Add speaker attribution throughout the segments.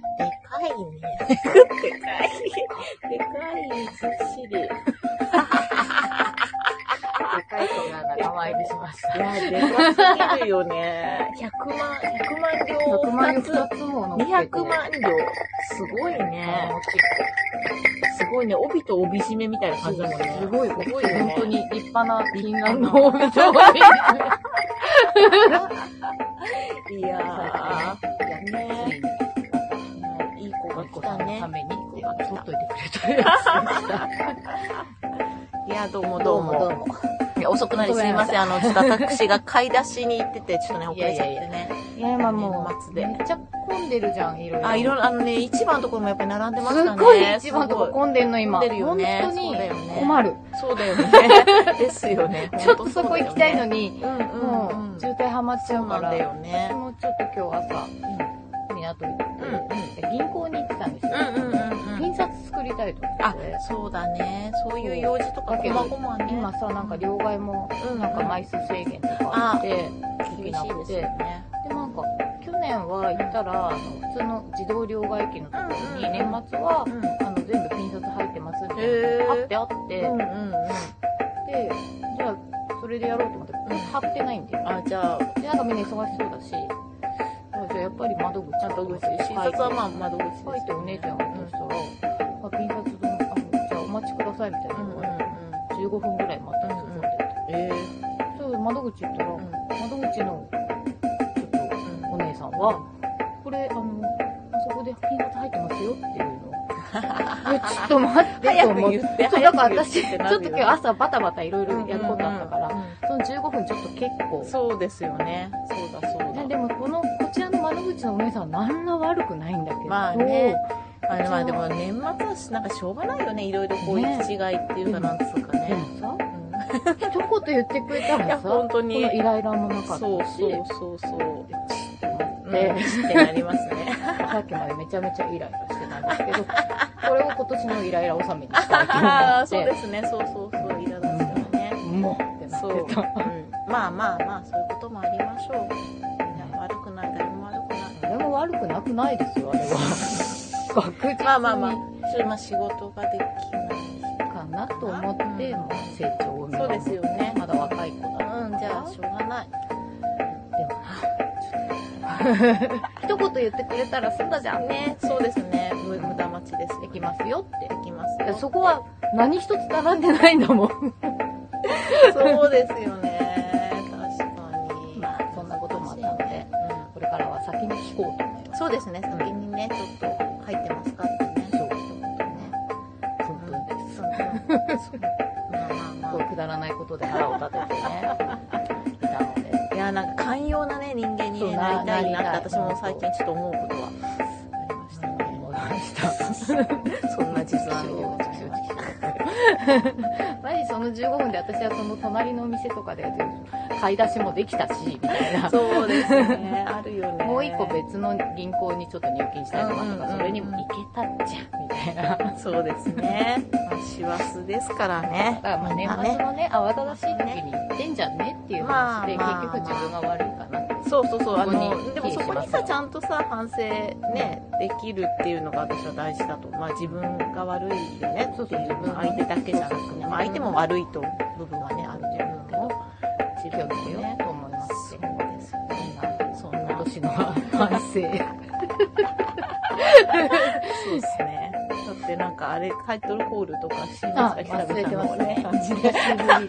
Speaker 1: かいね。でかい。でかい、ずっしり。でかい子が仲間入りしました。いや、でかすぎるよね。100万、100万両。
Speaker 2: 100万円2つも乗ってて
Speaker 1: 200万両。すごいね。すごいね。帯と帯締めみたいな感じだもんね。
Speaker 2: すごい、
Speaker 1: す
Speaker 2: す
Speaker 1: ご
Speaker 2: ご
Speaker 1: い
Speaker 2: い、
Speaker 1: よね
Speaker 2: 本当に立派な銀杏の
Speaker 1: もうめっちゃ悪い。いやー、ねいい子が来たね
Speaker 2: た。めに、取っといてくれたやつでした。
Speaker 1: いや、どうも
Speaker 2: ど
Speaker 1: どう
Speaker 2: うもどう
Speaker 1: も。
Speaker 2: も。
Speaker 1: いや遅くなりすみません。あの、ちょっと私が買い出しに行ってて、ちょっとね、遅れちゃってね。
Speaker 2: いやいや、今も
Speaker 1: 年末
Speaker 2: う、
Speaker 1: で
Speaker 2: めっちゃ混んでるじゃん、いろいろ。
Speaker 1: あ、いろいろ、あのね、一番のところもやっぱり並んでまし
Speaker 2: す
Speaker 1: たね。
Speaker 2: っごい一番とこ
Speaker 1: すごい
Speaker 2: 混んでるの今。
Speaker 1: 混んでるよね
Speaker 2: 本当
Speaker 1: そうだ
Speaker 2: に
Speaker 1: よね
Speaker 2: 困る。
Speaker 1: そうだよね。ですよ ね。
Speaker 2: ちょっとそこ行きたいの
Speaker 1: に。
Speaker 2: に、
Speaker 1: うんう
Speaker 2: も
Speaker 1: んう。
Speaker 2: うん渋滞ハマっちゃ
Speaker 1: そう
Speaker 2: う
Speaker 1: な
Speaker 2: か
Speaker 1: ん
Speaker 2: ら。
Speaker 1: だよね
Speaker 2: 私。もちょっと今日朝、港行って、
Speaker 1: うんうん
Speaker 2: 銀行に行ってたんですよ。
Speaker 1: うんうんうんうん。
Speaker 2: 印刷作りたいと思
Speaker 1: あ
Speaker 2: っ、て。
Speaker 1: そうだね。そういう用事とか、
Speaker 2: だ
Speaker 1: こ
Speaker 2: けど
Speaker 1: まごまね。
Speaker 2: 今さ、なんか両替も、
Speaker 1: うん、
Speaker 2: なんか枚数制限とかあって、
Speaker 1: 厳しいですよね。
Speaker 2: でなんか去年は行ったらあの普通の自動両替機のところに
Speaker 1: うんうん
Speaker 2: 年末は、
Speaker 1: ん。
Speaker 2: あの全部印刷入ってますみたい
Speaker 1: へー
Speaker 2: な貼ってあって、
Speaker 1: うんう
Speaker 2: で
Speaker 1: んうん。
Speaker 2: じゃあそれでやろうと思って
Speaker 1: うん
Speaker 2: 貼ってないんだよ、
Speaker 1: あ、じゃあ、
Speaker 2: でなんかみんな忙しそうだしあじゃあやっぱり窓口
Speaker 1: 窓口、診察はまあ窓口ですよ
Speaker 2: 書いてお姉ちゃんがとしたら、あ印刷のあのじゃあお待ちくださいみたいな
Speaker 1: うんうん
Speaker 2: の
Speaker 1: うん
Speaker 2: が、。15分ぐらい待ったんですよ、こうやって
Speaker 1: え
Speaker 2: そう窓口行ったら、
Speaker 1: え。うん
Speaker 2: 窓口のちょっとお姉さんは、これ、あの、あそこでピーナッツ入ってますよっていうの。いや、ちょっと待ってと
Speaker 1: 早
Speaker 2: 思
Speaker 1: く
Speaker 2: って。
Speaker 1: 言って、
Speaker 2: そう
Speaker 1: 早
Speaker 2: だ
Speaker 1: く
Speaker 2: から
Speaker 1: 言
Speaker 2: 私、ち
Speaker 1: て
Speaker 2: ょ
Speaker 1: て
Speaker 2: っ
Speaker 1: なるよ
Speaker 2: と今日朝バタバタいろいろやることあったから、
Speaker 1: うん
Speaker 2: その15分ちょっと結構。
Speaker 1: そうですよね。そうだそうだ。
Speaker 2: ねでもこの、こちらの窓口のお姉さんは何ら悪くないんだけど。
Speaker 1: まあねあ
Speaker 2: う
Speaker 1: れまあでも年末はしなんかしょうがないよね。いろいろこう
Speaker 2: ね
Speaker 1: 行き違いっていうかなんつうか
Speaker 2: で
Speaker 1: ね。
Speaker 2: も
Speaker 1: うん
Speaker 2: さ、一言言ってくれた
Speaker 1: いや
Speaker 2: らさ、
Speaker 1: 本
Speaker 2: こ
Speaker 1: 当
Speaker 2: の
Speaker 1: に。
Speaker 2: イライラもなかったし、
Speaker 1: そうそうそうそう。
Speaker 2: で
Speaker 1: うんってなりますね。
Speaker 2: さっきまでめちゃめちゃイライラしてたんですけど、これを今年のイライラ納めにしたいと思
Speaker 1: ああ、
Speaker 2: って
Speaker 1: そうですね。そうそうそう。いらだすからね。
Speaker 2: もうってな
Speaker 1: そう、
Speaker 2: ってた。
Speaker 1: うん、まあまあまあそういうこともありましょういや悪くない誰も悪くない
Speaker 2: あれも悪くなくないですよ、あれは。確実に
Speaker 1: まあまあまあちょっとまあ仕事ができない
Speaker 2: かなと思って、
Speaker 1: うん
Speaker 2: もう成長を見
Speaker 1: そう
Speaker 2: 守
Speaker 1: で
Speaker 2: って
Speaker 1: すよね
Speaker 2: まだ若い子だ。
Speaker 1: うんじゃあしょうがない
Speaker 2: 一言言ってくれたら済んだじゃん。
Speaker 1: ねそうですね無無駄待ちです
Speaker 2: できますよって。
Speaker 1: できます
Speaker 2: いや
Speaker 1: よ
Speaker 2: そこは何一つ並んでないんだもん。
Speaker 1: そうですよね確かに
Speaker 2: まあ、そんなこともあったので、
Speaker 1: う
Speaker 2: これからは先に聞こうと思いま
Speaker 1: んそうですね先にねちょっと入ってますかってね
Speaker 2: そう
Speaker 1: 一言ね
Speaker 2: す。本当に。
Speaker 1: ですまあまあまあ
Speaker 2: こうくだらないことで腹を立ててね、いたので。
Speaker 1: いやなんか寛容なね人間に、
Speaker 2: そう
Speaker 1: ね、
Speaker 2: な
Speaker 1: なりたいな
Speaker 2: な
Speaker 1: っ
Speaker 2: り
Speaker 1: て私
Speaker 2: たい
Speaker 1: も最近ちょっと思うことはありましたね そんな実話でございまし
Speaker 2: マジその15分で私はその隣のお店とかで買い出しもできたし、みたいな
Speaker 1: た。そうですね あるよね
Speaker 2: もう一個別の銀行にちょっと入金したりとかと
Speaker 1: うんうんうん
Speaker 2: か、それにも行けたじゃん、みたいな。だ
Speaker 1: そうですねまあ師走、ですからね
Speaker 2: からまあ年末のね、慌ただしい時に行ってんじゃんねっていう話で、
Speaker 1: まあまあ
Speaker 2: 結局自分が悪いかなって。
Speaker 1: そうそうそうあ
Speaker 2: ここ
Speaker 1: の
Speaker 2: に
Speaker 1: でもそこに
Speaker 2: 気にし
Speaker 1: さ
Speaker 2: ます
Speaker 1: ちゃんとさ反省ねできるっていうのが私は大事だとまあ自分が悪いよねっていう
Speaker 2: そうそう
Speaker 1: 相手だけじゃなくてね、まあ、相手も悪いと思う部分はねあると思うけど自
Speaker 2: 気を
Speaker 1: 分
Speaker 2: つ
Speaker 1: も
Speaker 2: けよ
Speaker 1: ね
Speaker 2: うと思いま
Speaker 1: そ
Speaker 2: す
Speaker 1: う
Speaker 2: よ。
Speaker 1: ですよねそんな
Speaker 2: 今年の反省。
Speaker 1: そうですね。だってなんかあれ、タイトルコールとかし
Speaker 2: あ
Speaker 1: ました、
Speaker 2: 忘れてますね。
Speaker 1: 久々の
Speaker 2: 久しぶり で。
Speaker 1: なんか久しぶり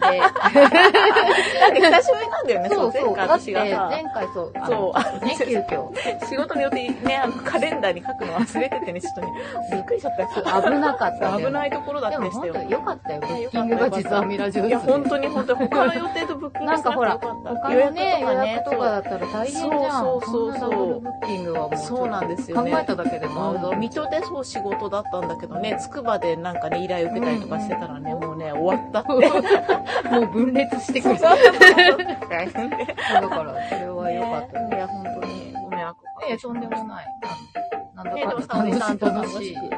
Speaker 1: なんだよね、
Speaker 2: そ
Speaker 1: そうう、
Speaker 2: そ
Speaker 1: 前
Speaker 2: う。
Speaker 1: 回
Speaker 2: だっ
Speaker 1: 私
Speaker 2: て、
Speaker 1: がさ
Speaker 2: 前。回そう、あ
Speaker 1: そう
Speaker 2: の、ね、急遽。
Speaker 1: 仕事によってね、あの、カレンダーに書くの忘れててね、ちょっとね、びっくりしちゃったよ。
Speaker 2: 危なかったんだよね。
Speaker 1: 危ないところだっ
Speaker 2: で
Speaker 1: た
Speaker 2: も
Speaker 1: りして
Speaker 2: 本
Speaker 1: よ
Speaker 2: 当。良かったよ。ブ
Speaker 1: いや
Speaker 2: ッキングが実はミラジオ
Speaker 1: い
Speaker 2: で
Speaker 1: や、
Speaker 2: す、
Speaker 1: 本当に本当に、他の予定とブッキング
Speaker 2: なんかほら
Speaker 1: しなくてよかった
Speaker 2: 他のね、予
Speaker 1: ね
Speaker 2: 約とかだったら大変じゃん。
Speaker 1: そうそうそうそうん
Speaker 2: なダブルブッキングはもう。
Speaker 1: そうなんですよ
Speaker 2: 考
Speaker 1: ね。
Speaker 2: えただけでもアウト。
Speaker 1: 水戸でそう仕事だったんだけどね、つくばでなんかね、依頼受けたりとかしてたらね、
Speaker 2: うん
Speaker 1: もうね、終わったって。
Speaker 2: もう分裂してくる。だから、それは良かったよ。
Speaker 1: ねいや、本当にご迷惑
Speaker 2: いや、とんでもない。なんだ
Speaker 1: ね、でも
Speaker 2: か
Speaker 1: さ、
Speaker 2: ん
Speaker 1: ね、
Speaker 2: だ
Speaker 1: ちゃん
Speaker 2: 楽しい
Speaker 1: と楽
Speaker 2: 楽し
Speaker 1: しい。
Speaker 2: い
Speaker 1: うん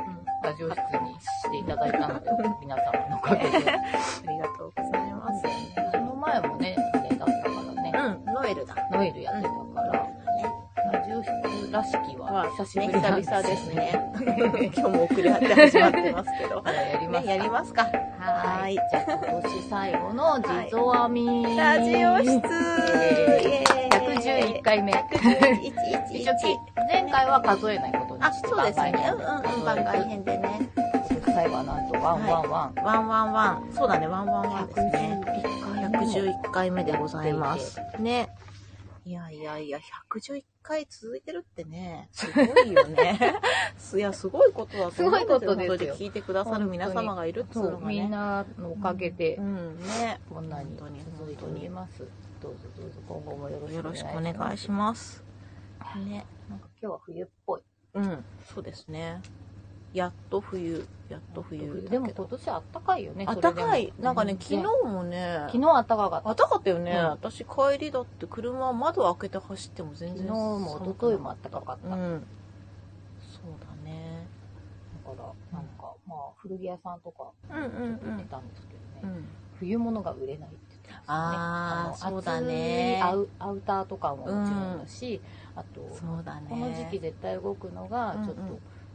Speaker 2: ラジオ室にしていただいたので、皆様のおかげで。
Speaker 1: ありがとうございます。
Speaker 2: その前もね、あれだったからね、
Speaker 1: うん、ノエルだ。
Speaker 2: ノエルやってたから、ラジオ室です。らしきは、久しぶり
Speaker 1: 久
Speaker 2: なん
Speaker 1: 々です
Speaker 2: よ。
Speaker 1: ね。今日も遅れて始まってますけど。
Speaker 2: やります
Speaker 1: ね、やりますか。
Speaker 2: はーい
Speaker 1: は。
Speaker 2: じゃあ今年最後の地蔵編み。
Speaker 1: ラジオ室
Speaker 2: 111回目。一
Speaker 1: 111。
Speaker 2: 応、前回は数えないことに
Speaker 1: あ、
Speaker 2: して、
Speaker 1: そうですね。うんうんうん。番
Speaker 2: 番
Speaker 1: 外
Speaker 2: 外編。
Speaker 1: 編でね。
Speaker 2: 最後はなんと、ワンワンワン。
Speaker 1: ワンワンワン。そうだね、ワンワンワンですね。
Speaker 2: 111
Speaker 1: 111回目でございます。ね。いやいやいや、111回続いてるってね、すごいよ ね。いや、すごいことだと思うんですよ。
Speaker 2: すごいことですよ
Speaker 1: 本当に聞いてくださる皆様がいるってい
Speaker 2: そう
Speaker 1: の
Speaker 2: う、
Speaker 1: がね。
Speaker 2: みんなのおかげで
Speaker 1: う、ん、ね。
Speaker 2: こんなに
Speaker 1: 本当に
Speaker 2: 続いております。どうぞどうぞ、今後もよ
Speaker 1: よろ
Speaker 2: ろ
Speaker 1: し
Speaker 2: し
Speaker 1: く
Speaker 2: く
Speaker 1: お
Speaker 2: お
Speaker 1: 願
Speaker 2: 願
Speaker 1: い
Speaker 2: い
Speaker 1: し
Speaker 2: し
Speaker 1: ます。ね。
Speaker 2: ます。なんか今日は冬っぽい。
Speaker 1: うん、そうですね。やっと冬、やっと冬だけど。
Speaker 2: でも今年あったかいよね。
Speaker 1: あったかい。なんかね、昨日
Speaker 2: 昨
Speaker 1: もね、
Speaker 2: 日あったかかった
Speaker 1: あ。ったかったよね。
Speaker 2: うん
Speaker 1: 私帰りだって車窓開けて走っても全
Speaker 2: 昨
Speaker 1: 然
Speaker 2: 日も一昨日もあったかかった。
Speaker 1: う
Speaker 2: だか
Speaker 1: ん。そうだね。
Speaker 2: ら、なんか、まあ、古着屋さんとか、
Speaker 1: うん
Speaker 2: ちょっと行ってたんですけどね。冬物が売れないって言ってましたね。
Speaker 1: あー
Speaker 2: の
Speaker 1: そうだね
Speaker 2: 厚いアウアウターとかももちろんだし、あと、
Speaker 1: そうだね。
Speaker 2: この時期絶対動くのが
Speaker 1: うんうん、
Speaker 2: ちょっと、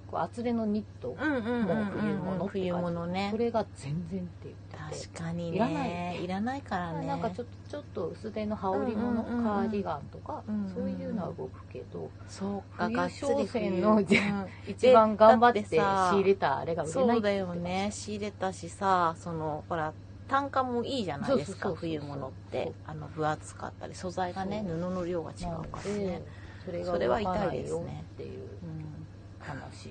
Speaker 2: こう厚手のニット。
Speaker 1: うんうんうんうんうん、
Speaker 2: もう
Speaker 1: 冬
Speaker 2: 冬
Speaker 1: 物
Speaker 2: 物
Speaker 1: ね
Speaker 2: そ。れが全然って言ってて。
Speaker 1: 確かにね。
Speaker 2: いらない
Speaker 1: いらないからね。
Speaker 2: なんかちょっとちょっと薄手の羽織物、
Speaker 1: うんうんうんうん
Speaker 2: カーディガンとか、
Speaker 1: うんうん
Speaker 2: そういうのは動くけど、
Speaker 1: そうか、
Speaker 2: 冬
Speaker 1: がっつり
Speaker 2: 商
Speaker 1: 冬
Speaker 2: 戦のじゃ
Speaker 1: うん
Speaker 2: 一番頑張っ
Speaker 1: で
Speaker 2: て仕
Speaker 1: だってさ
Speaker 2: 入れたあれが売れな
Speaker 1: そ
Speaker 2: いうっ
Speaker 1: だ
Speaker 2: て言
Speaker 1: よ
Speaker 2: ってました
Speaker 1: ね仕入れたしさそのほら単価もいいじゃないですか
Speaker 2: そうそうそうそ
Speaker 1: 冬
Speaker 2: う
Speaker 1: 物ってあの分厚かったり素材がね布
Speaker 2: そう
Speaker 1: の量が違うからね、
Speaker 2: それ
Speaker 1: それは
Speaker 2: が動か
Speaker 1: 痛
Speaker 2: ないい
Speaker 1: です
Speaker 2: よ
Speaker 1: ね
Speaker 2: っていう
Speaker 1: うん
Speaker 2: 話、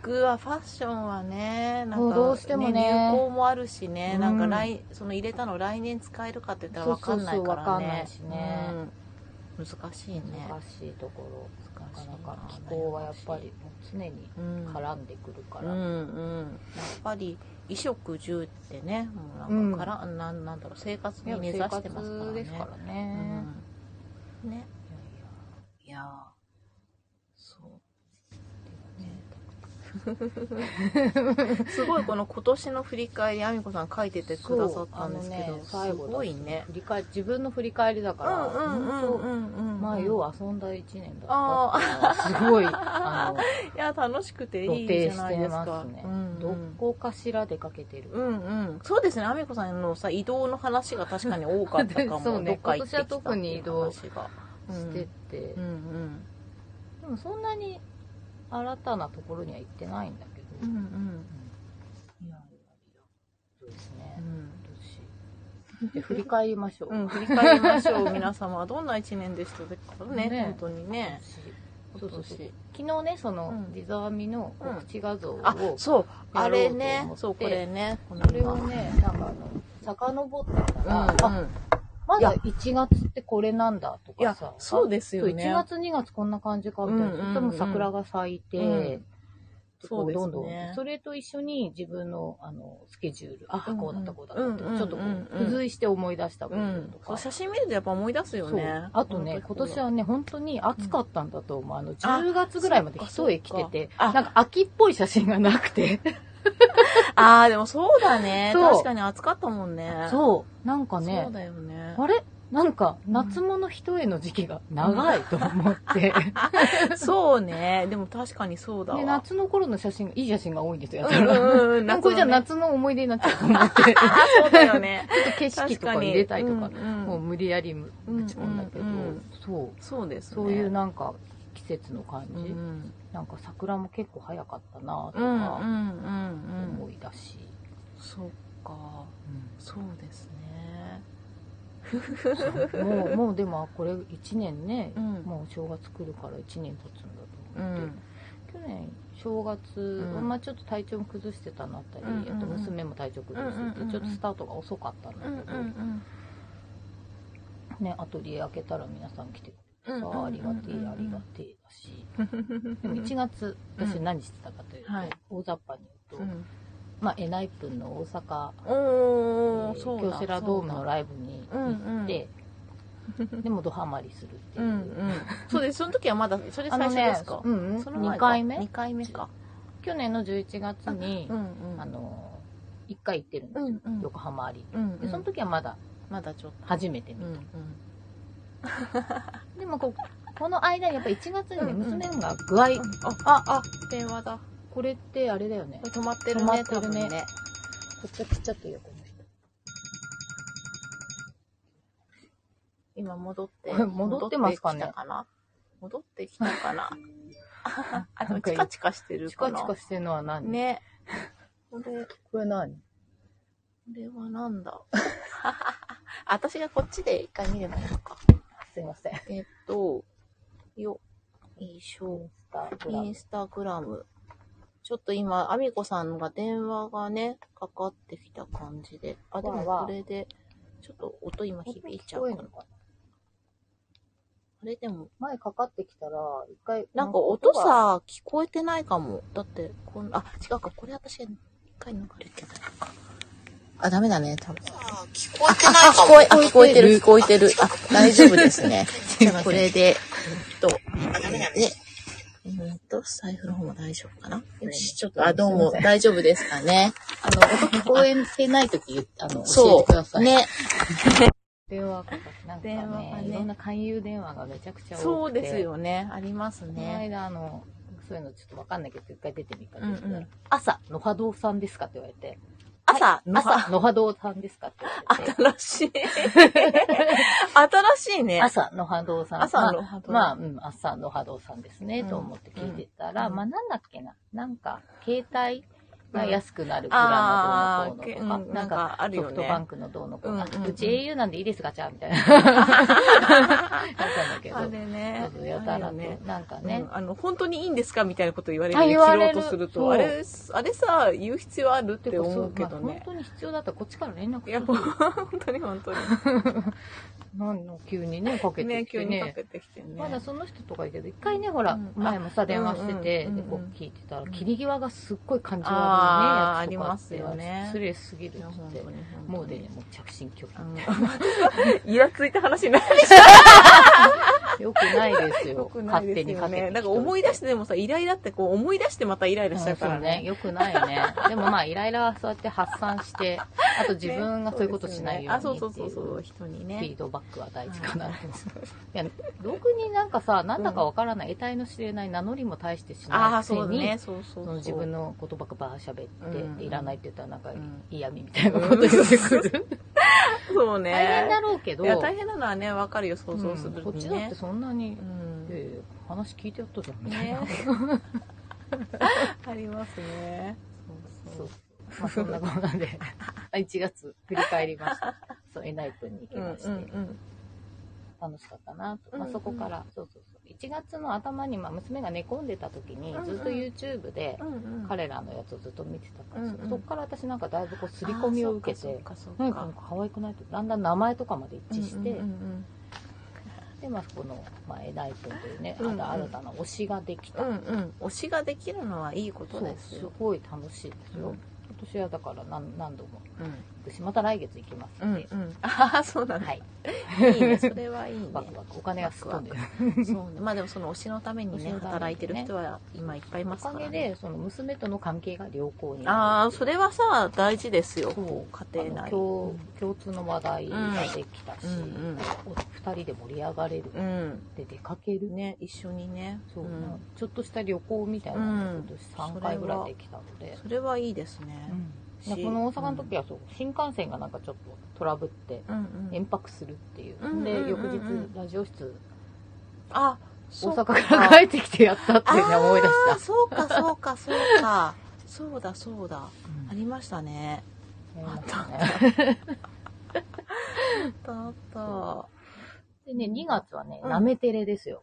Speaker 1: 服はファッションはねなん
Speaker 2: そ
Speaker 1: か
Speaker 2: うどうしてもね
Speaker 1: 流行もあるしね、
Speaker 2: うん
Speaker 1: なんか来その入れたの来年使えるかって言ったら分かんないからね
Speaker 2: そうそうそうわかんないしね
Speaker 1: うん難しいね
Speaker 2: 難しいところ
Speaker 1: 難
Speaker 2: な
Speaker 1: しい
Speaker 2: かなか気候はやっぱりもう常に
Speaker 1: うん
Speaker 2: 絡んでくるから、
Speaker 1: うんうん、やっぱり衣食住ってねもうなんかから、なんなんだろう生活に根
Speaker 2: 生
Speaker 1: ざし
Speaker 2: 活
Speaker 1: てますからね
Speaker 2: ですからね、
Speaker 1: うん、ねい
Speaker 2: いやいや
Speaker 1: やーそうすごいこの今年の振り返りあみこさん書いててくださったんですけど、
Speaker 2: そうあの
Speaker 1: す
Speaker 2: ね
Speaker 1: ごいね
Speaker 2: 振り返自分の振り返りだから、本当
Speaker 1: んう
Speaker 2: まあ、要は遊んだ1年だ
Speaker 1: あ
Speaker 2: ったっていうのはすごい、あ
Speaker 1: いや楽しくて
Speaker 2: の、
Speaker 1: い
Speaker 2: 露
Speaker 1: いじ
Speaker 2: 呈
Speaker 1: ゃ
Speaker 2: し
Speaker 1: ないで
Speaker 2: て
Speaker 1: すか
Speaker 2: ますね
Speaker 1: う。ん
Speaker 2: どこかしら出かけて
Speaker 1: う
Speaker 2: る。
Speaker 1: んうん、そうですね、あみこさんのさ移動の話が確かに多かったかも、
Speaker 2: そうね
Speaker 1: どっか行ってきたっていう
Speaker 2: 今年は特に移動
Speaker 1: 話が
Speaker 2: してて、
Speaker 1: うんうん
Speaker 2: でもそんなに新たなところには行ってないんだけど、
Speaker 1: うんうん
Speaker 2: いやいやいやそうです
Speaker 1: う
Speaker 2: ね。
Speaker 1: ん
Speaker 2: 今年で振り返りましょう。
Speaker 1: うん、振り返りましょう皆様どんな一年でしたかね
Speaker 2: ね
Speaker 1: 本当にね
Speaker 2: 今年
Speaker 1: 今年
Speaker 2: 昨日ね、その
Speaker 1: うん、
Speaker 2: 地蔵編みの告知画像を、
Speaker 1: あそうあ
Speaker 2: やろう
Speaker 1: れ
Speaker 2: と思って
Speaker 1: ねそうこれねこの
Speaker 2: それをね、なんかあの、遡ってたら、
Speaker 1: うん
Speaker 2: あ
Speaker 1: うん
Speaker 2: まだ1月ってこれなんだと
Speaker 1: い
Speaker 2: か
Speaker 1: や
Speaker 2: さ。
Speaker 1: そうですよね
Speaker 2: 1月2月こんな感じかみたいな。
Speaker 1: う
Speaker 2: そ
Speaker 1: んうんうん
Speaker 2: したらもう桜が咲いて、
Speaker 1: うん
Speaker 2: こ
Speaker 1: そうですね
Speaker 2: どんどん。それと一緒に自分のあのスケジュール、あ、
Speaker 1: うんうん
Speaker 2: こうだったこうだったって、
Speaker 1: うんうんうんうん
Speaker 2: ちょっとこう、付随して思い出したこ
Speaker 1: う
Speaker 2: と
Speaker 1: ん
Speaker 2: と、か。
Speaker 1: そう写真見るとやっぱ思い出すよ
Speaker 2: そう
Speaker 1: ね
Speaker 2: あとね、今年はね、本当に暑かったんだと思う。あの、10月ぐらいまで一重着てて、
Speaker 1: あ
Speaker 2: なんか秋っぽい写真がな くて。
Speaker 1: あーでもそうだね
Speaker 2: そう
Speaker 1: 確かに暑かったもんねう
Speaker 2: そう。なんかね
Speaker 1: そう、だよね
Speaker 2: あれなんか、夏物一重の時期が長いと思って。
Speaker 1: そうねでも確かにそうだわ
Speaker 2: で、夏の頃の写真、いい写真が多いんですよ、
Speaker 1: う
Speaker 2: やた
Speaker 1: ん
Speaker 2: ら。
Speaker 1: うんうん
Speaker 2: なんかこれじゃあ
Speaker 1: 夏
Speaker 2: 夏の思い出になっちゃうと思って、ちょっ
Speaker 1: のねあそうだよね
Speaker 2: と景色とか入れたいとか
Speaker 1: 確、にうんうん
Speaker 2: もう無理やりぶち込んだけど
Speaker 1: うんうんうん、
Speaker 2: そう、
Speaker 1: そうですね
Speaker 2: そういうなんか季節の感
Speaker 1: うんう
Speaker 2: じ、
Speaker 1: ん
Speaker 2: なんか桜も結構早かったなと
Speaker 1: うんうん
Speaker 2: か
Speaker 1: うんうん
Speaker 2: 思い出し、
Speaker 1: そっかそうですね
Speaker 2: そうもう、もうでもあこれ1年ね、
Speaker 1: うん
Speaker 2: もう正月来るから1年経つんだ
Speaker 1: う
Speaker 2: と思って。
Speaker 1: ん
Speaker 2: 去年正月、
Speaker 1: うん
Speaker 2: まあちょっと体調も崩してたのあったり、
Speaker 1: うんうんうん
Speaker 2: あと娘も体調崩してて、
Speaker 1: うんうんうんうん
Speaker 2: ちょっとスタートが遅かったんだ
Speaker 1: う
Speaker 2: け
Speaker 1: ん
Speaker 2: ど、
Speaker 1: うん
Speaker 2: ね、アトリエ開けたら皆さん来てく
Speaker 1: う
Speaker 2: れ
Speaker 1: ん
Speaker 2: た、ありがてえありがてえだし、でも1月
Speaker 1: うん
Speaker 2: 私何してたかというと、
Speaker 1: はい
Speaker 2: 大雑把に言うと、
Speaker 1: うん
Speaker 2: まあエナイプンの大阪
Speaker 1: お
Speaker 2: え
Speaker 1: ー
Speaker 2: ー
Speaker 1: そうだ
Speaker 2: 京セラドームのライブに行って、でもドハマりするって
Speaker 1: う
Speaker 2: い
Speaker 1: ん
Speaker 2: う、
Speaker 1: うんそうですその時はまだそれ
Speaker 2: あ
Speaker 1: 最
Speaker 2: の
Speaker 1: 初
Speaker 2: ね
Speaker 1: ですか
Speaker 2: うんうん、
Speaker 1: その前が
Speaker 2: 2回目
Speaker 1: 二回目か
Speaker 2: 去年の11月に、
Speaker 1: ん
Speaker 2: あの1回行ってるんです
Speaker 1: う
Speaker 2: よ、
Speaker 1: んうん
Speaker 2: 横浜アリーナ
Speaker 1: うん
Speaker 2: でその時はまだ
Speaker 1: まだちょっと
Speaker 2: 初めて見
Speaker 1: う
Speaker 2: た、
Speaker 1: んうん
Speaker 2: でもここの間にやっぱ1月にね、
Speaker 1: うんうん
Speaker 2: 娘が具合、
Speaker 1: あ、あ、電話だ。
Speaker 2: これってあれだよね。
Speaker 1: 止まってる
Speaker 2: 止まっ
Speaker 1: ね、
Speaker 2: てるね
Speaker 1: 多分ね。
Speaker 2: こっち切っちゃっていいよ、この人。
Speaker 1: 今戻って。
Speaker 2: これ戻ってますかね
Speaker 1: 戻ってきたかな戻ってきたかなああ、でも
Speaker 2: なんか
Speaker 1: チカチカしてる
Speaker 2: チ
Speaker 1: か
Speaker 2: カ
Speaker 1: な
Speaker 2: チカしてるのは何、
Speaker 1: ね。これ、
Speaker 2: これ何
Speaker 1: これはなんだ私がこっちで一回見ればいいのか。
Speaker 2: すいません。
Speaker 1: えっと、よ、よいしょ。インスタグラム。ちょっと今、アミコさんが電話がね、かかってきた感じで。あ、でも
Speaker 2: わあわあ
Speaker 1: これで、ちょっと音今響いちゃうかな。あれでも、
Speaker 2: 前かかってきたら、一回。
Speaker 1: なんか音、さ、聞こえてないかも。だって、こんあ、違うか、これ私、一回流れてないか。あ、ダメだね、多分。
Speaker 2: 聞
Speaker 1: あ、あ、聞こえ、あ、聞こえてる、聞こえてる。あ、大丈夫ですね。 じゃあこれで、えっと、で、えっと、財布の方も大丈夫かな
Speaker 2: よし
Speaker 1: ちょっ
Speaker 2: と
Speaker 1: あ、どうも、大丈夫ですかね。
Speaker 2: あの、音聞こえてないとき言って、あの、教え
Speaker 1: そ
Speaker 2: てくださ
Speaker 1: う。
Speaker 2: い。。
Speaker 1: ね。
Speaker 2: 電話かかって、なんかね、
Speaker 1: 電話がね
Speaker 2: いろんな勧誘電話がめちゃくちゃ多くて。
Speaker 1: そうです。よね。あります
Speaker 2: この
Speaker 1: ね。
Speaker 2: 間、あの、そういうのちょっとわかんないけど、一回出てみた
Speaker 1: うんんう
Speaker 2: ですけど、
Speaker 1: ん。
Speaker 2: 朝、野波堂さんですかって言われて、
Speaker 1: 朝、
Speaker 2: 野
Speaker 1: 朝。
Speaker 2: 波野波堂さんですかって言われて、
Speaker 1: 新しい。新しいね。
Speaker 2: 朝、野波堂さん。
Speaker 1: 朝の波動
Speaker 2: まあ、まあ、うん、朝、野波堂さんですね、
Speaker 1: うん
Speaker 2: と思って聞いてたら、
Speaker 1: うん
Speaker 2: まあ、なんだっけな、なんか、携帯が安くなるプラ
Speaker 1: あ
Speaker 2: ン
Speaker 1: ー
Speaker 2: のどうの
Speaker 1: け
Speaker 2: こ
Speaker 1: う
Speaker 2: うのと
Speaker 1: ん、な
Speaker 2: か、なんんか、
Speaker 1: かある
Speaker 2: ソ
Speaker 1: よ
Speaker 2: フトバン
Speaker 1: ね。
Speaker 2: クのどうのこうの、
Speaker 1: うんうんうん
Speaker 2: うち au なんでいいですガチャ みたいな。やったんだけど。
Speaker 1: あれね
Speaker 2: そうそうやた
Speaker 1: あ
Speaker 2: ら
Speaker 1: る
Speaker 2: と、
Speaker 1: よね
Speaker 2: なんか
Speaker 1: ね
Speaker 2: ね、、
Speaker 1: あの、本当にいいんですかみたいなこと言われる
Speaker 2: あ
Speaker 1: ね。切
Speaker 2: 言わ
Speaker 1: ろ
Speaker 2: れ
Speaker 1: う
Speaker 2: る
Speaker 1: とする
Speaker 2: そ
Speaker 1: と。
Speaker 2: う
Speaker 1: あれ、あれさ、言う必要あるって
Speaker 2: てかそ
Speaker 1: 思
Speaker 2: う
Speaker 1: うけど
Speaker 2: まあ
Speaker 1: ね
Speaker 2: 本。当に必要だったらこっちから連絡す
Speaker 1: いや、
Speaker 2: る
Speaker 1: ほん 本当に本 当
Speaker 2: 何の急にね、かけ
Speaker 1: に。ね、
Speaker 2: てき
Speaker 1: 急
Speaker 2: て
Speaker 1: にか
Speaker 2: ね。
Speaker 1: けてきてね。
Speaker 2: まだその人とかいいけど、一回ね、ほら、
Speaker 1: うん
Speaker 2: 前もさ、電話して
Speaker 1: う
Speaker 2: て、
Speaker 1: んうん
Speaker 2: でこ
Speaker 1: うんうん
Speaker 2: う聞いてたら、切り際がすっごい感じ悪いね、
Speaker 1: あー
Speaker 2: やつとかって
Speaker 1: ありますよね
Speaker 2: 失礼すぎるっ
Speaker 1: い
Speaker 2: つ
Speaker 1: や
Speaker 2: って。
Speaker 1: に本当に
Speaker 2: もうで、もう着信拒
Speaker 1: あ
Speaker 2: 否。
Speaker 1: の、イラついた話になっ
Speaker 2: よくないです
Speaker 1: て
Speaker 2: よ。
Speaker 1: よくないで
Speaker 2: 勝手
Speaker 1: す
Speaker 2: に
Speaker 1: よ
Speaker 2: かけてき
Speaker 1: ね。
Speaker 2: て。
Speaker 1: なんか思い出してでもさ、イライラってこう思い出してまたイライラしちゃうか
Speaker 2: そ
Speaker 1: ら
Speaker 2: うね。。よくないね。でもまあ、イライラはそうやって発散 して、あと自分がそういうことしないようにってい
Speaker 1: ね
Speaker 2: う。
Speaker 1: そうですよねあ、そうそうそうそう、人に
Speaker 2: フィ
Speaker 1: ね。
Speaker 2: ードバックは大事かなと思う。いや、ろくになんかさ、なんだかわからない、得体の知れない名乗りも大してし
Speaker 1: あ
Speaker 2: ない
Speaker 1: あ、
Speaker 2: くせに、
Speaker 1: そうだね。そうそう
Speaker 2: そ
Speaker 1: そう。
Speaker 2: の自分のことばっかばー喋って、
Speaker 1: うん
Speaker 2: でいらないって言ったらなんか
Speaker 1: うん
Speaker 2: 嫌味みたいなこと言ってくる。
Speaker 1: そうね。
Speaker 2: 大変だろうけど、
Speaker 1: いや、大変なのはね、わかるよ、想像する
Speaker 2: うん
Speaker 1: にね。
Speaker 2: こっちだってそんなに、
Speaker 1: うん
Speaker 2: えー話聞いてやったじゃんみたい
Speaker 1: ね
Speaker 2: な。。
Speaker 1: ありますね。
Speaker 2: そうまあ、そんなことなんで、1月振り返りました。そう、エナイプに行き
Speaker 1: うんうん
Speaker 2: まして、
Speaker 1: うん。
Speaker 2: 楽しかったなと。
Speaker 1: うんう
Speaker 2: まあ、
Speaker 1: ん
Speaker 2: そこから、そうそうそう。1月の頭に、まあ、娘が寝込んでた時に
Speaker 1: うんうん、
Speaker 2: ずっと YouTube で、
Speaker 1: うんうん。
Speaker 2: 彼らのやつをずっと見てたから、
Speaker 1: うんうん
Speaker 2: そこから私なんかだいぶこう、刷り込みを受け、
Speaker 1: あーそってかそっかそ
Speaker 2: なん
Speaker 1: っ
Speaker 2: かなん
Speaker 1: か
Speaker 2: か可愛くないと、だんだん名前とかまで一致して、
Speaker 1: うんうん
Speaker 2: で、まあ、この、まあ、エナイプというね、
Speaker 1: うんうん
Speaker 2: 新たな推しができ
Speaker 1: う
Speaker 2: た。
Speaker 1: ん、うんうん、推しができるのはいいこと
Speaker 2: そう
Speaker 1: で、す
Speaker 2: す
Speaker 1: よ。
Speaker 2: ごい楽しいですよ。
Speaker 1: うん
Speaker 2: 今年はだから何何度も
Speaker 1: うん
Speaker 2: 行くし、また来月行きます
Speaker 1: うんん
Speaker 2: で、
Speaker 1: うん、ああそうなんだ、
Speaker 2: はい。
Speaker 1: い、いねそれはいいね
Speaker 2: バクバクお金がすっ飛んでる。
Speaker 1: そうねまあでもその推しのために
Speaker 2: 推し
Speaker 1: ね
Speaker 2: のためにね
Speaker 1: 働いてる人は今いっぱいい
Speaker 2: お
Speaker 1: ますか、
Speaker 2: から
Speaker 1: ね、
Speaker 2: げで、その娘との関係が良好にな
Speaker 1: ああそれはさ大事ですよ
Speaker 2: そう
Speaker 1: こう家
Speaker 2: る。
Speaker 1: 庭
Speaker 2: あの
Speaker 1: 内
Speaker 2: 共共通の話題ができたし、
Speaker 1: うんうん
Speaker 2: お二人で盛り上がれる。
Speaker 1: うん、
Speaker 2: で、出かける。
Speaker 1: ね一緒にね
Speaker 2: そう、
Speaker 1: ん、
Speaker 2: ちょっとした旅行みたいなのが今
Speaker 1: うん
Speaker 2: 年3回ぐらいできたので。
Speaker 1: それはいいですね、
Speaker 2: うんでこの大阪の時はそう、新幹線がなんかちょっとトラブって、
Speaker 1: うんうん
Speaker 2: 延泊するっていう。
Speaker 1: うんうんうんうん
Speaker 2: で、翌日、ラジオ室、
Speaker 1: あ
Speaker 2: 大
Speaker 1: そう
Speaker 2: 阪から帰ってきてやったっていうね、思い出し
Speaker 1: あーそうかそうかそう かそうだそうだあ
Speaker 2: た。
Speaker 1: りましたね
Speaker 2: うん
Speaker 1: あった
Speaker 2: ね
Speaker 1: あったあった
Speaker 2: でね、2月はね、
Speaker 1: うん
Speaker 2: なめてれですよ。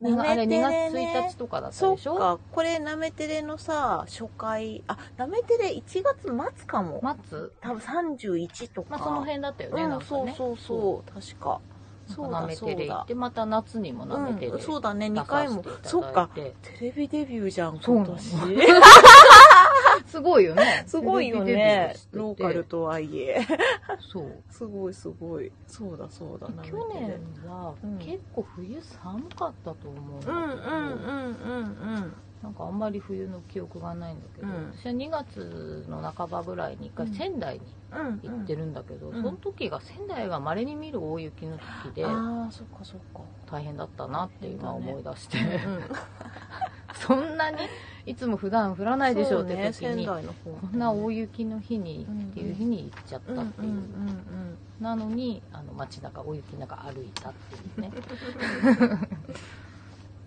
Speaker 1: なめてれね
Speaker 2: あれ2月1日とかだった
Speaker 1: そ
Speaker 2: で
Speaker 1: っ
Speaker 2: しょ
Speaker 1: か、これ、なめてれのさ、初回、あ、なめてれ1月末かも。
Speaker 2: 松
Speaker 1: 多分31とか。
Speaker 2: まあその辺だったよね、
Speaker 1: うん、
Speaker 2: なんか
Speaker 1: そう
Speaker 2: ね。
Speaker 1: そうそう、確か。そう
Speaker 2: な
Speaker 1: だ
Speaker 2: め
Speaker 1: そ
Speaker 2: て
Speaker 1: う
Speaker 2: れ行
Speaker 1: だ
Speaker 2: っ。て、また夏にもなめてれ。
Speaker 1: うん、そうだね、
Speaker 2: 出
Speaker 1: 2
Speaker 2: さ
Speaker 1: 回
Speaker 2: せ
Speaker 1: も
Speaker 2: ていただい。て
Speaker 1: そっか、。テレビデビューじゃん、
Speaker 2: そう
Speaker 1: 今
Speaker 2: なの
Speaker 1: 年。
Speaker 2: すごいよね。
Speaker 1: すごいよ
Speaker 2: テレビデビュ
Speaker 1: ね
Speaker 2: して。て
Speaker 1: ローカル。とはいえ。
Speaker 2: そう。
Speaker 1: すごいすごい。そうだそうだ、なめて
Speaker 2: 去
Speaker 1: れ
Speaker 2: 年は
Speaker 1: うん
Speaker 2: 結構冬寒かったと思うんだけ
Speaker 1: う
Speaker 2: ど、
Speaker 1: んうんうんうんうん。
Speaker 2: なんなんかあんまり冬の記憶がないんだけど、
Speaker 1: うん
Speaker 2: 私は2月の半ばぐらいに一回
Speaker 1: うん
Speaker 2: 仙台に
Speaker 1: うん
Speaker 2: 行ってるんだけど、
Speaker 1: うん
Speaker 2: その時が仙台がまれに見る大雪の時で
Speaker 1: ああそっかそっか
Speaker 2: 大変だったなって今
Speaker 1: 大変だね
Speaker 2: 思い出して、
Speaker 1: う
Speaker 2: そんなにいつも普段降ら
Speaker 1: ん
Speaker 2: ないでしょうっ
Speaker 1: そう
Speaker 2: て
Speaker 1: ね
Speaker 2: 時に、
Speaker 1: 仙台の方
Speaker 2: こんな大雪の日に
Speaker 1: うん
Speaker 2: っていう日に行っちゃっ
Speaker 1: うんう
Speaker 2: た
Speaker 1: ん
Speaker 2: っていう、なのにあの街中お雪の中歩いたっていう ね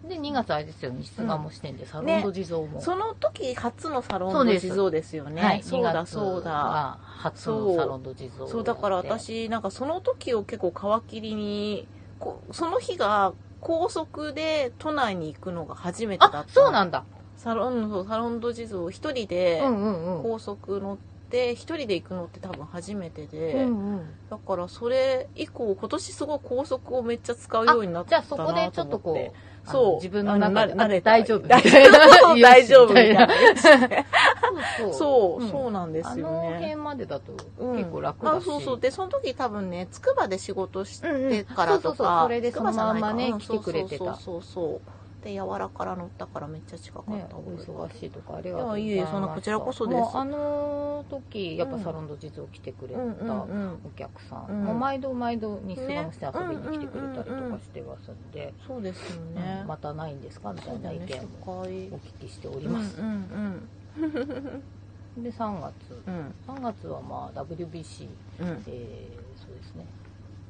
Speaker 2: で2月あれですよ西巣鴨支店でサロンド地蔵も、
Speaker 1: うんその時初のサロ
Speaker 2: そう
Speaker 1: ンの
Speaker 2: です
Speaker 1: 地蔵ですよね
Speaker 2: はい、
Speaker 1: そうだそうだ
Speaker 2: が初のサロンド地蔵
Speaker 1: そうだから私なんかその時を結構皮切りにこその日が高速で都内に行くのが初めてだった
Speaker 2: あそうなんだ
Speaker 1: サロンそうサロンド地蔵一人で
Speaker 2: うんうんうん
Speaker 1: 高速乗って一人で行くのって多分初めてで、
Speaker 2: うんうん
Speaker 1: だからそれ以降今年すごい高速をめっちゃ使うようになっ
Speaker 2: じゃ
Speaker 1: た
Speaker 2: あ
Speaker 1: なと
Speaker 2: そ
Speaker 1: 思
Speaker 2: こ
Speaker 1: って
Speaker 2: でちょっとこうあ
Speaker 1: そう
Speaker 2: の自分の中で
Speaker 1: あのな慣れ
Speaker 2: あ
Speaker 1: た
Speaker 2: 大丈夫
Speaker 1: 大
Speaker 2: 丈
Speaker 1: 大丈夫みたいな
Speaker 2: そうそう
Speaker 1: そう、
Speaker 2: うん
Speaker 1: そうなんですよ
Speaker 2: あの辺
Speaker 1: ね
Speaker 2: までだと
Speaker 1: うん
Speaker 2: 結構楽だし、
Speaker 1: あそうそうでその時多分ねつくばで仕事しててから
Speaker 2: そ
Speaker 1: と
Speaker 2: うそうそう
Speaker 1: か
Speaker 2: それでそのまんまね
Speaker 1: 筑波じゃないかな
Speaker 2: 来てくれてた
Speaker 1: うんそうそうそうそうで柔らから乗ったからめっちゃ近かった、
Speaker 2: ね、お忙しいとかありがとうございます
Speaker 1: いやいえそんなこちらこそです
Speaker 2: もうあの時やっぱサロンド実を来てくれ
Speaker 1: う
Speaker 2: た
Speaker 1: んうん
Speaker 2: お
Speaker 1: うん
Speaker 2: 客さん、
Speaker 1: うん
Speaker 2: もう毎度毎度日数が
Speaker 1: ね
Speaker 2: ムして遊びに来てくれたりとかしてますんで、
Speaker 1: そうですよ
Speaker 2: うん
Speaker 1: ね、
Speaker 2: またないんですかみた
Speaker 1: そ
Speaker 2: いう
Speaker 1: だ
Speaker 2: な
Speaker 1: よ
Speaker 2: 意
Speaker 1: ね
Speaker 2: 見も
Speaker 1: 初回
Speaker 2: お聞きしております、
Speaker 1: うんうん
Speaker 2: で3月
Speaker 1: うんうん
Speaker 2: 3月はまあ WBC、
Speaker 1: うん
Speaker 2: えーそうですね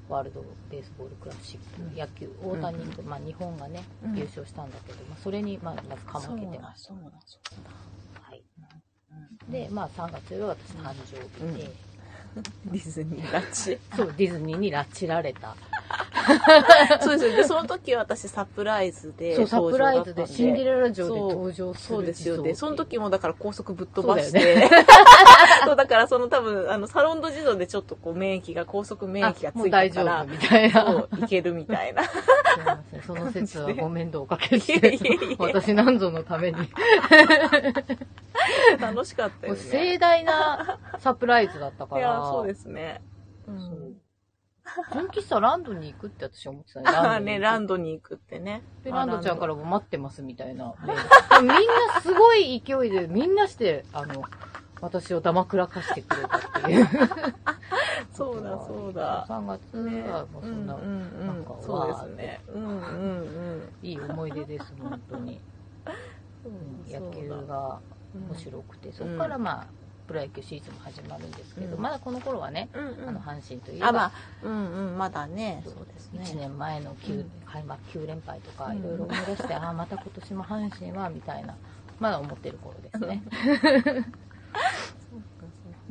Speaker 2: ワールドベースボールクラシック野球大谷と、まあ、日本がね、
Speaker 1: うん
Speaker 2: 優勝したんだけど、まあ、それにまあまずかまけてます
Speaker 1: そうだそうだ
Speaker 2: はい
Speaker 1: そうだ
Speaker 2: で、まあ、3月が私誕生日で、
Speaker 1: ディズニーラち
Speaker 2: そうディズニーに拉致られた
Speaker 1: そうですよでその時私サプライズで
Speaker 2: そうサプライズでシンデレ
Speaker 1: ラ
Speaker 2: ラ城で登場す
Speaker 1: そ
Speaker 2: る
Speaker 1: うですよ
Speaker 2: 地蔵ってい
Speaker 1: ね。その時もだから高速ぶっ飛ばして。
Speaker 2: そう
Speaker 1: そう
Speaker 2: だ
Speaker 1: だから その多分、あの、サロンド自動でちょっとこう免疫が、高速免疫が
Speaker 2: あ
Speaker 1: つ
Speaker 2: もう
Speaker 1: いた
Speaker 2: 大丈
Speaker 1: から
Speaker 2: 夫、みたいな
Speaker 1: そう、いけるみたいな。
Speaker 2: すいませんその説 はご面倒をおかけし
Speaker 1: いえ
Speaker 2: て
Speaker 1: いえいえ
Speaker 2: 私なんぞのためにも
Speaker 1: 楽しかったよ
Speaker 2: う
Speaker 1: ね。
Speaker 2: 盛大なサプライズだった
Speaker 1: い
Speaker 2: から
Speaker 1: や、そうですね。う
Speaker 2: そ
Speaker 1: ん
Speaker 2: う。純喫茶ランドに行くって私は思ってた
Speaker 1: あーね、ラ
Speaker 2: ド
Speaker 1: ンド
Speaker 2: に行
Speaker 1: に行くってね。。
Speaker 2: くでランドちゃんかららも待ってますみたいなメールでもみんなすごい勢いでみんなしてあの私をダマくらかしてくれたっていう
Speaker 1: そうだ、そうだ。
Speaker 2: 3月はもうそんな、
Speaker 1: うんうん
Speaker 2: なんか
Speaker 1: うん、そうですね。うんうんうん。
Speaker 2: いい思い出です、本当に。
Speaker 1: そう
Speaker 2: 野球
Speaker 1: だ
Speaker 2: が面
Speaker 1: い。
Speaker 2: 白くて、そこからまあ、プロ野球シーズンも始まるんですけど、
Speaker 1: うん
Speaker 2: まだこの頃はね、
Speaker 1: うんうん、
Speaker 2: あの、阪神といえ
Speaker 1: あ、ま
Speaker 2: ば
Speaker 1: あ、、うんうん、まだね。
Speaker 2: そう
Speaker 1: そうです
Speaker 2: 1
Speaker 1: ね。
Speaker 2: 年前の
Speaker 1: う
Speaker 2: 9、
Speaker 1: ん
Speaker 2: 開幕9連敗とか、
Speaker 1: うん
Speaker 2: いろいろ思い出して、ああ、また今年も阪神は、みたいな、まだ思ってる頃ですね。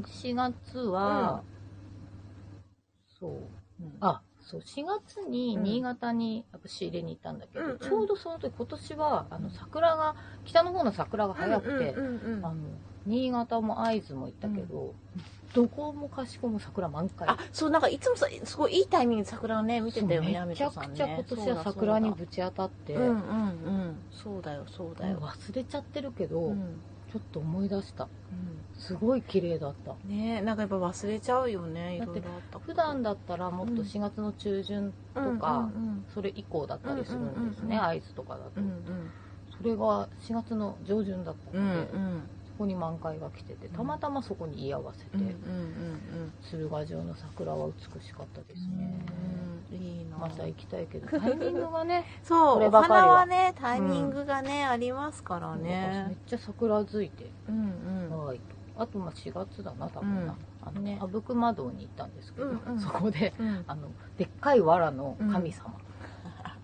Speaker 2: 4月は、そう、
Speaker 1: うん
Speaker 2: あ、そう、4月に
Speaker 1: うん
Speaker 2: 新潟にやっぱ仕入れに行ったんだけど、
Speaker 1: うんうん
Speaker 2: ちょうどその時、今年は、あの、桜が、北の方の桜が早くて、
Speaker 1: うんうんうんうん
Speaker 2: あの、新潟も会津も行ったけど、どこもかしこも桜満開。
Speaker 1: あ、そう、なんかいつもさ、すごいいいタイミングで桜をね、見てたよね、
Speaker 2: そう
Speaker 1: や
Speaker 2: め
Speaker 1: め
Speaker 2: ちゃ
Speaker 1: と
Speaker 2: く
Speaker 1: さんね。
Speaker 2: ちゃ今年は桜にぶち当たって、
Speaker 1: そうだそうだうんうんうん。そうだよ、そうだ
Speaker 2: もう
Speaker 1: よ。
Speaker 2: 忘れちゃってるけど、
Speaker 1: うん
Speaker 2: ちょっと思い出した。
Speaker 1: う
Speaker 2: すごい綺麗だった。
Speaker 1: んねなんかやっぱ忘れちゃうよね、い
Speaker 2: だっ
Speaker 1: ろ
Speaker 2: て
Speaker 1: いろあったこと
Speaker 2: 普段だったらもっと4月の中旬、とか
Speaker 1: うんうん
Speaker 2: それ以降だったりするんですね、
Speaker 1: うんうんうんうん
Speaker 2: 会津とかだと。
Speaker 1: うんうん
Speaker 2: それが4月の上旬だった
Speaker 1: うんうん
Speaker 2: ので、
Speaker 1: うん
Speaker 2: そこに満開が来てて、たまたまそこに居合わせて、
Speaker 1: うんうん
Speaker 2: 鶴ヶ城の桜は美しかったですね。
Speaker 1: うんいいな
Speaker 2: また行きたいけど、タイミングがね、
Speaker 1: そ
Speaker 2: こ
Speaker 1: う
Speaker 2: れ
Speaker 1: お
Speaker 2: ばかりは
Speaker 1: 花はねタイミングがね、あり ますから
Speaker 2: めっ
Speaker 1: ね
Speaker 2: ちゃ桜づいて、
Speaker 1: うんうん
Speaker 2: はい。あと、まあ4月だな、多分な。
Speaker 1: うん
Speaker 2: あの、
Speaker 1: ね
Speaker 2: 阿武隈堂に行ったんですけど、
Speaker 1: うんうん
Speaker 2: そこで、
Speaker 1: うん
Speaker 2: あの、でっかい藁の神様。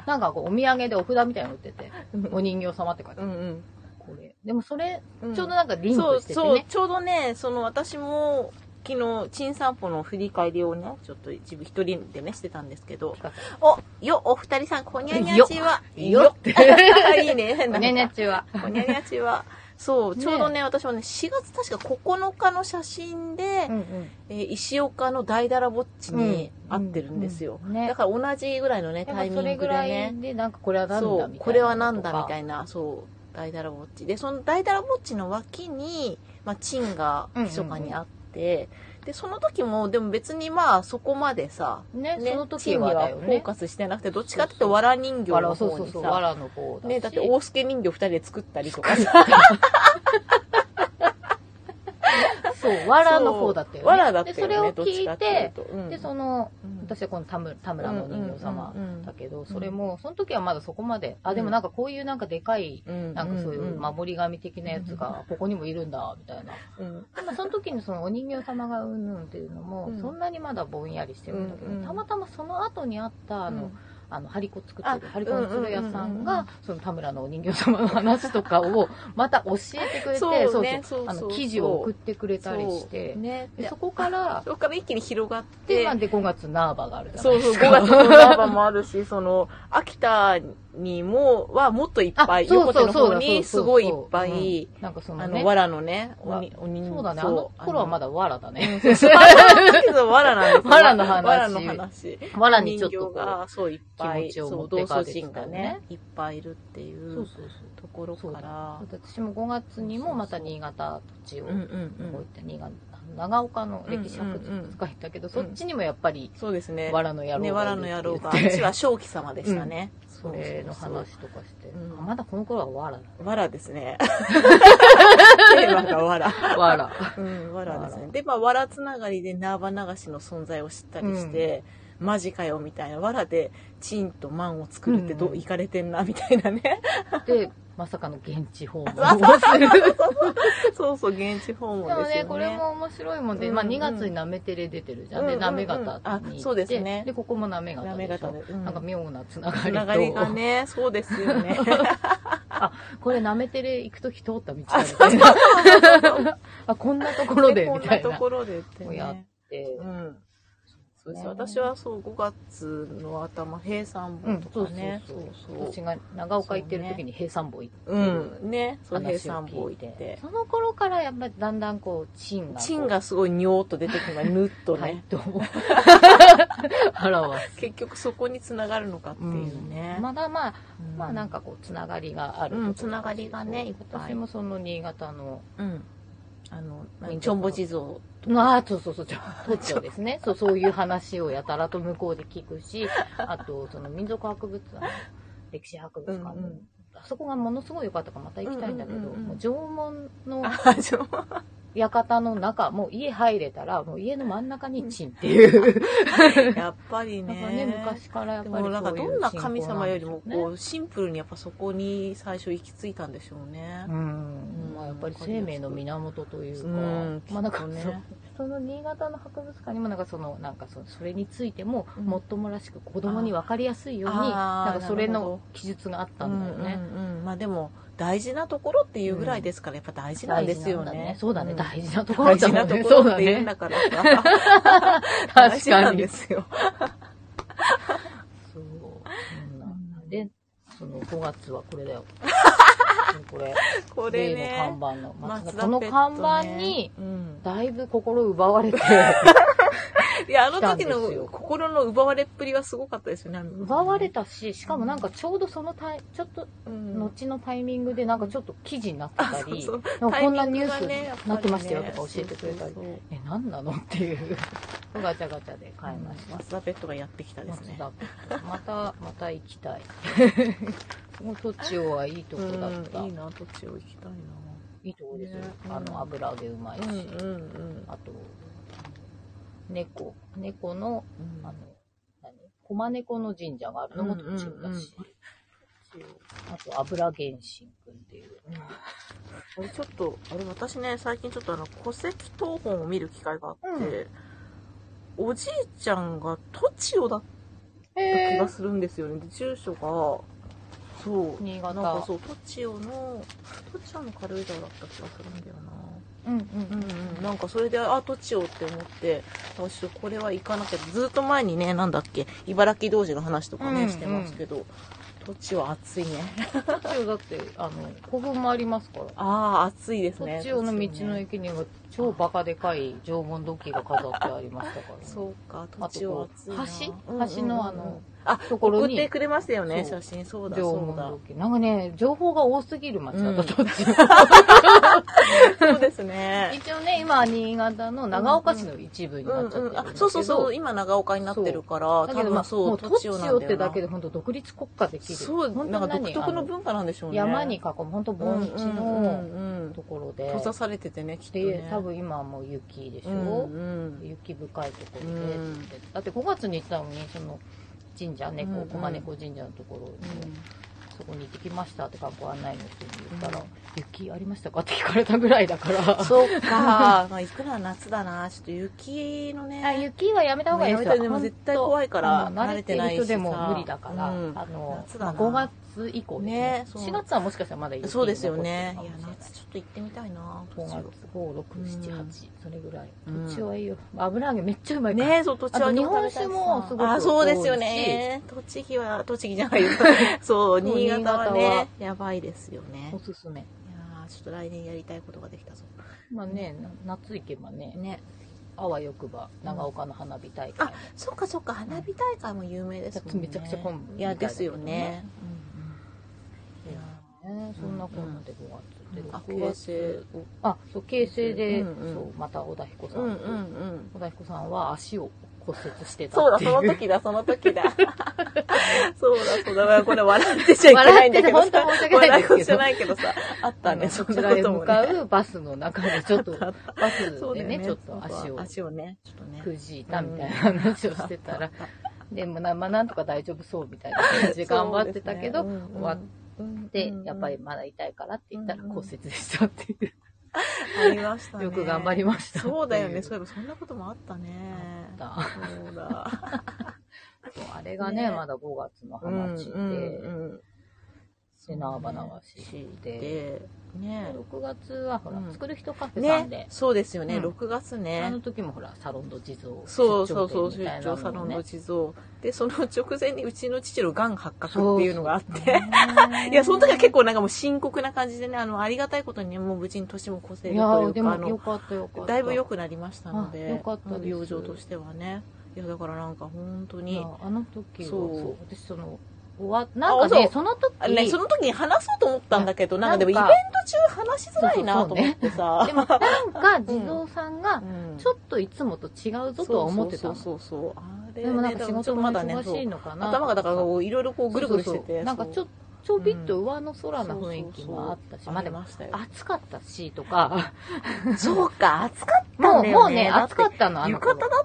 Speaker 2: なんかこう、お土産でお札みたいなの売ってて、お人形様って書いてあ
Speaker 1: う
Speaker 2: る。
Speaker 1: ん
Speaker 2: これ。でもそれ、
Speaker 1: うん
Speaker 2: ちょうどなんかリンク
Speaker 1: そう
Speaker 2: してて
Speaker 1: そう
Speaker 2: ね。
Speaker 1: ちょうどねその私も昨日「ちん散歩」の振り返りをねちょっと自分一人でねしてたんですけど
Speaker 2: ピカチ
Speaker 1: およお二人さんこにゃにゃちは
Speaker 2: ュウよって。
Speaker 1: いい ね変な
Speaker 2: ねねちは。
Speaker 1: こにゃにゃちはそう
Speaker 2: ね
Speaker 1: ちょうどね私もね4月確か9日の写真で、
Speaker 2: ん
Speaker 1: えー石岡の大だらぼっちに会ってるんですよ、
Speaker 2: うんね
Speaker 1: だから同じぐらいのね
Speaker 2: やっ
Speaker 1: タ
Speaker 2: ぱ
Speaker 1: イミ
Speaker 2: そ
Speaker 1: ング
Speaker 2: れ
Speaker 1: で
Speaker 2: ぐら
Speaker 1: ね
Speaker 2: いで、なんかこれはなんだ
Speaker 1: そ
Speaker 2: みたいな
Speaker 1: う
Speaker 2: のとか。
Speaker 1: これはなんだみたいなそう大だらぼっちでその大だらぼっちの脇に、まあ、チンが密かにあっって、で、その時も、でも別にまあ、そこまでさ、
Speaker 2: ね
Speaker 1: ね、
Speaker 2: その時
Speaker 1: チーム
Speaker 2: は
Speaker 1: には
Speaker 2: だ
Speaker 1: フ
Speaker 2: よ
Speaker 1: ォー
Speaker 2: ね
Speaker 1: カスしてなくて、どっちかっていうと、わら人形
Speaker 2: わ
Speaker 1: の
Speaker 2: らそう
Speaker 1: 方
Speaker 2: そう
Speaker 1: に
Speaker 2: そうわ
Speaker 1: さ、
Speaker 2: らの方だし
Speaker 1: ね、だって大助人形二人で作ったりとか さ、
Speaker 2: そうわらの方だったよね
Speaker 1: わらだったよ
Speaker 2: で
Speaker 1: ね、
Speaker 2: それを
Speaker 1: どっ
Speaker 2: 聞
Speaker 1: ちか
Speaker 2: い
Speaker 1: ってい
Speaker 2: て
Speaker 1: うと、うん
Speaker 2: でその
Speaker 1: うん
Speaker 2: 私はこの田村田村のお人形様
Speaker 1: うんうんうんうん
Speaker 2: だけど、それもその時はまだそこまであでもなんかこういうなんかでかいなんかそういう守り神的なやつがここにもいるんだみたいな
Speaker 1: うん
Speaker 2: まあその時にそのお人形様がうんぬんっていうのも
Speaker 1: うん
Speaker 2: そんなにまだぼんやりしてるんだけど、
Speaker 1: うんうん
Speaker 2: たまたまその後にあったあ
Speaker 1: う
Speaker 2: の、
Speaker 1: ん
Speaker 2: あのハリコ作
Speaker 1: あ
Speaker 2: ってるハリコの鶴屋さん
Speaker 1: うんうんうんう
Speaker 2: が
Speaker 1: ん
Speaker 2: その田村のお人形様の話とか をまた教えてくれて
Speaker 1: そうねそうそう
Speaker 2: あの記事を送ってくれたりして
Speaker 1: そうね
Speaker 2: で
Speaker 1: で
Speaker 2: そ
Speaker 1: そ
Speaker 2: こから
Speaker 1: こから一気に広がっ
Speaker 2: で
Speaker 1: て
Speaker 2: まあ、で5月ナーバがあるじゃな
Speaker 1: そ
Speaker 2: いうで
Speaker 1: そう
Speaker 2: す
Speaker 1: 5
Speaker 2: か
Speaker 1: 月のラバもあるし その秋田にもはもっといっぱい
Speaker 2: あそう
Speaker 1: 横手
Speaker 2: そう
Speaker 1: の
Speaker 2: そうだ
Speaker 1: 方にす
Speaker 2: そうそうそう
Speaker 1: ごいいっぱい、
Speaker 2: なんかその
Speaker 1: あ
Speaker 2: ね
Speaker 1: の藁のねおにお人
Speaker 2: そうだねあの頃はま
Speaker 1: だ
Speaker 2: だわらだ ね
Speaker 1: 藁なんですよ
Speaker 2: 藁の話
Speaker 1: 藁の話
Speaker 2: わらにちょ
Speaker 1: 人
Speaker 2: っと
Speaker 1: 形
Speaker 2: こう
Speaker 1: がそういっぱい
Speaker 2: 気持ちを
Speaker 1: そ
Speaker 2: 持
Speaker 1: う
Speaker 2: って
Speaker 1: 同
Speaker 2: か
Speaker 1: 窓
Speaker 2: れてた
Speaker 1: 人が
Speaker 2: よね
Speaker 1: ねいっぱいいるってい
Speaker 2: そう
Speaker 1: う
Speaker 2: そうそう
Speaker 1: ところから
Speaker 2: 私も5月にもまた新潟土地を、
Speaker 1: うんうんう
Speaker 2: こうい
Speaker 1: ん
Speaker 2: った新潟長岡の歴史博物館行ったけど、
Speaker 1: うんうん
Speaker 2: そっちにもやっぱり、
Speaker 1: そうですね
Speaker 2: わらの野郎
Speaker 1: ねわらの野郎が
Speaker 2: いるって言っ
Speaker 1: 私
Speaker 2: て
Speaker 1: は正気様でしたね、
Speaker 2: それの話とかして、
Speaker 1: うん
Speaker 2: あまだこの頃はわら
Speaker 1: わらですね。テーマがわら。
Speaker 2: だ。わら。
Speaker 1: うん、わらです
Speaker 2: わ
Speaker 1: ね
Speaker 2: ら。
Speaker 1: で、まあ、わらつながりで縄流しの存在を知ったりして、マジかよ、みたいな。わらで、チンとマンを作るってど
Speaker 2: うん
Speaker 1: う、
Speaker 2: うん
Speaker 1: いかれてんな、みたいなね。
Speaker 2: で、まさかの現地訪 問をする。
Speaker 1: そうそう、現地訪問
Speaker 2: でも
Speaker 1: ですよね。
Speaker 2: ね、これも面白いもんで、
Speaker 1: うん
Speaker 2: まあ2月になめてれ出てるじゃん。
Speaker 1: うん
Speaker 2: で、
Speaker 1: うん
Speaker 2: なめ方に行って、
Speaker 1: あそうですね
Speaker 2: で、ここもなめ方
Speaker 1: な
Speaker 2: で
Speaker 1: め
Speaker 2: し
Speaker 1: 方
Speaker 2: ょ
Speaker 1: で。。う
Speaker 2: なんか妙なつなが
Speaker 1: つ
Speaker 2: りと。
Speaker 1: ながりがね、そうですよ ね。
Speaker 2: これなめてれ行くとき通った道だみたいな。あ、こんなところ で、
Speaker 1: こ
Speaker 2: み
Speaker 1: ん
Speaker 2: た
Speaker 1: ない
Speaker 2: な。
Speaker 1: ところでって
Speaker 2: こうやっ
Speaker 1: ね。
Speaker 2: で
Speaker 1: うん。そうです
Speaker 2: ね
Speaker 1: 私はそう、5月の頭、平山
Speaker 2: う
Speaker 1: 本
Speaker 2: ん、
Speaker 1: と
Speaker 2: そう
Speaker 1: かね。
Speaker 2: そうそう
Speaker 1: そう
Speaker 2: 私が長岡行ってる時に平山坊行ってる
Speaker 1: うん。ね。そう、平
Speaker 2: 話を
Speaker 1: 山
Speaker 2: 聞
Speaker 1: 坊
Speaker 2: い
Speaker 1: 行ってて。
Speaker 2: その頃からやっぱりだんだんこうチンがこう
Speaker 1: チンがすごいにょーっと出てきまぬっとね、
Speaker 2: はい どうもあらわ
Speaker 1: 結局そこにつながるのかっていうね、
Speaker 2: まだまあ
Speaker 1: うん
Speaker 2: まあなんかこうつながりがある
Speaker 1: うんつながりがねいっぱい
Speaker 2: 私もその新潟の
Speaker 1: うんあの何チョンボ地蔵
Speaker 2: ああそうそうそうちょ東京ですねそうそういう話をやたらと向こうで聞くしあとその民族博物館歴史博物館の
Speaker 1: うん
Speaker 2: あそこがものすごい良かったからまた行きたいんだけど、
Speaker 1: うんうんうんうん
Speaker 2: もう縄文の
Speaker 1: あちょ
Speaker 2: 館の中、もう家入れたら、もう家の真ん中にチンっていう。
Speaker 1: やっぱり
Speaker 2: なん
Speaker 1: ね
Speaker 2: かね、昔からやっ
Speaker 1: で
Speaker 2: ぱり
Speaker 1: もなんか
Speaker 2: そう
Speaker 1: ど
Speaker 2: いうん
Speaker 1: な神様より
Speaker 2: 信
Speaker 1: も
Speaker 2: 仰な
Speaker 1: こ
Speaker 2: んでし
Speaker 1: うシンプルにやっぱそこに最初行き着いたんでしょうね
Speaker 2: ょうね。うん。まあやっぱり生命の源というか、
Speaker 1: うん
Speaker 2: まあなんか
Speaker 1: きっとね
Speaker 2: そうその新潟の博物館にもなんかその、なんかそのそれについても、
Speaker 1: うん
Speaker 2: もっともらしく子供に分かりやすいように、
Speaker 1: あー
Speaker 2: なんかそれ
Speaker 1: なるほ
Speaker 2: の
Speaker 1: ど
Speaker 2: 記述があったんだよね。
Speaker 1: うんうんうんまあでも大事なところっていうぐらいですからやっぱ大事なんですよ
Speaker 2: 大事なんだ
Speaker 1: ね
Speaker 2: そうだね、
Speaker 1: ん
Speaker 2: 大事なところ
Speaker 1: 大事
Speaker 2: だも
Speaker 1: なんと
Speaker 2: ね。
Speaker 1: こ
Speaker 2: そう
Speaker 1: ろっ
Speaker 2: だ
Speaker 1: て言うん
Speaker 2: ね。
Speaker 1: だからさ大
Speaker 2: 確
Speaker 1: 事な
Speaker 2: か
Speaker 1: ん
Speaker 2: に
Speaker 1: で。すよ
Speaker 2: そう。そんな。で、その5月はこれだ よ。これ、
Speaker 1: こ
Speaker 2: 例
Speaker 1: れ
Speaker 2: の
Speaker 1: ね
Speaker 2: 看板の松田。
Speaker 1: 松田
Speaker 2: この
Speaker 1: ペッ
Speaker 2: 看
Speaker 1: トね
Speaker 2: 板に、
Speaker 1: うん
Speaker 2: だいぶ心奪わ れて、
Speaker 1: いや、あの
Speaker 2: 来たんで
Speaker 1: 時
Speaker 2: すよ
Speaker 1: の心の奪われっぷりはすごかったですよね。
Speaker 2: 奪われたし、しかもなんかちょうどそのタイ、ちょっと、
Speaker 1: うん
Speaker 2: 後のタイミングでなんかちょっと記事になってた
Speaker 1: そう
Speaker 2: り、
Speaker 1: そう
Speaker 2: なんかこんなニュ
Speaker 1: タイミングがね
Speaker 2: ースになってましたよとか教えてくれたり
Speaker 1: そ、うそうそう
Speaker 2: え、な んなのっていう、ガチャガチャで買いました。
Speaker 1: マスダペットがやってきたです
Speaker 2: 松
Speaker 1: ね。
Speaker 2: 田 また、また行きたい。もう土地はいいとこ
Speaker 1: うん
Speaker 2: だった。
Speaker 1: いいな、土地を行きたいない
Speaker 2: いとこですよ
Speaker 1: ね。
Speaker 2: あの、油揚げうまいし。。
Speaker 1: うんうん
Speaker 2: あと、猫、猫の、
Speaker 1: うん。
Speaker 2: あの、何駒猫の神社があるのも途中だ
Speaker 1: うんう
Speaker 2: し、
Speaker 1: んうん
Speaker 2: そうあと、油原神君っていう。
Speaker 1: これちょっと、あれ私ね、最近ちょっとあの、戸籍謄本を見る機会があって、おじいちゃんが栃尾だった気がするんですよね。で、住所が、そう、
Speaker 2: 新
Speaker 1: なんか
Speaker 2: 潟。
Speaker 1: そう、栃尾の、栃尾の軽井沢だった気がするんだよな。
Speaker 2: うんうんう
Speaker 1: うんうん、なんかそれで、あ、栃尾って思って、あちょっとこれは行かなきゃ、ずっと前にね、なんだっけ、茨城同士の話とかね、
Speaker 2: うんうん
Speaker 1: してますけど、栃尾暑いね。
Speaker 2: 栃尾だって、あの、古墳もありますから。
Speaker 1: ああ、暑いですね。
Speaker 2: 栃尾の道
Speaker 1: 栃尾
Speaker 2: の
Speaker 1: ね
Speaker 2: 駅には超バカでかい縄文土器が飾ってありましたから、ね。
Speaker 1: そうか、
Speaker 2: あ
Speaker 1: 栃尾
Speaker 2: と
Speaker 1: 暑い
Speaker 2: 橋
Speaker 1: な。
Speaker 2: 橋のあの、
Speaker 1: あ、
Speaker 2: ところ
Speaker 1: 送っ
Speaker 2: に
Speaker 1: てくれましたよね、
Speaker 2: そ
Speaker 1: 写真。そうだ、
Speaker 2: 縄
Speaker 1: そ
Speaker 2: 文
Speaker 1: うだ
Speaker 2: 土。器。なんかね、情報が多すぎる町だったと、
Speaker 1: そうです ね。
Speaker 2: 一応ね、今、新潟の長岡市の一部に
Speaker 1: う
Speaker 2: なっ
Speaker 1: ん
Speaker 2: ちゃってるん
Speaker 1: う
Speaker 2: だけ
Speaker 1: ん。あ、
Speaker 2: ど、
Speaker 1: そうそうそう。今長岡になってるから、多
Speaker 2: だけど、まあ、
Speaker 1: 分
Speaker 2: そ、
Speaker 1: そうう、
Speaker 2: 土
Speaker 1: 栃
Speaker 2: 地
Speaker 1: 尾
Speaker 2: を
Speaker 1: なんだ
Speaker 2: って
Speaker 1: よ
Speaker 2: だ
Speaker 1: な
Speaker 2: け。で、本当独立国家できる。
Speaker 1: そう、なんか独特の文化なんでしょうね。
Speaker 2: 山に囲む、本当盆地
Speaker 1: うんうんう
Speaker 2: の
Speaker 1: んうん
Speaker 2: ところで、
Speaker 1: 閉ざされててね、きっと
Speaker 2: で
Speaker 1: ね。
Speaker 2: 多分今はもう雪でしょ、
Speaker 1: うんうん
Speaker 2: 雪深いところで、
Speaker 1: うん
Speaker 2: だって5月に行ったのにその神社猫、
Speaker 1: うんうん
Speaker 2: 熊猫神社のところに、そこに行ってきましたって観光案内の人に言ったら、
Speaker 1: うん
Speaker 2: 雪ありましたかって聞かれたぐらいだか ら
Speaker 1: そうか、まあ、いくら夏だな、ちょっと雪のね。
Speaker 2: あ雪はやめた方がいいです
Speaker 1: やめた方がい
Speaker 2: よ
Speaker 1: いでも絶対
Speaker 2: 本当
Speaker 1: 怖いから
Speaker 2: あの慣れてる人でも
Speaker 1: 慣れてないしさ
Speaker 2: 無理だから、
Speaker 1: うん
Speaker 2: あの
Speaker 1: 夏だな
Speaker 2: まあ5月以降ですね
Speaker 1: ねそう
Speaker 2: 4月はもしかしたらまだ雪
Speaker 1: そうですよね。
Speaker 2: 残
Speaker 1: い
Speaker 2: っ
Speaker 1: や
Speaker 2: てるかもしれな、
Speaker 1: 夏ちょっと行ってみたいな、
Speaker 2: 5月5、6、7、8、
Speaker 1: うん
Speaker 2: それぐらい。
Speaker 1: うん
Speaker 2: 土地はいいよ。油揚げめっちゃうまいから。
Speaker 1: ねえ、そう、土地は
Speaker 2: あと日本酒もすごく
Speaker 1: あ、そうですよね。栃木は、栃木じゃ ないよ。そう、
Speaker 2: そう
Speaker 1: 新潟は
Speaker 2: 新潟は
Speaker 1: ね、やばいですよね。い
Speaker 2: おすすめ。
Speaker 1: やーちょっと来年やりたいことができたぞ。
Speaker 2: まあね、な夏行けばね、
Speaker 1: ね。
Speaker 2: あわよくば、長岡の花火大会。
Speaker 1: あ、そっかそっか、花火大会も有名ですもんね。
Speaker 2: めちゃくちゃ混むみたいだけどね
Speaker 1: いや、ですよね。
Speaker 2: いやねそんなこんなで5月で、
Speaker 1: うんあ
Speaker 2: 6月
Speaker 1: 京
Speaker 2: あそう京成で、
Speaker 1: うんうん
Speaker 2: そうまた小田彦さん
Speaker 1: う
Speaker 2: と、
Speaker 1: んうんうん。
Speaker 2: 小田彦さんは足を骨折してた
Speaker 1: そう
Speaker 2: っ
Speaker 1: だ、
Speaker 2: てい
Speaker 1: その時だ、その時 だ。そうだ、そうだ、これ笑ってちゃいけないんだけどさ。
Speaker 2: 笑ってて本当申し訳ない
Speaker 1: 笑うこ
Speaker 2: んですけど
Speaker 1: とじゃないけどさ、あったね、そ
Speaker 2: そ
Speaker 1: んな
Speaker 2: ちら
Speaker 1: こ
Speaker 2: へ
Speaker 1: と
Speaker 2: 向
Speaker 1: も
Speaker 2: か
Speaker 1: ね。
Speaker 2: うバスの中でちょっとバスでねちょっと足を
Speaker 1: 足をね、ちょっとね。
Speaker 2: くじいたみたいな話をしてたら、でもな,、まあ、なんとか大丈夫そうみたいな感じで頑張ってたけど、
Speaker 1: そうですね
Speaker 2: 終わっで、やっぱり、
Speaker 1: うんうん
Speaker 2: まだ痛いからって言ったら
Speaker 1: うんうん
Speaker 2: 骨折でしたっていう。
Speaker 1: ありましたね。
Speaker 2: よく頑張りま したってい。
Speaker 1: そうだよね、そう
Speaker 2: う
Speaker 1: いえばそんなこともあったね。
Speaker 2: だ
Speaker 1: そうだ。
Speaker 2: あれがね、
Speaker 1: ね
Speaker 2: まだ5月の話で、
Speaker 1: うん
Speaker 2: で、縄ば縄しで、
Speaker 1: で、ね。
Speaker 2: 6月はほら、
Speaker 1: うん
Speaker 2: 作る人カフェさんで、
Speaker 1: ね、そうですよね、
Speaker 2: うん
Speaker 1: 6月
Speaker 2: あ
Speaker 1: ね
Speaker 2: の。時もほら、サロンド地蔵
Speaker 1: そうそうそう、
Speaker 2: 出
Speaker 1: 出
Speaker 2: 張
Speaker 1: 張
Speaker 2: サ
Speaker 1: サ
Speaker 2: ロ
Speaker 1: ロ
Speaker 2: ン
Speaker 1: ン
Speaker 2: の
Speaker 1: の
Speaker 2: 地
Speaker 1: 地蔵。で、その直前にうちの父の癌発覚
Speaker 2: 蔵
Speaker 1: っていうのがあって。
Speaker 2: て
Speaker 1: いや、その時は結構なんかもう深刻な感じでね、あの、ありがたいことにねもう無事に年も越せ
Speaker 2: い
Speaker 1: る
Speaker 2: や
Speaker 1: とい
Speaker 2: ー
Speaker 1: う
Speaker 2: で
Speaker 1: か、あ
Speaker 2: もよ
Speaker 1: の、
Speaker 2: かったよかった。
Speaker 1: だいぶ良くなりましたの
Speaker 2: あ
Speaker 1: で、
Speaker 2: よかったです
Speaker 1: あの病状としてはね。いや、だからなんか本当
Speaker 2: い
Speaker 1: に
Speaker 2: や、あの時は、
Speaker 1: そ
Speaker 2: そう
Speaker 1: う
Speaker 2: 私その、終わなんかね、
Speaker 1: あ
Speaker 2: その時、
Speaker 1: あね、その時に話そうと思ったんだけど、なんかでもイベ
Speaker 2: な
Speaker 1: ン
Speaker 2: ん
Speaker 1: ト
Speaker 2: か
Speaker 1: 中話しづらいなと思ってさ。
Speaker 2: でもなんか地蔵さんが、
Speaker 1: うん
Speaker 2: ちょっといつもと違うぞとは思ってたの。
Speaker 1: そうそうそうそう。あれ、
Speaker 2: でもなんか仕事も
Speaker 1: まだね、
Speaker 2: 忙しいのかな、
Speaker 1: 頭がだから
Speaker 2: そう
Speaker 1: こういろいろこうぐるぐるして
Speaker 2: そうそ
Speaker 1: て
Speaker 2: うなんかちょ
Speaker 1: と
Speaker 2: ちょびっと上の空な雰囲気もあったし、まあでも
Speaker 1: ましたよ
Speaker 2: 暑かったしとか、
Speaker 1: そうか暑かっ
Speaker 2: も
Speaker 1: た
Speaker 2: うん
Speaker 1: だよね
Speaker 2: もうね
Speaker 1: だっ
Speaker 2: 暑
Speaker 1: て
Speaker 2: かったのあの
Speaker 1: 浴
Speaker 2: 頃
Speaker 1: 衣だっ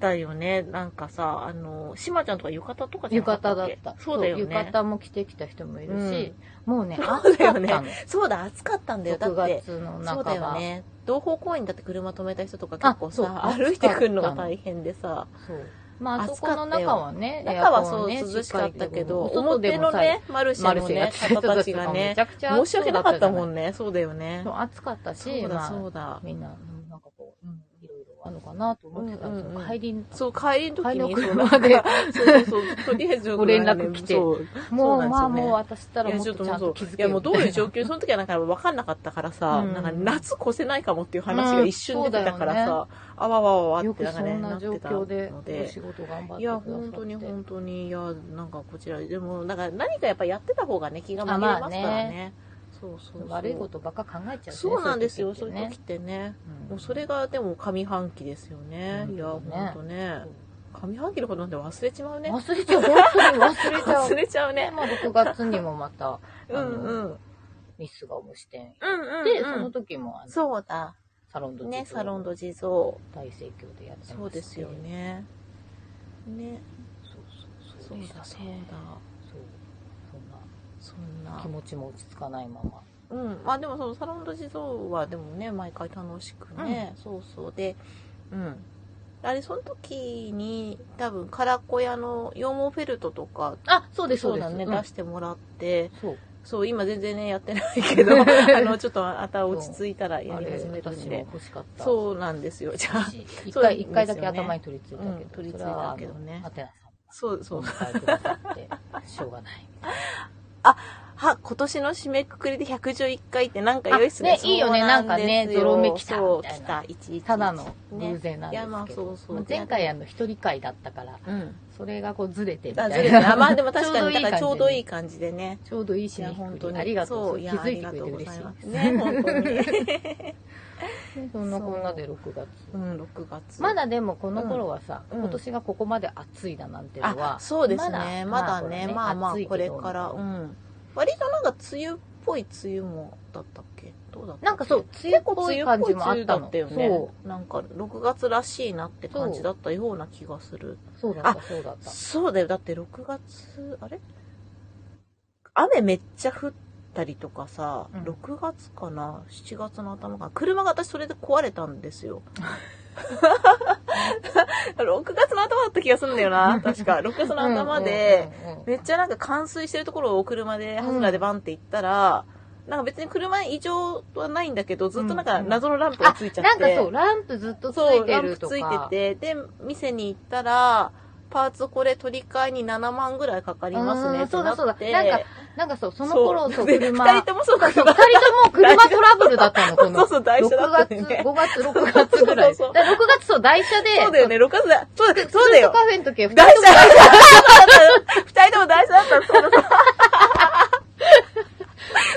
Speaker 1: たよねなんかさあのしまちゃんとか浴衣とかじゃな
Speaker 2: 浴
Speaker 1: かった
Speaker 2: 衣だ
Speaker 1: っ
Speaker 2: っ
Speaker 1: け
Speaker 2: た。
Speaker 1: そうだよね
Speaker 2: 浴衣も着てきた人もいるし、も うね、
Speaker 1: そう
Speaker 2: 暑
Speaker 1: だ
Speaker 2: かっ
Speaker 1: よ
Speaker 2: たの。
Speaker 1: ねそうだ暑かったんだよだ
Speaker 2: 6
Speaker 1: って
Speaker 2: 月の
Speaker 1: そ
Speaker 2: 半
Speaker 1: うだよ
Speaker 2: ば。
Speaker 1: ね同方公園だって車止めた人とか結構
Speaker 2: あ
Speaker 1: さ
Speaker 2: そう
Speaker 1: 歩いてくるのが大変でさ
Speaker 2: そうまあ、あそ
Speaker 1: 暑
Speaker 2: こ
Speaker 1: か
Speaker 2: の
Speaker 1: ったよ
Speaker 2: 中はね、
Speaker 1: 中はそう
Speaker 2: エアコンね
Speaker 1: 涼しかったけど
Speaker 2: しっかりお外
Speaker 1: 表
Speaker 2: でも
Speaker 1: の
Speaker 2: さ、
Speaker 1: ねマルシ
Speaker 2: マ
Speaker 1: ェ
Speaker 2: ル
Speaker 1: の
Speaker 2: シェやっ
Speaker 1: ね
Speaker 2: てた人
Speaker 1: 方
Speaker 2: た
Speaker 1: た
Speaker 2: ち
Speaker 1: ち
Speaker 2: が
Speaker 1: が
Speaker 2: め
Speaker 1: ね
Speaker 2: ちゃくちゃ
Speaker 1: 申し訳なかったも
Speaker 2: ね。
Speaker 1: んねそうだよね
Speaker 2: そう暑かったし、
Speaker 1: そうだ
Speaker 2: まあ
Speaker 1: そうだ
Speaker 2: みんな、うんなんかこう、うんいろいろあるのかなと思ってたんです
Speaker 1: うんうんうん
Speaker 2: 帰り、
Speaker 1: そう、帰りの
Speaker 2: 帰
Speaker 1: 時
Speaker 2: り
Speaker 1: に、
Speaker 2: の
Speaker 1: そう
Speaker 2: 車で、
Speaker 1: そうそうそう、とりあえず、
Speaker 2: ご連絡来て
Speaker 1: そうそうな
Speaker 2: も
Speaker 1: んです
Speaker 2: う、
Speaker 1: よね
Speaker 2: まあもう私った
Speaker 1: い
Speaker 2: ら
Speaker 1: や、
Speaker 2: もっ
Speaker 1: ちょ
Speaker 2: と
Speaker 1: っと
Speaker 2: ちゃん
Speaker 1: そ
Speaker 2: と
Speaker 1: う
Speaker 2: 気づ。
Speaker 1: い
Speaker 2: け
Speaker 1: や、
Speaker 2: る
Speaker 1: もうどういう状況、その 時はなんか分かんなかったからさ、
Speaker 2: うん
Speaker 1: なんか夏越せないかもっていう話が一瞬出てたから
Speaker 2: うんそうだ
Speaker 1: さ、あわわわわ
Speaker 2: よ
Speaker 1: って
Speaker 2: く
Speaker 1: なんか
Speaker 2: そ
Speaker 1: ね、
Speaker 2: ん
Speaker 1: な
Speaker 2: な
Speaker 1: っ
Speaker 2: 状
Speaker 1: てたの
Speaker 2: 況でお
Speaker 1: で
Speaker 2: 仕。事頑張って
Speaker 1: い
Speaker 2: くださ
Speaker 1: や、
Speaker 2: って。
Speaker 1: 本当に本当に、いや、なんかこちら、でも、なんか何かやっぱやってた方がね、気が紛れますから
Speaker 2: あまあ
Speaker 1: ね。そうそうそう。
Speaker 2: 悪いことばっか考えちゃう、ね、
Speaker 1: そうなんですよ、そう
Speaker 2: い
Speaker 1: いう
Speaker 2: 時って
Speaker 1: う時ってね。
Speaker 2: ね
Speaker 1: もうそれがでも上半期ですよね。
Speaker 2: うん
Speaker 1: いや、ほんとね。上半期のことなんて忘れちまうね。
Speaker 2: 忘れちゃう、本当に忘れちゃう。
Speaker 1: 忘れちゃうね。
Speaker 2: まあ、6月にもまた、
Speaker 1: うんうん。うん
Speaker 2: ミスが無視点。
Speaker 1: うん、うん。
Speaker 2: で、その時も、あの、
Speaker 1: そうだ。
Speaker 2: サロンド
Speaker 1: ね、サロン
Speaker 2: ド
Speaker 1: ド地蔵。
Speaker 2: 大盛況でやってまして
Speaker 1: そうですよ。ね。ね。
Speaker 2: そう
Speaker 1: そう
Speaker 2: そそう
Speaker 1: う
Speaker 2: でし
Speaker 1: だ、
Speaker 2: た
Speaker 1: そう
Speaker 2: ね
Speaker 1: だ。
Speaker 2: そうそんな
Speaker 1: そんな
Speaker 2: 気。持ちも落ち着かないまま。
Speaker 1: うん。まあでも、そのサロンド地蔵は、でもね、毎回楽しくね。そうそう。で、うん。あれ、その時に、多分、カラコ屋の羊毛フェルトとか、
Speaker 2: あ、そうです、そう
Speaker 1: そ
Speaker 2: で
Speaker 1: うだ
Speaker 2: す。
Speaker 1: ね、
Speaker 2: うん
Speaker 1: 出してもらって、
Speaker 2: そう。
Speaker 1: そう、今全然ね、やってないけ ど、あの、ちょっとまた落ち着いたらや
Speaker 2: あ
Speaker 1: り
Speaker 2: れ
Speaker 1: 始、める
Speaker 2: 私
Speaker 1: ん
Speaker 2: も
Speaker 1: で。
Speaker 2: 欲しかった。う。
Speaker 1: そうなんですよ。じゃあ、
Speaker 2: 一
Speaker 1: そうなん
Speaker 2: 回、
Speaker 1: ですよね
Speaker 2: 一回だけ頭に取り付いたけ
Speaker 1: うん
Speaker 2: ど、
Speaker 1: 取り付いたけどね
Speaker 2: それはあのアテナさん。
Speaker 1: そうそう
Speaker 2: お。迎えくださって、しょうがない。
Speaker 1: あ、は、今年の締めくくりで111回ってなんか良いっすね。
Speaker 2: あねいいよね
Speaker 1: そうん
Speaker 2: かね
Speaker 1: ですよ
Speaker 2: ゾロ目来た
Speaker 1: そう
Speaker 2: みたい
Speaker 1: 来
Speaker 2: な
Speaker 1: た、1
Speaker 2: ただの偶然なんですけど、
Speaker 1: いやまあそうそう
Speaker 2: まあ前回あの一人会だったから
Speaker 1: うん。
Speaker 2: それがこうずれてみた
Speaker 1: あ、
Speaker 2: いな
Speaker 1: ずれてあまあでも確かに、だから
Speaker 2: ち
Speaker 1: ち
Speaker 2: ょ
Speaker 1: ょ
Speaker 2: う
Speaker 1: う
Speaker 2: ど
Speaker 1: ど
Speaker 2: い
Speaker 1: い
Speaker 2: い
Speaker 1: い
Speaker 2: 感
Speaker 1: 感じでね。
Speaker 2: じちょうどいい
Speaker 1: い
Speaker 2: し
Speaker 1: や、
Speaker 2: ね
Speaker 1: 本当に。
Speaker 2: ありがとう
Speaker 1: そう、いや、
Speaker 2: 気
Speaker 1: あ
Speaker 2: づい
Speaker 1: り
Speaker 2: て
Speaker 1: が
Speaker 2: くれ
Speaker 1: と
Speaker 2: て
Speaker 1: うご
Speaker 2: 嬉
Speaker 1: ざ
Speaker 2: し
Speaker 1: い
Speaker 2: い
Speaker 1: ますね、本 当に。
Speaker 2: そんなこんなで6月
Speaker 1: うん、6月。
Speaker 2: まだでもこの頃はさ、
Speaker 1: うん
Speaker 2: 今年がここまで暑いだなんてのは
Speaker 1: あ、そうですね。まだね、まあまあ、
Speaker 2: 暑いけど
Speaker 1: これから、うん。割となんか、梅雨っぽい梅雨もだったっけどうだったっけ
Speaker 2: なんかそう梅雨っぽい感じもあ
Speaker 1: 結構
Speaker 2: ったの
Speaker 1: 梅雨だったよね。
Speaker 2: そ
Speaker 1: なんか、6月らしいなって感じだったような気がする。
Speaker 2: うそうだったそうだった
Speaker 1: そうだよ。だって6月、あれ雨めっちゃ降ったりとかさ、
Speaker 2: うん
Speaker 1: 6月かな ?7 月の頭かな車が私それで壊れたんです よ。6月の頭だった気がするんだよな。確か。6月の頭で、
Speaker 2: うんうんうんうん
Speaker 1: めっちゃなんか冠水してるところを車で、ハズラでバンって行ったら、なんか別に車に異常はないんだけど、ずっとなん
Speaker 2: う
Speaker 1: か
Speaker 2: んうん
Speaker 1: 謎のランプがついちゃって。
Speaker 2: なんかそうランプずっとつ
Speaker 1: そう、
Speaker 2: い
Speaker 1: ラ
Speaker 2: て
Speaker 1: ンプ
Speaker 2: るとか
Speaker 1: ついてて、で、店に行ったら、パーツこれ取り替えに7万ぐらいかかります
Speaker 2: う
Speaker 1: ね
Speaker 2: ん
Speaker 1: ってなって。
Speaker 2: そうだそうだなんかなんかそうその頃
Speaker 1: そ
Speaker 2: そうう
Speaker 1: で
Speaker 2: 車
Speaker 1: 二人ともそうだ
Speaker 2: そ、
Speaker 1: そう
Speaker 2: 二
Speaker 1: う。
Speaker 2: 人とも車トラブルだったの、こ
Speaker 1: そ
Speaker 2: の
Speaker 1: う。そう、台
Speaker 2: 6
Speaker 1: 車だった
Speaker 2: 月、
Speaker 1: んだよね。
Speaker 2: 5月、6月ぐらい。
Speaker 1: そうそうそう
Speaker 2: だから6月、そう、台車で、
Speaker 1: そうだよね、6月だ。そうだよ、そうだ
Speaker 2: スー
Speaker 1: よ
Speaker 2: パ。ーカフェの時は、
Speaker 1: 台車だった。二人とも台車だった。そうだそう
Speaker 2: そう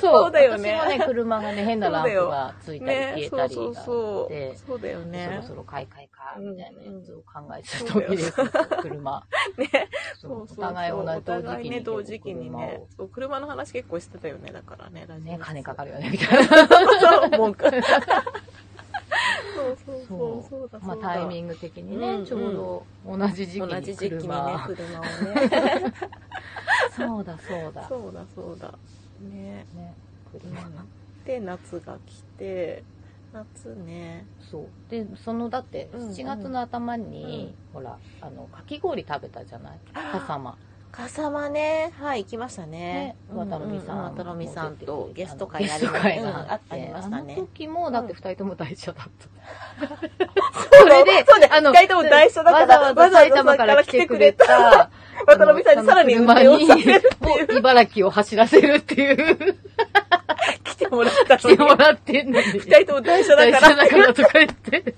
Speaker 1: そうだよね
Speaker 2: 私もね、車がね、変なランプがついたり
Speaker 1: ね、そ
Speaker 2: 消え
Speaker 1: う
Speaker 2: たりが
Speaker 1: そう
Speaker 2: あっ
Speaker 1: そ
Speaker 2: て
Speaker 1: う。、そうだよ
Speaker 2: そ
Speaker 1: ね
Speaker 2: ろ。そろ買い替えか、みたいなやつを考えてた
Speaker 1: うんうん
Speaker 2: 時です、車。
Speaker 1: ね。
Speaker 2: そうお互い同じ
Speaker 1: お互いね
Speaker 2: 同
Speaker 1: 同
Speaker 2: 時
Speaker 1: 時
Speaker 2: 期
Speaker 1: 期
Speaker 2: に
Speaker 1: に
Speaker 2: 車
Speaker 1: ね
Speaker 2: を。。
Speaker 1: そう、車の話結構してたよね、だからね、ラジオ
Speaker 2: ね、金かか
Speaker 1: る。
Speaker 2: るよね、みたいな。
Speaker 1: そう、文句。そうそうそう、そうだ、そうだ。
Speaker 2: まあ、タイミング的に
Speaker 1: うんう
Speaker 2: ね、
Speaker 1: ん
Speaker 2: ちょうど同じ時期に
Speaker 1: 同
Speaker 2: 車。
Speaker 1: じ時期にね車をね
Speaker 2: そうだ、そうだ。
Speaker 1: そうだそうだね
Speaker 2: ね、車の
Speaker 1: で夏が来て夏ね
Speaker 2: そうでそのだって
Speaker 1: うんうん
Speaker 2: 7月の頭に、ほらあのかき氷食べたじゃない笠間
Speaker 1: 笠間ねはい行きました
Speaker 2: ね
Speaker 1: ね
Speaker 2: 渡辺さん
Speaker 1: 渡辺さんとゲスト会
Speaker 2: ゲ
Speaker 1: や
Speaker 2: ス
Speaker 1: り
Speaker 2: ト
Speaker 1: ま
Speaker 2: 会
Speaker 1: うん
Speaker 2: があっ
Speaker 1: あ
Speaker 2: て、
Speaker 1: りま
Speaker 2: あ
Speaker 1: した
Speaker 2: の
Speaker 1: ね
Speaker 2: 時もだって
Speaker 1: う
Speaker 2: 2人とも大車だった、
Speaker 1: そ
Speaker 2: それで
Speaker 1: そうね
Speaker 2: あの
Speaker 1: 二人とも大車だか
Speaker 2: わ
Speaker 1: ら
Speaker 2: ざわざ埼玉から来てくれた
Speaker 1: 渡辺さんにさらに運転をされるってい
Speaker 2: も
Speaker 1: う
Speaker 2: う茨城を走らせるっていう
Speaker 1: 来てもらった
Speaker 2: しても
Speaker 1: のに
Speaker 2: らってんのに
Speaker 1: 二人とも大車
Speaker 2: 大
Speaker 1: だ
Speaker 2: 車
Speaker 1: か
Speaker 2: だ
Speaker 1: ら
Speaker 2: からとか言って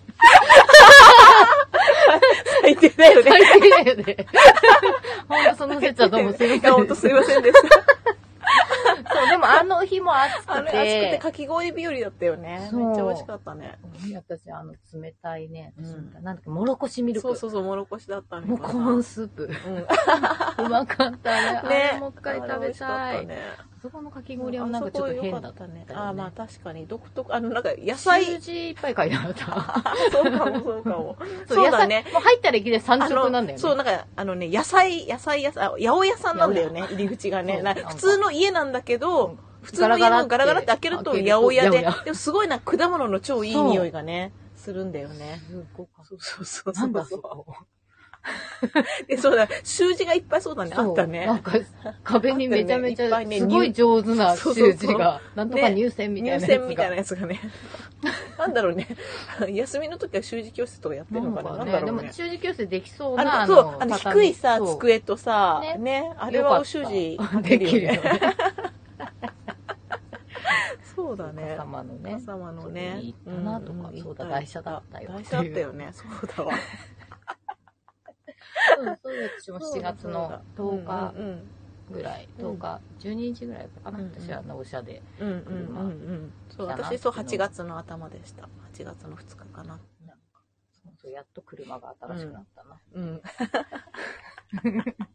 Speaker 1: 最低だよね
Speaker 2: 最低だよねほんとその説はどうもすいません
Speaker 1: いや本当すいませんでした
Speaker 2: そうでもあの日も暑
Speaker 1: あれ暑
Speaker 2: く
Speaker 1: く
Speaker 2: て
Speaker 1: てかき氷日和だったよね
Speaker 2: そう
Speaker 1: めっちゃ美味しかったね
Speaker 2: 私、あの、冷たいね、
Speaker 1: うん
Speaker 2: 冷たいなんだっけ、もろこしミルク。
Speaker 1: そうそうそうもろこしだったね
Speaker 2: もうコーンスープ。
Speaker 1: うん
Speaker 2: うまかったね。あれもう一回食べたい。
Speaker 1: ね、
Speaker 2: あそこのかき氷はなんかちょっと変だったね。
Speaker 1: ああまあ確かに独特あのなんか野
Speaker 2: 野
Speaker 1: 菜
Speaker 2: 数字いっぱい書いてあった。
Speaker 1: そうかもそうかも
Speaker 2: そう、
Speaker 1: そう
Speaker 2: 野
Speaker 1: だ
Speaker 2: 菜
Speaker 1: ね。
Speaker 2: もう入ったらいきなり三
Speaker 1: あ
Speaker 2: 色
Speaker 1: の
Speaker 2: なんだよね。
Speaker 1: そう、なんか、あのね、野菜、野菜、野菜、あ八百屋さんなんだよね、入り口が
Speaker 2: そ
Speaker 1: ね。
Speaker 2: う
Speaker 1: なん
Speaker 2: な
Speaker 1: か
Speaker 2: んか
Speaker 1: 普通の家なんだけ
Speaker 2: う
Speaker 1: ど
Speaker 2: ん、
Speaker 1: 普通の家のガ
Speaker 2: ガラガ
Speaker 1: ラ
Speaker 2: ラ
Speaker 1: ガ
Speaker 2: っ
Speaker 1: ラっ
Speaker 2: て
Speaker 1: て開けると
Speaker 2: 開
Speaker 1: 八
Speaker 2: けると
Speaker 1: 百屋で
Speaker 2: 八百屋、
Speaker 1: でもすごいなんか果物の超いい
Speaker 2: そう
Speaker 1: 匂いがね、するんだよね。
Speaker 2: すごかっ
Speaker 1: そうそうそう。
Speaker 2: た。なんだ
Speaker 1: そ
Speaker 2: そうこ。
Speaker 1: でそうだ、習字がいっぱいそうだね、あった
Speaker 2: そうな
Speaker 1: ね
Speaker 2: ん。か、壁にめちゃめち
Speaker 1: あっ
Speaker 2: ゃ、
Speaker 1: たねいっぱいね
Speaker 2: すごい入上手な
Speaker 1: そう
Speaker 2: 数
Speaker 1: そうそう
Speaker 2: 字が、なんとか入選みたい
Speaker 1: 入
Speaker 2: な
Speaker 1: 選みたいな
Speaker 2: や
Speaker 1: やつがね。なんだろうね。休みの時は習字教室とかやっ
Speaker 2: つ
Speaker 1: て
Speaker 2: が。
Speaker 1: るの
Speaker 2: な
Speaker 1: か
Speaker 2: ん
Speaker 1: な。な
Speaker 2: か
Speaker 1: ん
Speaker 2: ね、
Speaker 1: だ
Speaker 2: で
Speaker 1: ろう
Speaker 2: も
Speaker 1: ね。
Speaker 2: 中字教室できそう
Speaker 1: あ
Speaker 2: な、
Speaker 1: の、そう、あの、低いさ、
Speaker 2: そう
Speaker 1: 机とさ、
Speaker 2: ね
Speaker 1: ね、あれはお習字
Speaker 2: で
Speaker 1: き
Speaker 2: きるよね。
Speaker 1: そうだね。
Speaker 2: 笠間のね。
Speaker 1: 笠間の
Speaker 2: そ
Speaker 1: ね
Speaker 2: こに。行ったなとか
Speaker 1: んん
Speaker 2: そうだ
Speaker 1: 行
Speaker 2: 台車だったよ
Speaker 1: 台車だったよね。そう だわ。
Speaker 2: うん、そうです。私も7月の10日
Speaker 1: うんうん
Speaker 2: ぐらい、
Speaker 1: うん
Speaker 2: 10日、12日ぐらいかな、
Speaker 1: うんうん
Speaker 2: 私はあの、おしゃで。
Speaker 1: うん。うんうんうんうん。そう、
Speaker 2: だな
Speaker 1: 私、そう、8月の頭でした。8月の2日かな。
Speaker 2: なんかそうやっと車が新しくなったな。
Speaker 1: うん。そう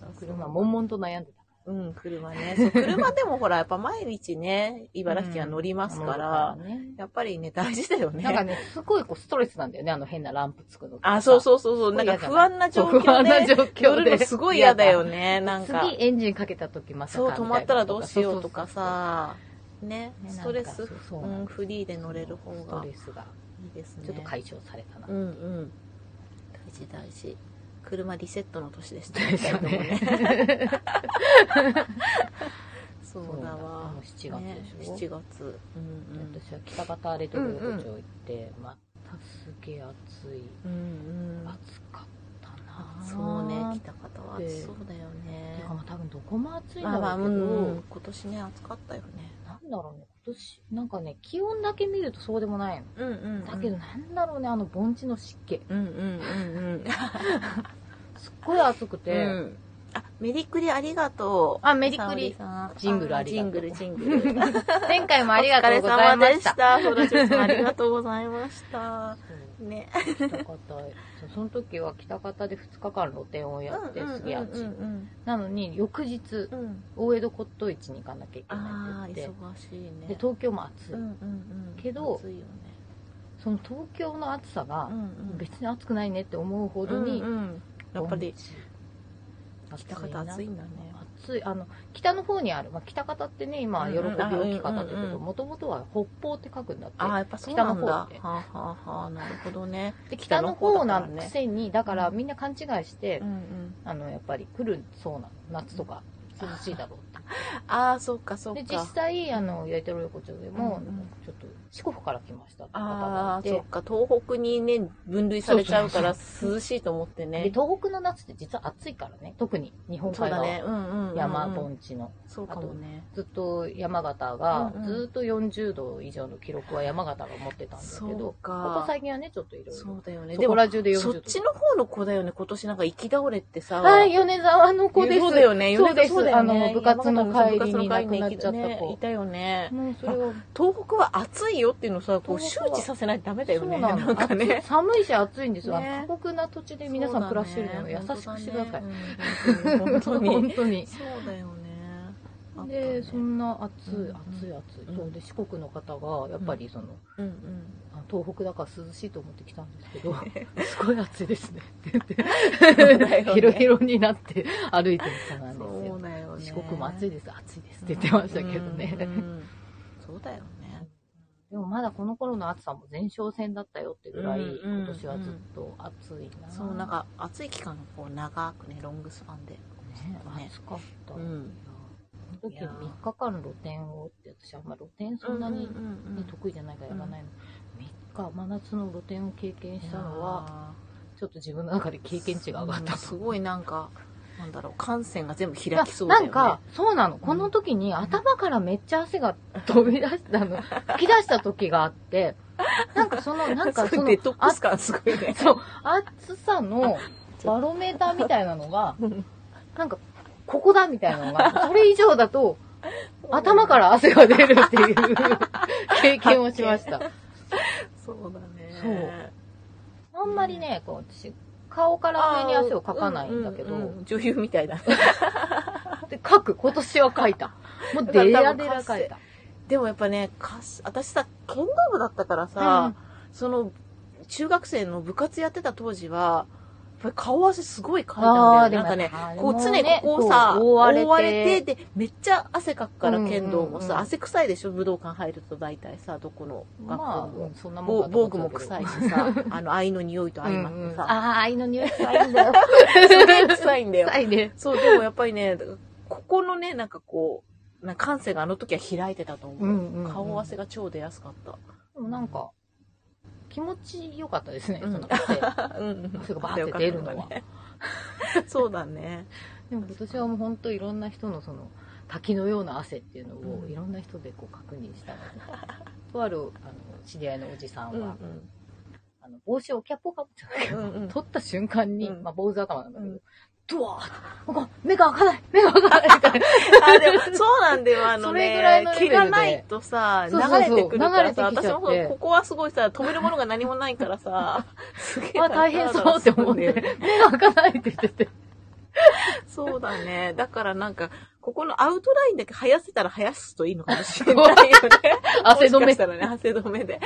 Speaker 1: だ、
Speaker 2: 車、悶々と悩んでた。
Speaker 1: うん、車ね。そう車でもほら、やっぱ毎日ね、茨城は乗りますから、
Speaker 2: 乗るね
Speaker 1: やっぱりね、大事だよね。
Speaker 2: なんかね、すごいこうストレスなんだよね、あの変なランプつくの。
Speaker 1: あ、そう
Speaker 2: う。
Speaker 1: そうそうそう、なんか不安な状況で。
Speaker 2: 不安な状況で
Speaker 1: 乗るのすごい嫌だよ ね、なんか。
Speaker 2: 次エンジンかけた時まさか
Speaker 1: そう、
Speaker 2: みたい
Speaker 1: 止
Speaker 2: な
Speaker 1: まったらどうしようとかさ、ね
Speaker 2: そう、そうそう、
Speaker 1: ストレス
Speaker 2: ねなん、かそうそう
Speaker 1: う
Speaker 2: なん
Speaker 1: ん、
Speaker 2: か
Speaker 1: フリーで乗れる方
Speaker 2: スト
Speaker 1: がい
Speaker 2: レスが
Speaker 1: いですね。
Speaker 2: ちょっと解消されたな
Speaker 1: う。んうん。大事大事。車リセットの年でしたね。
Speaker 2: ですよ
Speaker 1: 二人ともね
Speaker 2: ね。
Speaker 1: そう
Speaker 2: そう
Speaker 1: だ
Speaker 2: だ
Speaker 1: わ
Speaker 2: わ。。7月でしょ、
Speaker 1: ね7月。うんうん。
Speaker 2: 私は北方荒れてる牧場行って、またすげえ暑い
Speaker 1: うんうん
Speaker 2: 暑かったな
Speaker 1: そうね来た方は暑
Speaker 2: で
Speaker 1: そうだよ
Speaker 2: て
Speaker 1: ね
Speaker 2: かまあ多分どこも暑いんだ
Speaker 1: まあまあ
Speaker 2: ろう
Speaker 1: う
Speaker 2: けど、
Speaker 1: ん今年ね暑かったよね
Speaker 2: なんだろうね今年なんかね気温だけ見るとそうでもないの
Speaker 1: うんうん、
Speaker 2: だけどなんだろうねあの盆地の湿気
Speaker 1: うんうんうん
Speaker 2: すっごい暑く
Speaker 1: う
Speaker 2: て、
Speaker 1: んうんあメリクリありがとう
Speaker 2: あメリク
Speaker 1: 沙織
Speaker 2: リ
Speaker 1: さん
Speaker 2: ジングルありがと
Speaker 1: ジン
Speaker 2: う
Speaker 1: グルジングル
Speaker 2: 前回 もありがとうございました
Speaker 1: お疲れ様でした。ソラジオさんありがとうございました。ね。
Speaker 2: そう北方そうその時は北方で2日間露店をやってすげえ暑い
Speaker 1: うん
Speaker 2: なのに翌日
Speaker 1: うんうんうん。
Speaker 2: 大江戸骨董市に行かなきゃいけ
Speaker 1: あ
Speaker 2: な
Speaker 1: あ、
Speaker 2: いって言って
Speaker 1: 忙しいね。
Speaker 2: で東京も暑い、
Speaker 1: うんうんうん。
Speaker 2: けど
Speaker 1: 暑いよね。
Speaker 2: その東京の暑さが
Speaker 1: うんうん。
Speaker 2: 別に暑くないねって思うほどに、
Speaker 1: うんうんやっぱり
Speaker 2: 盆地
Speaker 1: 北方暑いんだね。
Speaker 2: 暑いあの北の方にある、まあ、北方ってね今
Speaker 1: うん
Speaker 2: 喜び
Speaker 1: うん
Speaker 2: 大きかったんだ
Speaker 1: うんう
Speaker 2: け
Speaker 1: んう
Speaker 2: ど
Speaker 1: ん
Speaker 2: もともとは北方って書くんだって
Speaker 1: ああ、やっぱそうなんだ。
Speaker 2: 北の方
Speaker 1: は
Speaker 2: って
Speaker 1: あはあはあ、なるほどね。
Speaker 2: で北の
Speaker 1: 北の方
Speaker 2: 方
Speaker 1: だ
Speaker 2: な
Speaker 1: からね
Speaker 2: くせにだからみんな勘違いして、
Speaker 1: うんうん。
Speaker 2: あのやっぱり来るそうなの夏とか涼しいだろうっ
Speaker 1: ああ、そうかそう
Speaker 2: て
Speaker 1: か。
Speaker 2: で実際あの焼いてる横丁でも、
Speaker 1: うんうん
Speaker 2: ちょっと四国から来ましたって方が
Speaker 1: ああ
Speaker 2: い、
Speaker 1: そ
Speaker 2: て
Speaker 1: っか。東北にね、分類されちゃうから
Speaker 2: そうそうそう
Speaker 1: 涼しいと思って
Speaker 2: で
Speaker 1: ね。
Speaker 2: 東北の夏って実は暑いからね特に日本
Speaker 1: そう
Speaker 2: 海
Speaker 1: だ
Speaker 2: 側、
Speaker 1: ね。うんうんうんうん。
Speaker 2: 山盆地の
Speaker 1: そうかもね。
Speaker 2: ずっと山形が、
Speaker 1: うんうん
Speaker 2: ずっと40度以上の記録は山形が持ってたんだけ
Speaker 1: そ
Speaker 2: ど
Speaker 1: う
Speaker 2: こ
Speaker 1: か。
Speaker 2: こ最近はねちょっといろい
Speaker 1: そ
Speaker 2: ろ
Speaker 1: うだよね。
Speaker 2: そ
Speaker 1: で
Speaker 2: こ
Speaker 1: も、
Speaker 2: ら中で40
Speaker 1: そ
Speaker 2: 度
Speaker 1: っちの方の子だよね。今年なんか行き倒れってさ。
Speaker 2: はい、米沢の子です
Speaker 1: そうだよね。
Speaker 2: そうです
Speaker 1: 米田よね
Speaker 2: あの部活の帰りに亡くなっちゃった
Speaker 1: 部活の
Speaker 2: 子
Speaker 1: 帰りにねいたよね。
Speaker 2: もうそれは
Speaker 1: 東北は暑いよっていうのをさ、こう
Speaker 2: 東
Speaker 1: 周
Speaker 2: 北は
Speaker 1: 知させないとダメだよね。
Speaker 2: そうなの。
Speaker 1: んか
Speaker 2: 暑い
Speaker 1: ね。
Speaker 2: 寒いし暑いんですよ。あの
Speaker 1: ね
Speaker 2: 過酷な土地で皆さん暮らしてるので優しくしてください。
Speaker 1: い。本当に。
Speaker 2: 本当に。
Speaker 1: そうだよね。あったね
Speaker 2: で、そんな暑
Speaker 1: うん
Speaker 2: い、暑い、暑
Speaker 1: う
Speaker 2: い。
Speaker 1: ん
Speaker 2: そうで、四国の方が、やっぱりその、
Speaker 1: うんうん。
Speaker 2: あの東北だから涼しいと思って来たんですけど、 すごい暑いですね。って
Speaker 1: そう
Speaker 2: 言
Speaker 1: だ
Speaker 2: って
Speaker 1: よね
Speaker 2: ヘロヘロになって歩いてる人なんです
Speaker 1: そ
Speaker 2: よ
Speaker 1: う。だよね。
Speaker 2: 四国も暑いです、暑いですって言っててましたけどね。
Speaker 1: そうだよね。
Speaker 2: でもまだこの頃の暑さも前哨戦だったよってぐらい、
Speaker 1: うんうん
Speaker 2: 今年はずっと暑いな。
Speaker 1: そう、なんか暑い期間がこう長くね、ロングスパンで。
Speaker 2: ね
Speaker 1: ね
Speaker 2: 暑かった、
Speaker 1: うん
Speaker 2: いやその時3日間露店をって私あんま露店そんなに、ね
Speaker 1: ううんうんうん
Speaker 2: 得意じゃないからやらないの、3日真夏の露店を経験したのは
Speaker 1: は
Speaker 2: ちょっと自分の中で経験値が上がった
Speaker 1: す
Speaker 2: と、
Speaker 1: ごいなんかなんだろう感染が全部
Speaker 2: い
Speaker 1: 開
Speaker 2: や
Speaker 1: きそうだ
Speaker 2: な
Speaker 1: よね
Speaker 2: んか、そうなの。この時に頭からめっちゃ汗が飛び出したの、吹き出した時があって、なんかその、なんか
Speaker 1: す
Speaker 2: そ
Speaker 1: ごい
Speaker 2: の
Speaker 1: デ、トックス感すごいね
Speaker 2: そう、暑さのバロメーターみたいなの が
Speaker 1: うん、
Speaker 2: なんか、ここだみたいなのが、それ以上だと、頭から汗が出るっていう経験をしました。
Speaker 1: そうだね
Speaker 2: あんまりね、こう、私、顔から上に汗をかかないんだけど、
Speaker 1: ううんうん女優みたいだ
Speaker 2: で、かく、今年はかいた。もう、デラデラかいた。
Speaker 1: でもやっぱねかし私さ剣道部だったからさ、その中学生の部活やってた当時はやっぱり顔合わせすごいかいたんだよねなんかねこう常にここをさ、
Speaker 2: そう
Speaker 1: 覆
Speaker 2: 覆
Speaker 1: わ
Speaker 2: わ
Speaker 1: れ
Speaker 2: れ
Speaker 1: て
Speaker 2: て、
Speaker 1: で、めっちゃ汗かくから、
Speaker 2: うんうんうん
Speaker 1: 剣道もさ、汗臭いでしょ武道館入ると大体さ、どこの 学校
Speaker 2: まあ、
Speaker 1: も
Speaker 2: うん。そんなもん
Speaker 1: ぼ
Speaker 2: かと思
Speaker 1: 防
Speaker 2: っ
Speaker 1: 具
Speaker 2: た
Speaker 1: も
Speaker 2: け
Speaker 1: 臭
Speaker 2: ど
Speaker 1: い しさ、あの、愛の匂いと相まってさ、
Speaker 2: ああ、愛の匂い臭いんだ よ。
Speaker 1: すげえ 臭いんだよ。
Speaker 2: 臭いね。
Speaker 1: そう、でもやっぱりね、ここのね、なんかこう、なんか感性があの時は開いてたと思う。
Speaker 2: うんうんうん
Speaker 1: 顔合わせが超出やすかった。
Speaker 2: でもなんか、気持ち良かったですね、
Speaker 1: うん
Speaker 2: その
Speaker 1: う
Speaker 2: 汗。
Speaker 1: ん
Speaker 2: 汗がバーって出るのは。
Speaker 1: そうだね。
Speaker 2: でも今年はもう本当いろんな人のその、滝のような汗っていうのを
Speaker 1: うん
Speaker 2: いろんな人でこう確認したので、 とあるあの知り合いのおじさん
Speaker 1: うんう
Speaker 2: は、
Speaker 1: ん。
Speaker 2: あの帽子をキャップをかぶってたんだけ
Speaker 1: う
Speaker 2: ど、
Speaker 1: んうん。
Speaker 2: 取った瞬間に、
Speaker 1: うん
Speaker 2: まあ坊主頭なんだけ
Speaker 1: うん
Speaker 2: ど、ドワーッと、なんか目が開かない目が開かないみたいな。
Speaker 1: あ、でも、そうなんだよ。あの
Speaker 2: それ
Speaker 1: ね
Speaker 2: ぐらいのレベ
Speaker 1: 毛
Speaker 2: ル
Speaker 1: が
Speaker 2: で
Speaker 1: ないとさ、流
Speaker 2: そうそう
Speaker 1: れ
Speaker 2: そう
Speaker 1: てくるからさ、
Speaker 2: 流れてき
Speaker 1: 私
Speaker 2: ちゃ
Speaker 1: も
Speaker 2: って
Speaker 1: ここはすごいさ、止めるものが何もないからさ、 すげえ。
Speaker 2: あ、大変そうって思って、目が開かないって言って て。
Speaker 1: そうだね。だからなんか、ここのアウトラインだけ生やせたら生やすといいのかもしれないよね。
Speaker 2: 汗止
Speaker 1: もしか
Speaker 2: め
Speaker 1: したらね、汗止めで。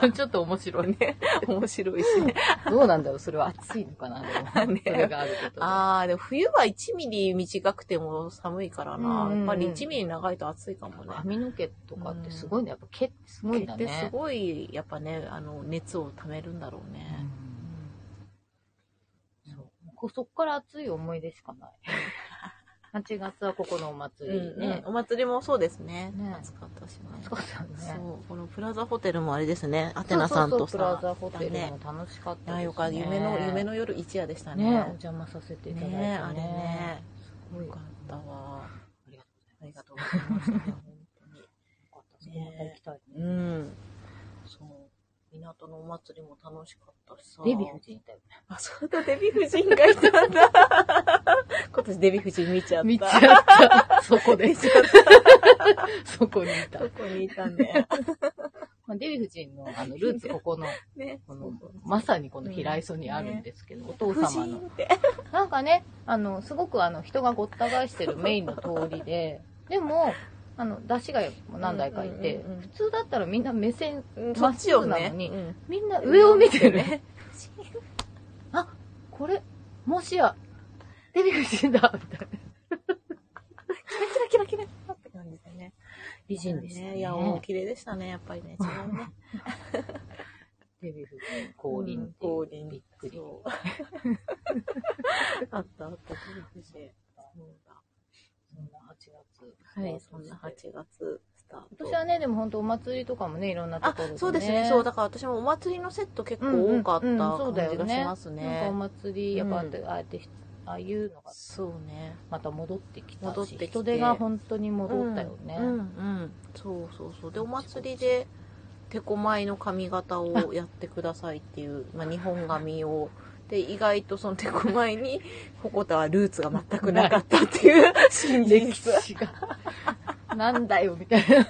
Speaker 2: そうちょっと面白い。
Speaker 1: ね。面白いしね。
Speaker 2: どうなんだろうそれは暑いのかなでも
Speaker 1: ね
Speaker 2: そ れがあることで。
Speaker 1: あー、でも冬は1ミリ短くても寒いからな。
Speaker 2: うんうんうん
Speaker 1: やっぱり1ミリ長いと暑いかもね。
Speaker 2: 髪の毛とかってすごいね。やっぱ毛ってすごいんだ
Speaker 1: 毛ってす
Speaker 2: ね。
Speaker 1: ごい、やっぱね、あの、熱を溜めるんだろう
Speaker 2: う
Speaker 1: ね。
Speaker 2: んそうこそっから暑い思い出しかない。8月はここのお祭り
Speaker 1: うんうん
Speaker 2: ね。
Speaker 1: お祭りもそうですね。
Speaker 2: ね
Speaker 1: 暑かったしね。
Speaker 2: 暑かったね。
Speaker 1: そ
Speaker 2: ね
Speaker 1: う、このプラザホテルもあれですね、アテナさんとさ。
Speaker 2: そうそうそうプラザホテル
Speaker 1: だね
Speaker 2: も楽しかった
Speaker 1: いやよかった夢の、夢の夜一夜でした
Speaker 2: ね
Speaker 1: ね。
Speaker 2: お邪魔させていただいて
Speaker 1: ねあれね。
Speaker 2: すごい
Speaker 1: よかったわ。
Speaker 2: ありがと
Speaker 1: ありがとうございましたね、本
Speaker 2: うございますよかったそこまた行きたい
Speaker 1: 当に。うん。そう。港のお祭りも楽しかったしさ。
Speaker 2: デヴィ夫人だよね
Speaker 1: あ、そうだ、デヴィ夫人がいたんだ。 今年デヴィ夫人見ちゃった。
Speaker 2: 見ちゃったそこで
Speaker 1: 見ちゃっ
Speaker 2: そこにい
Speaker 1: た。
Speaker 2: た
Speaker 1: どこにいたんだよ。
Speaker 2: まあデヴィ夫人のあのルーツここの
Speaker 1: ね。
Speaker 2: このまさにこの平磯にあるんですけど、お父
Speaker 1: 夫
Speaker 2: 様の
Speaker 1: 人って。
Speaker 2: なんかね、あの、すごくあの、人がごった 返してるメインの通りで、でも、あの、出しが何台かいて、
Speaker 1: うんうんうん
Speaker 2: 普通だったらみんな目線、
Speaker 1: うん
Speaker 2: ま
Speaker 1: そ
Speaker 2: っ
Speaker 1: っ
Speaker 2: す
Speaker 1: ち
Speaker 2: ぐ
Speaker 1: よ
Speaker 2: なの
Speaker 1: ね。
Speaker 2: に
Speaker 1: うん
Speaker 2: みんな上を見てるね。。
Speaker 1: 夫人
Speaker 2: これ、もしや、デヴィ夫人だ、みたいな。
Speaker 1: キラキラキラキラって感じでね。
Speaker 2: 美人でしたね。
Speaker 1: いや、もう綺麗でしたね、やっぱりね。一番ね。
Speaker 2: デヴィ夫人降
Speaker 1: う
Speaker 2: 臨っていう、
Speaker 1: ん降臨
Speaker 2: びっくり。
Speaker 1: そう。あったあった、そうだ。
Speaker 2: そんな8月。
Speaker 1: はい、そんな8月スタート。
Speaker 2: 今年はね、でも本当お祭りとかもね、いろんなと
Speaker 1: あ
Speaker 2: ころで、ね。
Speaker 1: そうですね。そう、だから私もお祭りのセット結
Speaker 2: うんうん
Speaker 1: 構多かった
Speaker 2: うんそう
Speaker 1: 感
Speaker 2: だよ
Speaker 1: じがします
Speaker 2: なんか
Speaker 1: ね。
Speaker 2: お祭り、やっぱああやって、ああやってああいうのが
Speaker 1: そうね。
Speaker 2: また戻ってきたし
Speaker 1: 戻ってきて
Speaker 2: 人手が本当に戻ったよね、
Speaker 1: うん、うん。そうそうそう。で、お祭りで、手こまいの髪型をやってくださいって いう、まあ、日本髪を。で、意外とその手こまいに、ここ田はルーツが全くなかったっていう、 真
Speaker 2: 歴
Speaker 1: 実。
Speaker 2: 史が なんだよみたいな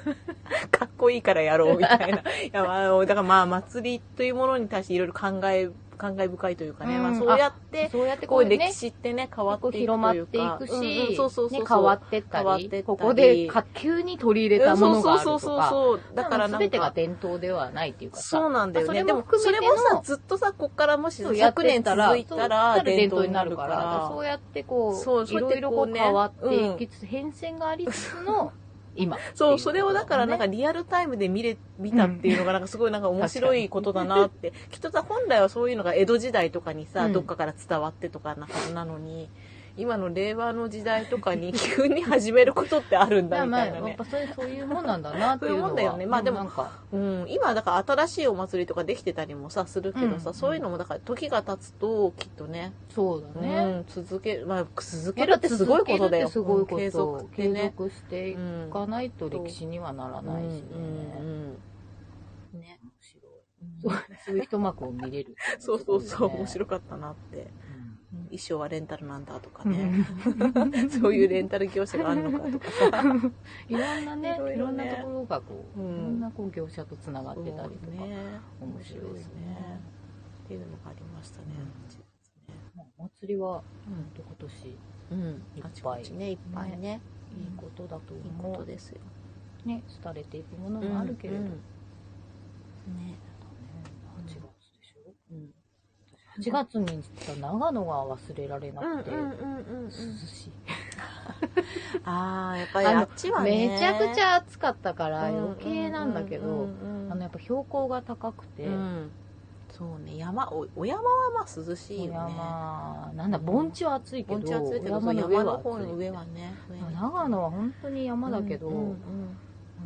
Speaker 1: かっこいいからやろうみたいな。い や、まあ、だからまあ、祭りというものに対していろいろ考え、感慨深いというかね、
Speaker 2: うん
Speaker 1: まあそうやって、
Speaker 2: そうやって
Speaker 1: こういう
Speaker 2: ね
Speaker 1: 歴史ってね、変わっていく
Speaker 2: ことう
Speaker 1: いうか。
Speaker 2: 広まっていくし、
Speaker 1: うんうんそうそうそうそう。
Speaker 2: ね、変わってった
Speaker 1: 変
Speaker 2: り
Speaker 1: わってったり
Speaker 2: ここでか急に取り入れたものがあると
Speaker 1: そ
Speaker 2: か
Speaker 1: うそうそうそう。だからなん
Speaker 2: 全てが
Speaker 1: か、
Speaker 2: 伝統ではないっていうかさ
Speaker 1: そうなんだよね。
Speaker 2: ま
Speaker 1: で
Speaker 2: あ
Speaker 1: も
Speaker 2: それ
Speaker 1: そ
Speaker 2: も、含め
Speaker 1: れ
Speaker 2: て
Speaker 1: も
Speaker 2: の
Speaker 1: さ、ずっとさ、こっからもし
Speaker 2: そう
Speaker 1: 100年続いた
Speaker 2: そう
Speaker 1: ら、
Speaker 2: 伝
Speaker 1: 伝
Speaker 2: 統
Speaker 1: 統
Speaker 2: に
Speaker 1: に
Speaker 2: な
Speaker 1: な
Speaker 2: る
Speaker 1: る
Speaker 2: か
Speaker 1: から
Speaker 2: だから
Speaker 1: ら。
Speaker 2: そうやってこう
Speaker 1: そうそう
Speaker 2: い
Speaker 1: やっ
Speaker 2: ろい
Speaker 1: て
Speaker 2: ろ
Speaker 1: こ
Speaker 2: こ
Speaker 1: う
Speaker 2: う
Speaker 1: ね
Speaker 2: 変わっていきつつ、変遷がありつつの今ってい
Speaker 1: そうう、それをだからなんか
Speaker 2: ね
Speaker 1: リアルタイムで見れ、見たっていうのがなんかすごいなんか面白いことだなって。きっとさ、本来はそういうのが江戸時代とかにさ、
Speaker 2: うん
Speaker 1: どっかから伝わってとかなはずなのに、今の令和の時代とか に急に始めることってあるん
Speaker 2: ま
Speaker 1: だ
Speaker 2: あ
Speaker 1: み
Speaker 2: ま
Speaker 1: た
Speaker 2: あ、
Speaker 1: いな
Speaker 2: やっ
Speaker 1: ね
Speaker 2: ぱ。そういうそういうもんなんだなっていうの
Speaker 1: そういうも
Speaker 2: は。
Speaker 1: んだよねまあでも
Speaker 2: なんか、
Speaker 1: うん。今だから新しいお祭りとかできてたりもさ、するけどさ、
Speaker 2: うん
Speaker 1: そういうのもだから時が経つと、きっとね、
Speaker 2: そうだね。
Speaker 1: うん、続け、まあ、続けるってすごいことだよ。
Speaker 2: すごいこと。
Speaker 1: うん継
Speaker 2: 継
Speaker 1: 続
Speaker 2: 続
Speaker 1: ってね。
Speaker 2: してい
Speaker 1: うん
Speaker 2: かないと歴史にはならないしね。
Speaker 1: うん
Speaker 2: 面
Speaker 1: うんうんね。
Speaker 2: 白い。そうそういう一幕を見れる、
Speaker 1: そうそうそう、面
Speaker 2: い。
Speaker 1: 白かったなって。衣装はレンタルなんだとか
Speaker 2: うん
Speaker 1: ね。そういうレンタル業者があるのかとかさ。
Speaker 2: いろんなね、
Speaker 1: いろいろね
Speaker 2: いろんなところがこう、
Speaker 1: うん
Speaker 2: いろんなこう業者とつながってたりとか、
Speaker 1: そうね
Speaker 2: 面白いですね。
Speaker 1: っていうのがありましたね。
Speaker 2: まあお祭りは、本当今年、い
Speaker 1: うん。うん
Speaker 2: いっぱい
Speaker 1: あちこちね、いっぱいね。
Speaker 2: いことだと
Speaker 1: いい
Speaker 2: 思
Speaker 1: こ
Speaker 2: う。
Speaker 1: とですよ。
Speaker 2: ね、廃れていくものもあるけれど、
Speaker 1: うん
Speaker 2: ね、
Speaker 1: うんね。
Speaker 2: 8月でしょ
Speaker 1: うん
Speaker 2: 8月に実は長野が忘れられな
Speaker 1: うん
Speaker 2: くて、
Speaker 1: うんうんうんうん
Speaker 2: 涼しい、
Speaker 1: ああ、やっぱりあっちはね。
Speaker 2: めちゃくちゃ暑かったから
Speaker 1: うん
Speaker 2: 余計なんだけど、
Speaker 1: うんうんうん
Speaker 2: あのやっぱ標高が高くて、
Speaker 1: うん、そうね山おお山はまあ涼しい
Speaker 2: お
Speaker 1: よね
Speaker 2: 山なんだ盆地は暑いけど
Speaker 1: 盆地暑いけど
Speaker 2: 山
Speaker 1: 山
Speaker 2: の
Speaker 1: の
Speaker 2: 上
Speaker 1: 山の方
Speaker 2: は暑い
Speaker 1: の上はね上は
Speaker 2: 長野は本当に山だけど、
Speaker 1: うん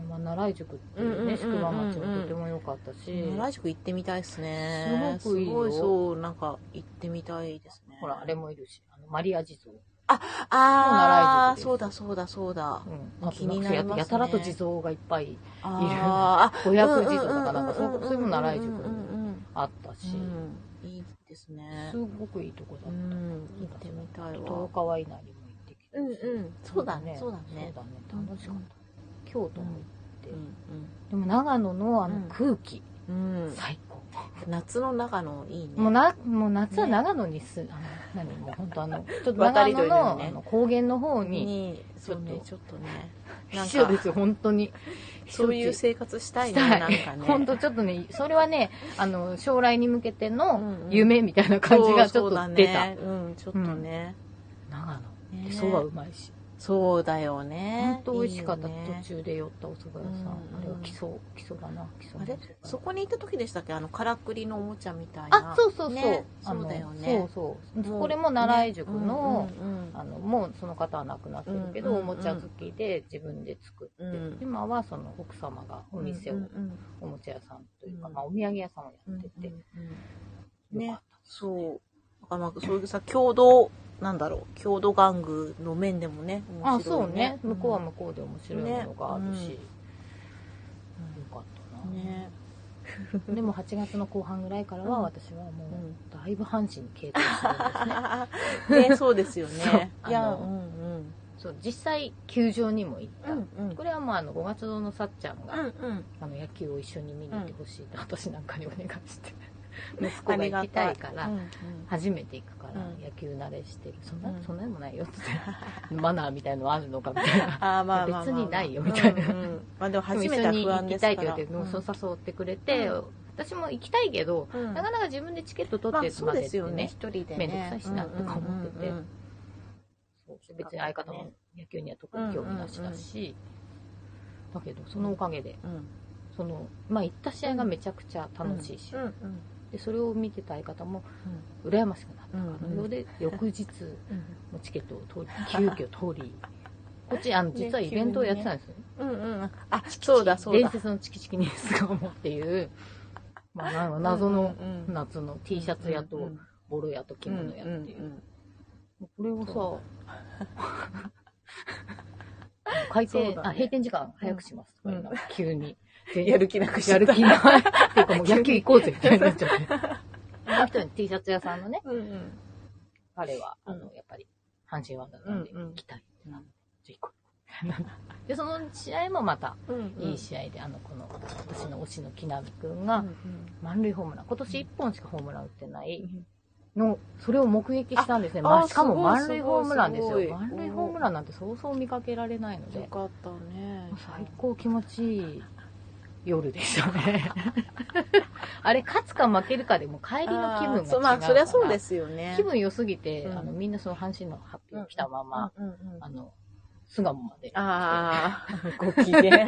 Speaker 2: まあ、奈良井塾っていうね、
Speaker 1: うんうんうんうん
Speaker 2: 宿場町もとても良かったし、
Speaker 1: うんうん奈良宿行ってみたいですね
Speaker 2: すごくいいよ
Speaker 1: すごいそうなんか行ってみたいですね
Speaker 2: ほらあれもいるしあのマリア地蔵、
Speaker 1: あ
Speaker 2: もう奈良井宿
Speaker 1: あ
Speaker 2: です
Speaker 1: そうだそうだそうだ
Speaker 2: うん、あと
Speaker 1: 気
Speaker 2: なん
Speaker 1: にな
Speaker 2: か
Speaker 1: り
Speaker 2: や,、
Speaker 1: ますね
Speaker 2: やたらと地蔵がいっぱい
Speaker 1: あーあ
Speaker 2: 500地蔵とかなんかそう
Speaker 1: ううう
Speaker 2: そういうの奈良井
Speaker 1: うん
Speaker 2: 塾
Speaker 1: う
Speaker 2: に
Speaker 1: んうん
Speaker 2: あったし、
Speaker 1: うんいいですね
Speaker 2: すごくいいとこだ
Speaker 1: う
Speaker 2: っ
Speaker 1: ん行ってみたい
Speaker 2: た、
Speaker 1: わ
Speaker 2: 十日は以内にも行ってきたし、
Speaker 1: うんうんそうだねそうだね
Speaker 2: そうだね楽しかった、京都も行っ
Speaker 1: う
Speaker 2: て、
Speaker 1: ん
Speaker 2: でも長野のあ
Speaker 1: う
Speaker 2: の
Speaker 1: ん
Speaker 2: 空気、
Speaker 1: うんうん
Speaker 2: 最高
Speaker 1: 夏の長野いいね
Speaker 2: もうなもう夏は長野にす、あの何もう本当あの ちょっと長
Speaker 1: 渡り
Speaker 2: 野
Speaker 1: 鳥だ
Speaker 2: の,、
Speaker 1: よね
Speaker 2: あの高原の方に
Speaker 1: にそうね
Speaker 2: ち
Speaker 1: ちょっとねなん
Speaker 2: 必要で
Speaker 1: か
Speaker 2: すよ本当に
Speaker 1: そういう
Speaker 2: 避暑
Speaker 1: 生活した
Speaker 2: 地
Speaker 1: い
Speaker 2: し
Speaker 1: ね
Speaker 2: た
Speaker 1: なん
Speaker 2: い
Speaker 1: かね
Speaker 2: 本当ちょっとねそれはねあの将来に向けての
Speaker 1: うんうん
Speaker 2: 夢みたいな感じがちょ
Speaker 1: そ
Speaker 2: っ
Speaker 1: うだ
Speaker 2: と
Speaker 1: ね
Speaker 2: 出た、
Speaker 1: うんちょっとね
Speaker 2: 長野
Speaker 1: ね
Speaker 2: でそばうまいし
Speaker 1: そうだよ
Speaker 2: 本
Speaker 1: ね。
Speaker 2: 当美味しかった
Speaker 1: いいよね
Speaker 2: 途中で寄ったお蕎麦屋さ
Speaker 1: う
Speaker 2: ん、
Speaker 1: ん
Speaker 2: あれは基礎基礎だな基礎
Speaker 1: あれそこに行った時でしたっけあの、からくりのおもちゃみたいな。
Speaker 2: あそうそうそう、
Speaker 1: ね
Speaker 2: あの
Speaker 1: そうだよね
Speaker 2: そうそう
Speaker 1: もう
Speaker 2: これも奈良井塾の、
Speaker 1: ねうん
Speaker 2: あのもうその方は亡くなってるけど、
Speaker 1: うん
Speaker 2: おもちゃ好きで自分で作って、
Speaker 1: うん
Speaker 2: 今はその奥様がお店を、
Speaker 1: うんうん
Speaker 2: おもちゃ屋さんというか、
Speaker 1: うん
Speaker 2: まあ、お土産屋さんをや
Speaker 1: うん
Speaker 2: ってて、
Speaker 1: うん
Speaker 2: よ
Speaker 1: ね
Speaker 2: かっ、
Speaker 1: そう。だからまあ、そういうさ、郷土、なんだろう、郷土玩具の面でもね、
Speaker 2: たあ
Speaker 1: 面白
Speaker 2: そ
Speaker 1: いう
Speaker 2: ね向こうは向こうで面白いものがあるし、
Speaker 1: ね
Speaker 2: よかったな、
Speaker 1: ね。
Speaker 2: でも8月の後半ぐらいからは私はもう、
Speaker 1: うん
Speaker 2: だいぶ阪神に傾 倒してるんですね
Speaker 1: ね、そうですよね。
Speaker 2: そう
Speaker 1: いや、
Speaker 2: あ
Speaker 1: う
Speaker 2: の
Speaker 1: んうん。
Speaker 2: そう実際球場にも行った、
Speaker 1: うん
Speaker 2: これはもうあの5月堂のさっちゃんが、
Speaker 1: うん。
Speaker 2: あの野球を一緒に見に行ってほしいと、私なんかにお願いして息子が行きたいから
Speaker 1: うんうん
Speaker 2: 初めて行くから
Speaker 1: うん
Speaker 2: 野球慣れしてる、そんな
Speaker 1: うん
Speaker 2: そんなでもないよって マナーみたいのあるのかみたいな
Speaker 1: あーまあまあまあまあ
Speaker 2: 別にないよみたいな
Speaker 1: うんうんまあでも 初めて
Speaker 2: 一緒
Speaker 1: は
Speaker 2: に
Speaker 1: 不安
Speaker 2: 行
Speaker 1: ですか
Speaker 2: きた
Speaker 1: ら。
Speaker 2: いって言って、もうそう誘ってくれて、
Speaker 1: うん
Speaker 2: 私も行きたいけど、
Speaker 1: うん
Speaker 2: なかなか自分でチケット取
Speaker 1: ま
Speaker 2: って
Speaker 1: あ
Speaker 2: までって
Speaker 1: そうですよね、
Speaker 2: ね
Speaker 1: 一人でね。
Speaker 2: めんどくさいしなとか思って
Speaker 1: うん
Speaker 2: て
Speaker 1: うんうん
Speaker 2: そう別に相方も野球には特に興味なしだし、だけどそのおかげで
Speaker 1: うん。
Speaker 2: その、まあ、行った試合がめちゃくちゃ楽しいし、
Speaker 1: うん
Speaker 2: でそれを見てた相方も羨ましくなったから、
Speaker 1: うんうん
Speaker 2: ので翌日
Speaker 1: うん
Speaker 2: もチケットを取り急 遽取りこっちあの
Speaker 1: ね
Speaker 2: 実はイベントをやってたんですよ、
Speaker 1: うんうん。あ、そうだそうだ
Speaker 2: 伝。説のチキチキニスガモっていう、まあ、なんか謎の
Speaker 1: うん
Speaker 2: 夏の T シャツや
Speaker 1: うんう
Speaker 2: と
Speaker 1: ん
Speaker 2: ボロやと着物やっていう
Speaker 1: うんうんうん
Speaker 2: これ
Speaker 1: そ
Speaker 2: を さ開
Speaker 1: そう
Speaker 2: 店、
Speaker 1: だね
Speaker 2: あ閉店時間早くしますとか言うの、
Speaker 1: うん
Speaker 2: 急に
Speaker 1: やる気なくしち
Speaker 2: や
Speaker 1: ゃっ
Speaker 2: る
Speaker 1: た
Speaker 2: 気ない。っていうか もう野球行こうぜみたいになっちゃって。あの人に T シャツ屋さんのね、
Speaker 1: うんうん
Speaker 2: 彼は、あ
Speaker 1: う
Speaker 2: の、やっぱり、阪神ワンダーなんで、
Speaker 1: うんうん
Speaker 2: 行きたいってなって、じゃあ行こうみたいな。 で、その試合もまた、
Speaker 1: うんうん。
Speaker 2: いい試合で、あの、この、私の推しの木南くん
Speaker 1: うん
Speaker 2: が
Speaker 1: う、ん
Speaker 2: 満塁ホームラン、今年1本しかホームラン打ってな
Speaker 1: う
Speaker 2: い
Speaker 1: ん。
Speaker 2: の、それを目撃したんですね。
Speaker 1: あ
Speaker 2: ま
Speaker 1: あ
Speaker 2: あしかも
Speaker 1: すごい
Speaker 2: 満塁ホームランです
Speaker 1: すごいす
Speaker 2: よ。
Speaker 1: ごい
Speaker 2: 満塁ホームランなんてそうそう見かけられないの
Speaker 1: よ
Speaker 2: で、
Speaker 1: かったね。
Speaker 2: 最高気持ちいい夜でした ね。あれ、勝つか負けるかでも帰りの気分が違
Speaker 1: あー
Speaker 2: うか
Speaker 1: そう
Speaker 2: ら。
Speaker 1: まあ、そりゃそうですよね。
Speaker 2: 気分良すぎて、
Speaker 1: うん
Speaker 2: あのみんなその阪神の発表来たまま、
Speaker 1: うんうんうん
Speaker 2: あの巣鴨まで
Speaker 1: ああ、ご
Speaker 2: ご
Speaker 1: 機 嫌。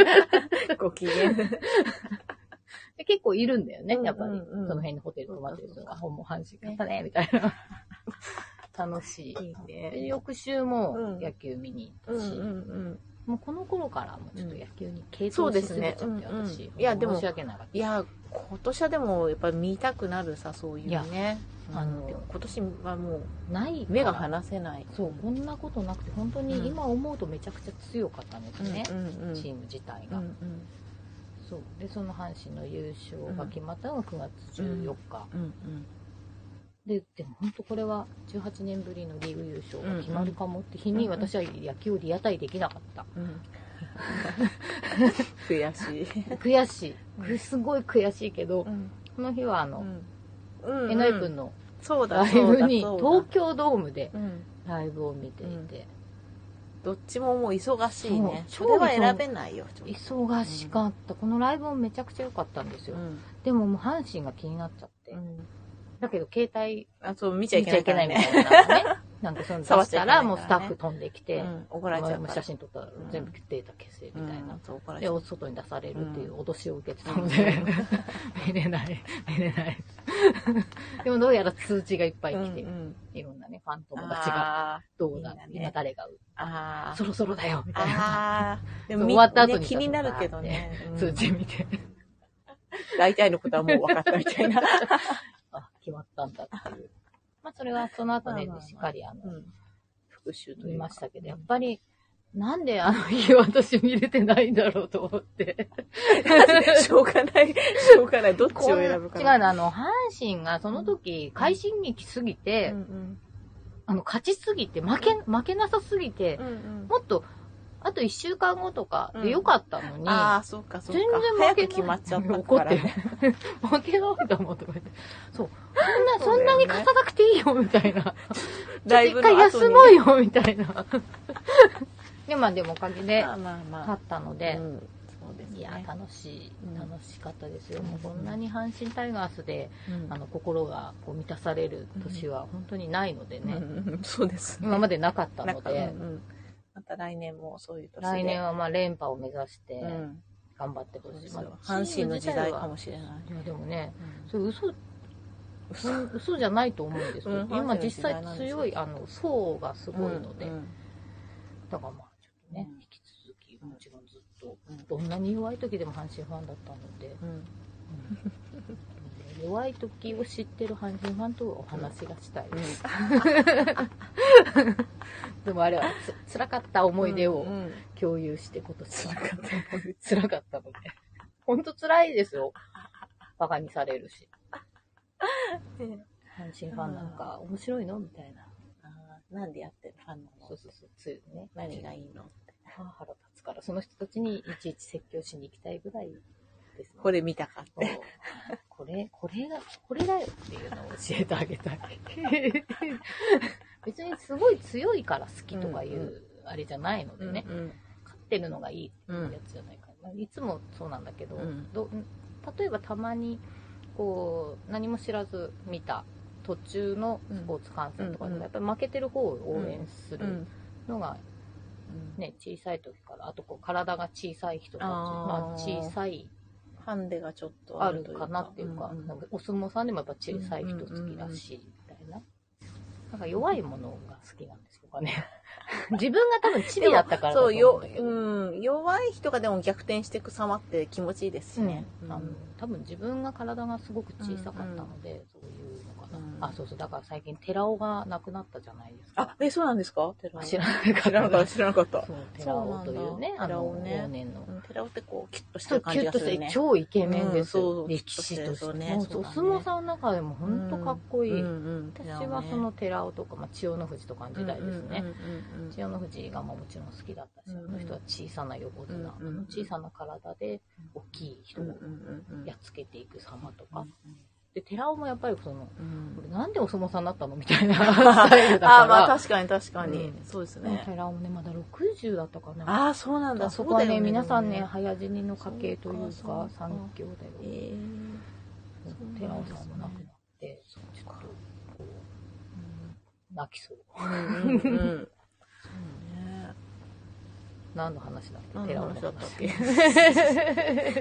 Speaker 1: ご機嫌。
Speaker 2: で結構いるんだよねやっぱり、
Speaker 1: うんうんうん
Speaker 2: その辺のホテル泊まってる人が「
Speaker 1: そ
Speaker 2: ほんもう阪神勝ったね」みたいな楽しい。
Speaker 1: いい
Speaker 2: で
Speaker 1: ね。
Speaker 2: 翌週も
Speaker 1: うん
Speaker 2: 野球見に
Speaker 1: う
Speaker 2: 行
Speaker 1: んう
Speaker 2: ったし、
Speaker 1: ん
Speaker 2: もうこの頃からもうちょっと野球に傾
Speaker 1: そう
Speaker 2: 倒
Speaker 1: で
Speaker 2: し
Speaker 1: す
Speaker 2: すぎちゃ
Speaker 1: ね
Speaker 2: って、
Speaker 1: うんうん
Speaker 2: 私
Speaker 1: いやでも
Speaker 2: 申し訳なかっ
Speaker 1: いや、今年はでも、やっぱり見たくなるさ、そういう
Speaker 2: い
Speaker 1: ね。
Speaker 2: たあ
Speaker 1: あ
Speaker 2: の
Speaker 1: の、今年はもう、
Speaker 2: ないから
Speaker 1: 目が離せない。
Speaker 2: そうこんなことなくて本当に今思うとめちゃくちゃ強かったんです
Speaker 1: うん
Speaker 2: ね、
Speaker 1: うんうん。
Speaker 2: チーム自体
Speaker 1: う
Speaker 2: が、
Speaker 1: んうん
Speaker 2: そうでその阪神の優勝が決まったのが9月14日、
Speaker 1: うん
Speaker 2: ででも本当これは18年ぶりのリーグ優勝
Speaker 1: うんう
Speaker 2: が
Speaker 1: ん
Speaker 2: 決まるかもって日に
Speaker 1: うんうん
Speaker 2: 私は野球をリアタイできなかった
Speaker 1: うんうん。悔しい。
Speaker 2: 悔し
Speaker 1: う
Speaker 2: い
Speaker 1: ん
Speaker 2: すごい悔しいけど
Speaker 1: うん。
Speaker 2: この日はあ
Speaker 1: う
Speaker 2: の、
Speaker 1: ん。うん。
Speaker 2: えなりくんの
Speaker 1: そうだ、
Speaker 2: ライブに
Speaker 1: そうだそう
Speaker 2: 東
Speaker 1: だ
Speaker 2: 京ドームで
Speaker 1: うん。
Speaker 2: ライブを見ていて、
Speaker 1: どっちももう忙しいね。そ
Speaker 2: そ
Speaker 1: うれは選べないよ、ちょっと
Speaker 2: 忙しかったこのライブもめちゃくちゃ良かったんですよ、
Speaker 1: うん。
Speaker 2: でももう阪神が気になっちゃって、
Speaker 1: うん
Speaker 2: だけど携帯
Speaker 1: あ、そう、見
Speaker 2: 見
Speaker 1: ちゃいけないからね。
Speaker 2: ちゃいけないみたいな のがねなんかその出
Speaker 1: 触っ
Speaker 2: し
Speaker 1: ちゃいけない
Speaker 2: た
Speaker 1: から
Speaker 2: ら
Speaker 1: ね
Speaker 2: もうスタッフ飛んできて、
Speaker 1: うん、怒られちゃうか
Speaker 2: もう
Speaker 1: ら。
Speaker 2: 写真撮ったら全部データ消せみたいな、
Speaker 1: うんそう怒られち
Speaker 2: で
Speaker 1: ゃう
Speaker 2: お外に出されるっていう脅しを受けてたので、
Speaker 1: うん
Speaker 2: 見れない見れない でもどうやら通知がいっぱい来て、
Speaker 1: うんうん
Speaker 2: いろんなねファン友達がどうだ
Speaker 1: いいなね
Speaker 2: 今誰が打
Speaker 1: あーあー。
Speaker 2: そろそろだよみたいな
Speaker 1: あーで
Speaker 2: そう
Speaker 1: み
Speaker 2: 終わった後に
Speaker 1: ね気になるけどね。う
Speaker 2: 通
Speaker 1: ん
Speaker 2: 知見て、
Speaker 1: 大体のことはもう分かったみたいな。
Speaker 2: あ決まったんだっていうまあそれはその後ね
Speaker 1: まあまあまあ
Speaker 2: しっかりあの、
Speaker 1: うん 復習と
Speaker 2: 見
Speaker 1: 言い
Speaker 2: ま
Speaker 1: まし
Speaker 2: したけどやっぱりなんであの日私見れてないんだろうと思って
Speaker 1: た。しょうがない。しょうがない。どっちを
Speaker 2: こん
Speaker 1: 選ぶか
Speaker 2: 違うの、あの、阪神がその時、快進撃すぎて、
Speaker 1: うんうん
Speaker 2: あの、勝ちすぎて、負け、負けなさすぎて
Speaker 1: う、んうん
Speaker 2: もっと、あと1週間後とか
Speaker 1: うん
Speaker 2: でよかったのに、
Speaker 1: ああ、そうか、そう
Speaker 2: 全
Speaker 1: か
Speaker 2: 然。
Speaker 1: 早
Speaker 2: 負け
Speaker 1: く
Speaker 2: な
Speaker 1: 決まっちゃった
Speaker 2: 怒
Speaker 1: か
Speaker 2: っ
Speaker 1: ら
Speaker 2: てる
Speaker 1: ね。。
Speaker 2: 負けなかったもんとか言って。そう。そんな、そ
Speaker 1: そうんだ
Speaker 2: な
Speaker 1: よね
Speaker 2: に勝たなくていいよ、みたいな。
Speaker 1: ライ
Speaker 2: 一
Speaker 1: ブ
Speaker 2: 回
Speaker 1: の後
Speaker 2: 休
Speaker 1: に
Speaker 2: もうよ、みたい な。で、まあでもおかげで
Speaker 1: ま、あまあまあ
Speaker 2: 勝。ったの
Speaker 1: う
Speaker 2: で、
Speaker 1: んそうですね。
Speaker 2: いや、楽しい
Speaker 1: うん、
Speaker 2: 楽しかったですよ。
Speaker 1: うん
Speaker 2: もうこんなに阪神タイガースで、
Speaker 1: うん
Speaker 2: あの心がこう満たされる年は本当にないのでね、
Speaker 1: うんうんそうですね。
Speaker 2: 今までなかった
Speaker 1: な
Speaker 2: の
Speaker 1: んか、
Speaker 2: で、
Speaker 1: うんうんなんた来年もそういう年で。
Speaker 2: 来年はまあ連覇を目指して
Speaker 1: うん。
Speaker 2: 頑張ってほ
Speaker 1: そう
Speaker 2: し
Speaker 1: で
Speaker 2: い。
Speaker 1: す
Speaker 2: ま
Speaker 1: よ。
Speaker 2: あ
Speaker 1: 阪神の時代か
Speaker 2: チーム
Speaker 1: もしれない。
Speaker 2: 自体はいやでもね、
Speaker 1: う
Speaker 2: それ嘘、
Speaker 1: 嘘
Speaker 2: うん嘘じゃないと思うんですよ。
Speaker 1: うん
Speaker 2: 今実際
Speaker 1: 阪神の時代なんですよ
Speaker 2: 強い、あの、層がすご
Speaker 1: ん
Speaker 2: いので、
Speaker 1: うん
Speaker 2: だからまあちょっとね、
Speaker 1: うん
Speaker 2: 引き続き、もちろんずっと、
Speaker 1: うん
Speaker 2: どんなに弱い時でも阪神ファンだったので、
Speaker 1: うん
Speaker 2: 弱い時を知ってる阪神ファンとお話がしたいです。 でもあれはつ辛かった思い出を
Speaker 1: うんうん
Speaker 2: 共有して今年は辛かったので。ほんと辛いですよ。バカにされるし。
Speaker 1: ね
Speaker 2: 阪神ファンなんか面白いのみたいな。
Speaker 1: あーなんでやってるファンな
Speaker 2: そう
Speaker 1: の
Speaker 2: そうそう。ついね。
Speaker 1: 何がいいの
Speaker 2: あー腹立つから、その人たちにいちいち説教しに行きたいぐらいですね。
Speaker 1: これ見たかっ
Speaker 2: そう
Speaker 1: て。
Speaker 2: これ、これが、これだよっていうのを教えてあげた い。別にすごい強いから好きとかいう、
Speaker 1: うん
Speaker 2: あれじゃないのでね、
Speaker 1: うん
Speaker 2: 勝ってるのがいいって
Speaker 1: う
Speaker 2: いうんやつじゃないから、まあいつもそうなんだけど,、
Speaker 1: うん
Speaker 2: ど例えばたまにこう何も知らず見た途中のスポーツ観戦とかで
Speaker 1: うん
Speaker 2: もやっぱり負けてる方を応援す
Speaker 1: う
Speaker 2: る
Speaker 1: ん
Speaker 2: のが、ね、小さい時からあとこう体が小さい人たち
Speaker 1: あー
Speaker 2: まあ、小さい
Speaker 1: ハンデがちょっと
Speaker 2: あ
Speaker 1: あ
Speaker 2: る
Speaker 1: るというか
Speaker 2: かなっていうか、
Speaker 1: んん
Speaker 2: なんかお相撲さんでもやっぱ小さい人好きだし、みたいな。なんか弱いものが好きなんですかね。 自分が多分チビだったからだ
Speaker 1: そ
Speaker 2: と思
Speaker 1: うよ
Speaker 2: んだけど
Speaker 1: うん、弱い人がでも逆転していく様って気持ちいいですね。
Speaker 2: うんあの多分自分が体がすごく小さかったので、そういうのかな、
Speaker 1: うん
Speaker 2: あそうそうだから最近寺尾が亡くなったじゃないですか
Speaker 1: あ、え、そうなんですか
Speaker 2: あ
Speaker 1: 寺
Speaker 2: 知
Speaker 1: 知
Speaker 2: ら
Speaker 1: ら
Speaker 2: なか
Speaker 1: な
Speaker 2: った
Speaker 1: かった、知らなかった。
Speaker 2: そう寺尾というね
Speaker 1: そうな
Speaker 2: あ
Speaker 1: んだ
Speaker 2: の
Speaker 1: 寺尾ね
Speaker 2: 往年の
Speaker 1: うん寺尾ってこう、キュッとして
Speaker 2: そう
Speaker 1: る
Speaker 2: キ
Speaker 1: 感
Speaker 2: ュ
Speaker 1: じ
Speaker 2: ッ
Speaker 1: が
Speaker 2: と
Speaker 1: す
Speaker 2: して
Speaker 1: るね。
Speaker 2: 超イケメンです、
Speaker 1: うんそう
Speaker 2: 歴史として
Speaker 1: そうね
Speaker 2: もう
Speaker 1: そうだね
Speaker 2: お相撲さんの中でも本当かっこいい、
Speaker 1: うんうん
Speaker 2: 私はその寺尾とか、まあ、千代の富士とかの時代ですね、。
Speaker 1: うんうんうん
Speaker 2: 千代の富士がまあもちろん好きだったし、
Speaker 1: うんうん
Speaker 2: あの人は小さな横綱、
Speaker 1: うん
Speaker 2: あの小さな体で大きい人
Speaker 1: うんう
Speaker 2: を
Speaker 1: んうんうん
Speaker 2: やっつけていく様とか、で寺尾もやっぱりその
Speaker 1: うん
Speaker 2: 俺なんでお相撲さんになったのみ たいなスタイルだから
Speaker 1: あー、まあ確かに確かに。
Speaker 2: うん
Speaker 1: そうです
Speaker 2: ね
Speaker 1: ね。
Speaker 2: 寺尾もねまだ60だったかな
Speaker 1: ああ、そうなんだ。
Speaker 2: あそこは
Speaker 1: うだ
Speaker 2: ね
Speaker 1: よ
Speaker 2: 皆さんね
Speaker 1: でも
Speaker 2: 早死にの家系という
Speaker 1: そうか
Speaker 2: か
Speaker 1: そうか
Speaker 2: 三兄弟
Speaker 1: えー
Speaker 2: そう
Speaker 1: そうなんですね
Speaker 2: 寺尾さんも亡くなってそうちょっとこう泣きそう
Speaker 1: うんうん うん。そうね。
Speaker 2: 何の話だっけ
Speaker 1: 何
Speaker 2: 寺
Speaker 1: の
Speaker 2: 尾の
Speaker 1: 話だったっ
Speaker 2: 話
Speaker 1: け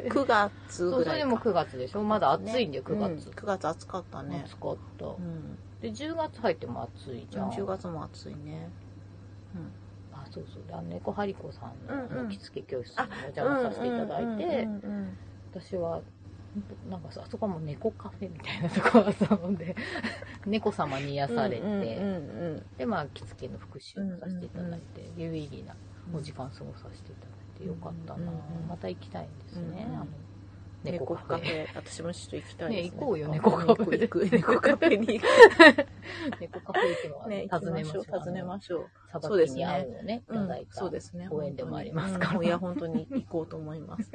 Speaker 1: 9月
Speaker 2: そう
Speaker 1: ぐ
Speaker 2: そ
Speaker 1: ら
Speaker 2: れ
Speaker 1: い
Speaker 2: で
Speaker 1: か
Speaker 2: も9月でしょまだ暑いんで
Speaker 1: 九
Speaker 2: 9月、
Speaker 1: 9月暑かったね
Speaker 2: 暑かった、
Speaker 1: うん
Speaker 2: で10月入っても暑いじゃん
Speaker 1: 10月も暑いね
Speaker 2: あそうそうであの猫ハリコさんの
Speaker 1: うんうん
Speaker 2: あの着付け教室にお邪魔させていただいて、
Speaker 1: うんうんうん
Speaker 2: 私はなんかあそこはもう猫カフェみたいなとこ遊んで 猫様に癒
Speaker 1: うん
Speaker 2: されて、
Speaker 1: うんうん
Speaker 2: でまあ着付けの復習をさせていただいて、有意義なお時間過ごさせていただいてよかった
Speaker 1: う
Speaker 2: な、
Speaker 1: んうんうん
Speaker 2: また行きたいんですね、
Speaker 1: うんうん
Speaker 2: あの
Speaker 1: 猫
Speaker 2: 猫カフ
Speaker 1: カフ
Speaker 2: ェ
Speaker 1: ェ私もちょっと行きたいです
Speaker 2: ね行こうよ猫カフェ
Speaker 1: 行く行く猫カフェに行く
Speaker 2: 猫カフェ行くのは、
Speaker 1: ね
Speaker 2: ね、
Speaker 1: 行
Speaker 2: 訪
Speaker 1: きま
Speaker 2: ねま
Speaker 1: し
Speaker 2: し
Speaker 1: ょ
Speaker 2: ょ
Speaker 1: う
Speaker 2: う
Speaker 1: 訪ねましょう
Speaker 2: さば
Speaker 1: そうで
Speaker 2: き
Speaker 1: す
Speaker 2: に
Speaker 1: ね
Speaker 2: 合うをねいただい
Speaker 1: うん
Speaker 2: た、
Speaker 1: そうですね
Speaker 2: ご縁でもありますから
Speaker 1: 本当にうんいや本当に行こうと思います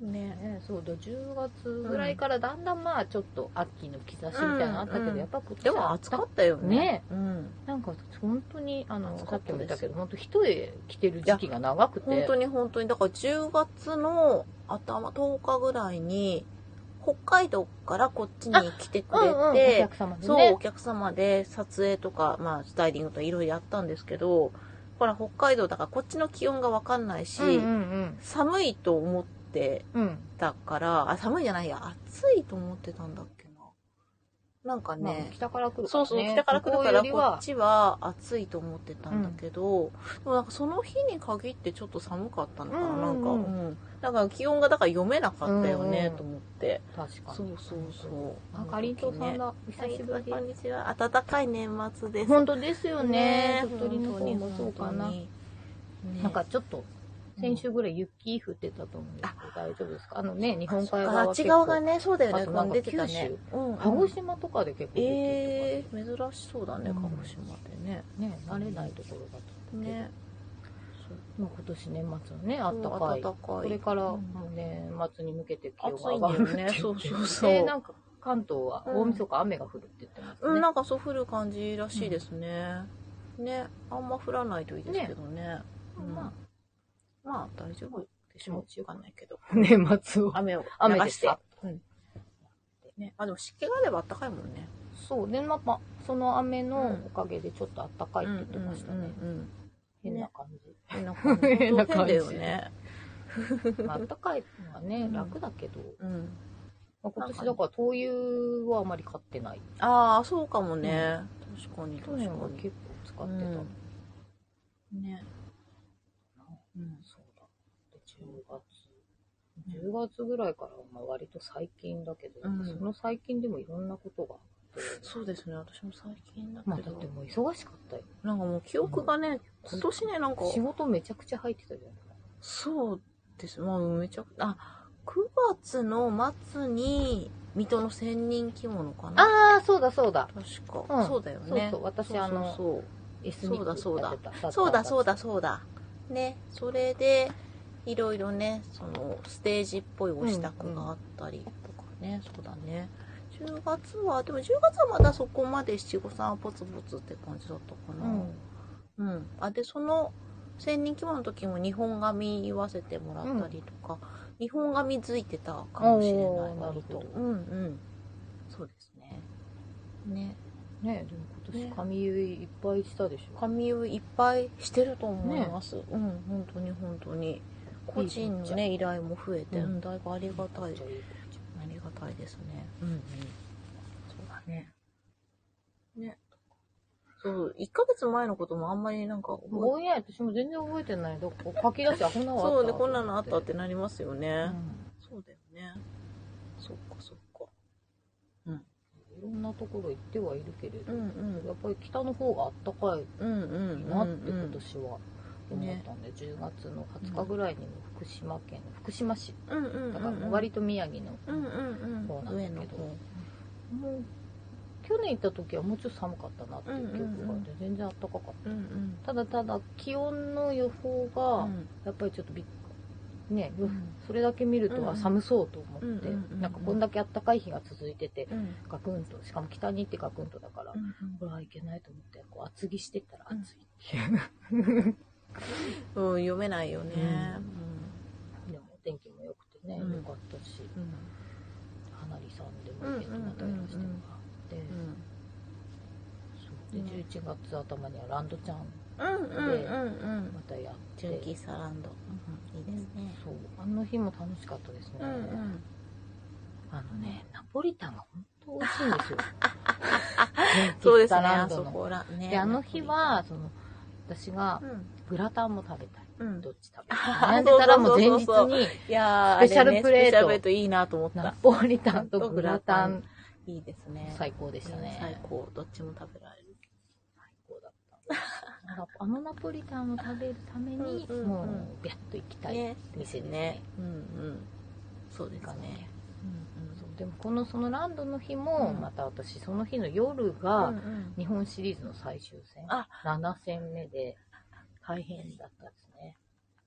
Speaker 1: ね
Speaker 2: ね、そうだ10月ぐらいからだんだんまあちょっと秋の兆しみたいなのあったけど、
Speaker 1: うんうん
Speaker 2: やっぱこっち
Speaker 1: でも暑かったよね
Speaker 2: ね
Speaker 1: うん
Speaker 2: なんか本当にあの
Speaker 1: 暑
Speaker 2: さ
Speaker 1: か
Speaker 2: っ
Speaker 1: っ
Speaker 2: き
Speaker 1: た
Speaker 2: も
Speaker 1: です
Speaker 2: 言ったけど本当一重着てる時期が長くて
Speaker 1: 本当に本当にだから10月の頭10日ぐらいに北海道からこっちに来てくれ
Speaker 2: うんうんお
Speaker 1: て、
Speaker 2: 客様でね
Speaker 1: そうお客様で撮影とか、まあ、スタイリングとかいろいろやったんですけどほら北海道だからこっちの気温が分かんないし、
Speaker 2: うんうん
Speaker 1: 寒いと思って
Speaker 2: うんうん
Speaker 1: たからあ寒いじゃないや暑いと思ってたんだっけななんか
Speaker 2: まあ
Speaker 1: ね、
Speaker 2: 北から来るから、ね、
Speaker 1: そうそう、北から来る
Speaker 2: 向こう
Speaker 1: か
Speaker 2: よ
Speaker 1: ら、
Speaker 2: り
Speaker 1: こ
Speaker 2: は
Speaker 1: っちは暑いと思ってたんだけど、でもなんかその日に限ってちょっと寒かったのかな、
Speaker 2: うんうん
Speaker 1: な
Speaker 2: うん
Speaker 1: んか、うん。だから気温がだから読めなかったよ
Speaker 2: うん
Speaker 1: ね
Speaker 2: う、ん
Speaker 1: と思って。
Speaker 2: 確かに
Speaker 1: そうそうそう。
Speaker 2: あかりんとうさん
Speaker 1: だ。
Speaker 2: だ、
Speaker 1: こん
Speaker 2: 久しぶり
Speaker 1: にちは。暖かい年末です。
Speaker 2: 本当ですよね
Speaker 1: 本当
Speaker 2: 鳥取
Speaker 1: に
Speaker 2: の方もそうかな、
Speaker 1: 本当にね
Speaker 2: なんかちょっと先週ぐらい雪降ってたと思うんですけど、大丈夫ですかあのね日本海側は
Speaker 1: あっち
Speaker 2: 結構
Speaker 1: 側がね、そうだよ
Speaker 2: あ
Speaker 1: ね、
Speaker 2: となんか
Speaker 1: 出てたね。うん
Speaker 2: 鹿児島とかで結構雪とか、
Speaker 1: えー、珍しそうだね、
Speaker 2: うん
Speaker 1: 鹿児島でね。
Speaker 2: ね慣れないところだと思って、
Speaker 1: ね。
Speaker 2: まあ、今年年末はねあったかい、
Speaker 1: 暖
Speaker 2: こ
Speaker 1: か
Speaker 2: れ
Speaker 1: い。
Speaker 2: からも
Speaker 1: うん
Speaker 2: う年末に向けて気温
Speaker 1: 暑
Speaker 2: が
Speaker 1: い
Speaker 2: 上
Speaker 1: んだ
Speaker 2: が
Speaker 1: よ
Speaker 2: るって
Speaker 1: ね
Speaker 2: 言って、。
Speaker 1: そうそうそう。
Speaker 2: でなんか関東は
Speaker 1: うん
Speaker 2: 大晦日雨が降るって言ってますね、
Speaker 1: うん、なんかそう降る感じらしいですね。ね、あんま降らないといいですけどね。うん
Speaker 2: ま
Speaker 1: まあ大丈夫でしょ
Speaker 2: う
Speaker 1: う。わかんないけど。
Speaker 2: あ年末は
Speaker 1: 雨を
Speaker 2: 雨
Speaker 1: 流
Speaker 2: で
Speaker 1: し
Speaker 2: す
Speaker 1: て
Speaker 2: か。
Speaker 1: うん。ね、あ、でも湿気があればあったかいもんね。
Speaker 2: そうでまあまあその雨のおかげでちょっとあったかいって言ってましたね。
Speaker 1: うん
Speaker 2: 変な感じ。
Speaker 1: 変な感じ。
Speaker 2: 変な感じ
Speaker 1: だよね。
Speaker 2: まあ、あったかいのはね、
Speaker 1: ん
Speaker 2: 楽だけど、
Speaker 1: うん。
Speaker 2: まあ今年だから灯油はあまり買ってない。
Speaker 1: ああ、そうかもね。確かに、
Speaker 2: 去
Speaker 1: 確か
Speaker 2: 年は
Speaker 1: に。
Speaker 2: 結構使ってたな。
Speaker 1: うんね。うん
Speaker 2: そうだ。で10月。10月ぐらいから、まあ、割と最近だけど、
Speaker 1: うん
Speaker 2: その最近でもいろんなことがあって。
Speaker 1: そうですね、私も最近だ
Speaker 2: まあ、
Speaker 1: け
Speaker 2: だ
Speaker 1: ど。
Speaker 2: ってもう忙しかったよ。
Speaker 1: なんかもう記憶がね、今年ね、なんか、
Speaker 2: 仕事めちゃくちゃ入ってたじゃない
Speaker 1: そうです。まあ、めちゃくあ、9月の末に、水戸の千人着物かな。
Speaker 2: ああー、そうだそうだ。
Speaker 1: 確
Speaker 2: う
Speaker 1: か。
Speaker 2: ん
Speaker 1: そうだよね。
Speaker 2: そうそう私
Speaker 1: そうそう
Speaker 2: あの
Speaker 1: そう
Speaker 2: エスニック
Speaker 1: そうだ
Speaker 2: だった
Speaker 1: そうだそう
Speaker 2: だ。
Speaker 1: だそうだ。ね、それで、いろいろね、その、ステージっぽいお支度があったりとかね、そうだね。10月は、でも10月はまだそこまで七五三はポツポツって感じだったか
Speaker 2: う
Speaker 1: な。
Speaker 2: ん。
Speaker 1: うん。あ、で、その、千人規模の時も日本髪言わせてもらったりとか、日本髪づいてたかもしれない、
Speaker 2: おー
Speaker 1: 割と
Speaker 2: なる
Speaker 1: う
Speaker 2: ほ
Speaker 1: んうん。そうですね。ね。
Speaker 2: ねでも今
Speaker 1: ね
Speaker 2: 年髪結いいっぱいしたでしょ。
Speaker 1: 髪をいっぱいしてると思います、うん本当に本当に個人のね依頼も増えて、
Speaker 2: う
Speaker 1: うんん、だいぶありがたい
Speaker 2: じゃあいい子ち
Speaker 1: ありがたいですねうんうんそうだねねそう1ヶ月前のこともあんまりなんか
Speaker 2: ゃん
Speaker 1: 覚
Speaker 2: ぼんやり私も全然覚えてない。どこ書き出して、あ、こん
Speaker 1: え
Speaker 2: なのあった
Speaker 1: そうねこんなのあったっ
Speaker 2: と
Speaker 1: てなりますよね、
Speaker 2: 思って。
Speaker 1: そうだよねそっかそっか
Speaker 2: うんいろんなところ行ってはいるけれど、
Speaker 1: うんう
Speaker 2: や
Speaker 1: ん
Speaker 2: っぱり北の方があったかい
Speaker 1: うんうん
Speaker 2: な
Speaker 1: う
Speaker 2: って今
Speaker 1: ん
Speaker 2: 年は
Speaker 1: うんうん
Speaker 2: 思ったんで、10月の20日ぐらいにも福島県の福島市、
Speaker 1: うんうんうん
Speaker 2: だからもう割と宮城の、
Speaker 1: うんうん
Speaker 2: そう
Speaker 1: う
Speaker 2: なんん
Speaker 1: 上
Speaker 2: だ
Speaker 1: の
Speaker 2: けど
Speaker 1: 方
Speaker 2: もう去年行った時はもうちょっと寒かったなっていう記憶があって、全然あったかかった。
Speaker 1: うんうん
Speaker 2: ただただ気温の予報が
Speaker 1: うん
Speaker 2: やっぱりちょっとびっね、
Speaker 1: う
Speaker 2: よ
Speaker 1: ん
Speaker 2: それだけ見ると
Speaker 1: うん
Speaker 2: あ寒そうと思って、
Speaker 1: うんうんうん
Speaker 2: なんかこんだけ暖かい日が続いてて
Speaker 1: うん
Speaker 2: ガクンとしかも北に行ってガクンとだから、
Speaker 1: うん
Speaker 2: これはいけないと思ってこう厚着してったら
Speaker 1: うん
Speaker 2: 暑いっ ていう、
Speaker 1: うん、読めないよね。
Speaker 2: でもお天気も良くてね、
Speaker 1: うん
Speaker 2: 良かったし
Speaker 1: うん。
Speaker 2: 花火さんでもイベントまたやらせてもらって、
Speaker 1: うん
Speaker 2: そうで11月頭にはランドちゃん
Speaker 1: うんうんうんうんうん
Speaker 2: ま。たやって、
Speaker 1: 純喫茶ランド。いいですね。
Speaker 2: そうあの日も楽しかったですね、
Speaker 1: うんうん。
Speaker 2: あのね、ナポリタンが本当美味しい んですよ。
Speaker 1: そうです
Speaker 2: ピッツァ
Speaker 1: ね、
Speaker 2: ラン
Speaker 1: あ
Speaker 2: ド
Speaker 1: そ
Speaker 2: の。
Speaker 1: こらね。
Speaker 2: で、あの日は、その、私が
Speaker 1: う、ん、
Speaker 2: グラタンも食べたい。
Speaker 1: うんうん
Speaker 2: ど。っち 食べた
Speaker 1: あ
Speaker 2: い。悩んでたらもう前日
Speaker 1: そうそう
Speaker 2: に、
Speaker 1: いやー、
Speaker 2: スペシャルプレート
Speaker 1: あれねスペシャルプレートいいなと思っ
Speaker 2: ナ
Speaker 1: た。
Speaker 2: ポリタンとグラタン、
Speaker 1: いいですね。
Speaker 2: 最高でした
Speaker 1: うん
Speaker 2: ね。
Speaker 1: 最高。どっちも食べられる。
Speaker 2: 高だった。なんかあのナポリタンを食べるために、
Speaker 1: うんうんうん
Speaker 2: もう、ビャッと行きたい
Speaker 1: ね。
Speaker 2: 店ですね。。
Speaker 1: うんうん。そうです
Speaker 2: が
Speaker 1: ね
Speaker 2: ね。
Speaker 1: うんうん
Speaker 2: そうでも、この、そのランドの日も、
Speaker 1: うん
Speaker 2: また私、その日の夜が、日本シリーズの最終戦
Speaker 1: あ
Speaker 2: 7戦目で大変だったですね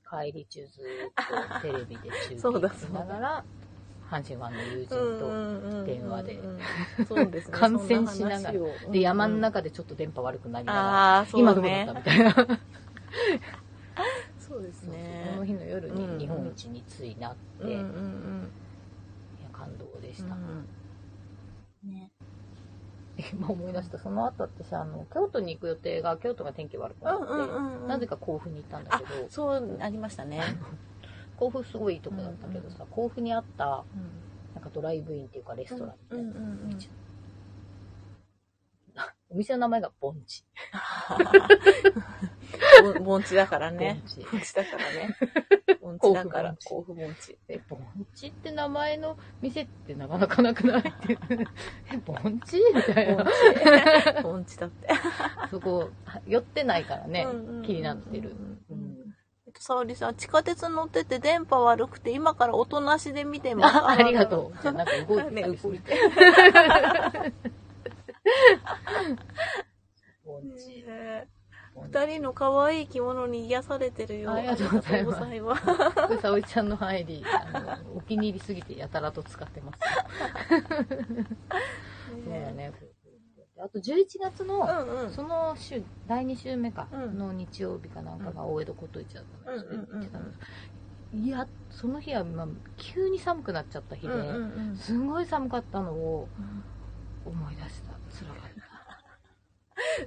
Speaker 2: 帰り中ずっとテレビで中継
Speaker 1: そうだ
Speaker 2: しながら阪神ファンの友人と、
Speaker 1: と
Speaker 2: 電話で。
Speaker 1: そうですね。
Speaker 2: 観戦しながら
Speaker 1: そん話を
Speaker 2: で山の中でちょっと電波悪くなりながら、
Speaker 1: ああ、そうね。
Speaker 2: 今どこだったみたいな、そう
Speaker 1: そうです
Speaker 2: そう
Speaker 1: ね。
Speaker 2: この日の夜
Speaker 1: うん
Speaker 2: に日本一についなって、
Speaker 1: うんうんう
Speaker 2: い
Speaker 1: ん
Speaker 2: や感動でし
Speaker 1: う
Speaker 2: た、
Speaker 1: ん。ね。
Speaker 2: 今思い出したその後私あの京都に行く予定が京都が天気悪く
Speaker 1: う
Speaker 2: なっ
Speaker 1: ん
Speaker 2: て、
Speaker 1: うんうん。
Speaker 2: なぜか甲府に行ったんだけど
Speaker 1: そう、ありましたね。
Speaker 2: 甲府すごいいいとこだったけどさ、甲府にあった
Speaker 1: うん
Speaker 2: なんかドライブインっていうかレストランみたいな、
Speaker 1: うんうんうんうん
Speaker 2: お店の名前がボンチ。
Speaker 1: ぼ盆地だからね。
Speaker 2: 盆地
Speaker 1: 盆地だから ね。盆
Speaker 2: 甲
Speaker 1: 地
Speaker 2: 府
Speaker 1: だから
Speaker 2: 盆、地
Speaker 1: 甲府盆地。
Speaker 2: え、ボンチって名前の店ってなかなかなくない って。え、ボンチみたいな。
Speaker 1: 盆地。盆地だって。
Speaker 2: そこ、寄ってないからね
Speaker 1: うんうんうん、
Speaker 2: 気になってる。
Speaker 1: う
Speaker 2: うんん
Speaker 1: えっと、沙織さん、地下鉄乗ってて電波悪くて、今から音なしで見てます。
Speaker 2: あありがとう。じゃあなんか動い て
Speaker 1: ね、
Speaker 2: たりす
Speaker 1: 動い
Speaker 2: る。
Speaker 1: て。
Speaker 2: ボンチ。 ボンチ
Speaker 1: 二人の可愛い着物に癒されてるよ。
Speaker 2: ありがとうございます
Speaker 1: ありがとうございます。
Speaker 2: これ沙織ちゃんの入り、あのお気に入りすぎてやたらと使ってます。そうだね。あと11月の、
Speaker 1: うんうん。
Speaker 2: その週、第2週目か、
Speaker 1: うん
Speaker 2: の日曜日かなんかが大江戸こと市だったの、それに行ってたの
Speaker 1: うん
Speaker 2: いや、その日は、まあ、急に寒くなっちゃった日で、
Speaker 1: うんうんうん
Speaker 2: すごい寒かったのを思い出した。辛かっ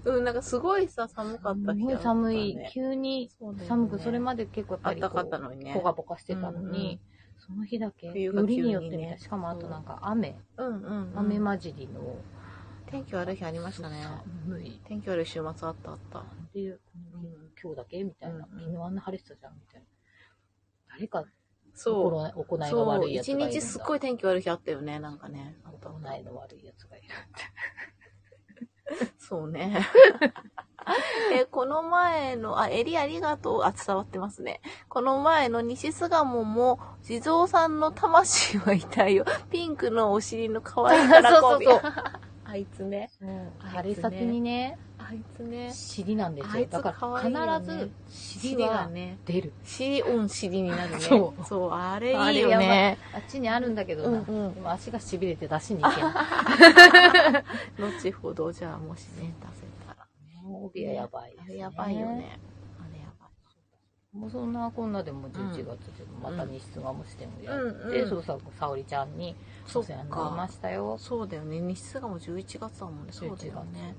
Speaker 1: うん、なんかすごいさ、寒かった
Speaker 2: す
Speaker 1: 日
Speaker 2: ご
Speaker 1: だ
Speaker 2: い
Speaker 1: ったね
Speaker 2: 寒い。急に
Speaker 1: そうだよね
Speaker 2: 寒く、それまで結構やっぱりこ
Speaker 1: 暖
Speaker 2: う
Speaker 1: かったのにね
Speaker 2: ポカポカしてたの
Speaker 1: うんう
Speaker 2: に、その日だけ、
Speaker 1: 冬
Speaker 2: よ
Speaker 1: が急にね
Speaker 2: りによってみたい。しかもあとなんか雨、
Speaker 1: うんうん、うん。
Speaker 2: 雨混じりの。
Speaker 1: 天気悪い日ありましたね。
Speaker 2: 寒い。
Speaker 1: 天気悪い週末あったあった。
Speaker 2: なんで、
Speaker 1: ん
Speaker 2: 今日だけみたいな。
Speaker 1: うん
Speaker 2: 昨日あんな晴れてたじゃんみたいな。誰か
Speaker 1: そう。
Speaker 2: 心行いが
Speaker 1: そ
Speaker 2: 悪
Speaker 1: う。
Speaker 2: いやつ
Speaker 1: 一
Speaker 2: がいるんだ。
Speaker 1: 日すっごい天気悪い日あったよね、なんかね。あった
Speaker 2: 行いの悪いやつがいる。
Speaker 1: そう ね。え、この前の、あ、襟ありがとう。あ、伝わってますね。この前の西巣鴨も、地蔵さんの魂は痛いよ。ピンクのお尻の可愛いか ら
Speaker 2: そうそうそう。
Speaker 1: あいつね。
Speaker 2: あれ先にね、
Speaker 1: あいつね。
Speaker 2: 尻なんです
Speaker 1: あ
Speaker 2: よ。
Speaker 1: いつ
Speaker 2: だか
Speaker 1: 可愛いよね
Speaker 2: ら必ず尻
Speaker 1: 尻が
Speaker 2: が
Speaker 1: ね。
Speaker 2: 出る。
Speaker 1: 尻オン尻になるね。
Speaker 2: そう
Speaker 1: そう、あれ
Speaker 2: あ
Speaker 1: いい
Speaker 2: れ
Speaker 1: よね。
Speaker 2: あっちにあるんだけど
Speaker 1: うん
Speaker 2: な、
Speaker 1: うん。
Speaker 2: 今足が痺れて出しに行けな
Speaker 1: 後ほど、じゃあもしね、出せたら。
Speaker 2: い。もう帯はやばいです、
Speaker 1: あれやばいよ。ね。あれやばい。
Speaker 2: もうそんなこんなでも11月でまた西巣鴨支店をや
Speaker 1: うん
Speaker 2: っ
Speaker 1: う
Speaker 2: て、
Speaker 1: ん
Speaker 2: そうそう、沙織ちゃんに
Speaker 1: そ
Speaker 2: お
Speaker 1: っ
Speaker 2: 世話になりま
Speaker 1: か。
Speaker 2: したよ。
Speaker 1: そうだよね。日数がもう11月だもんね。そうだよね。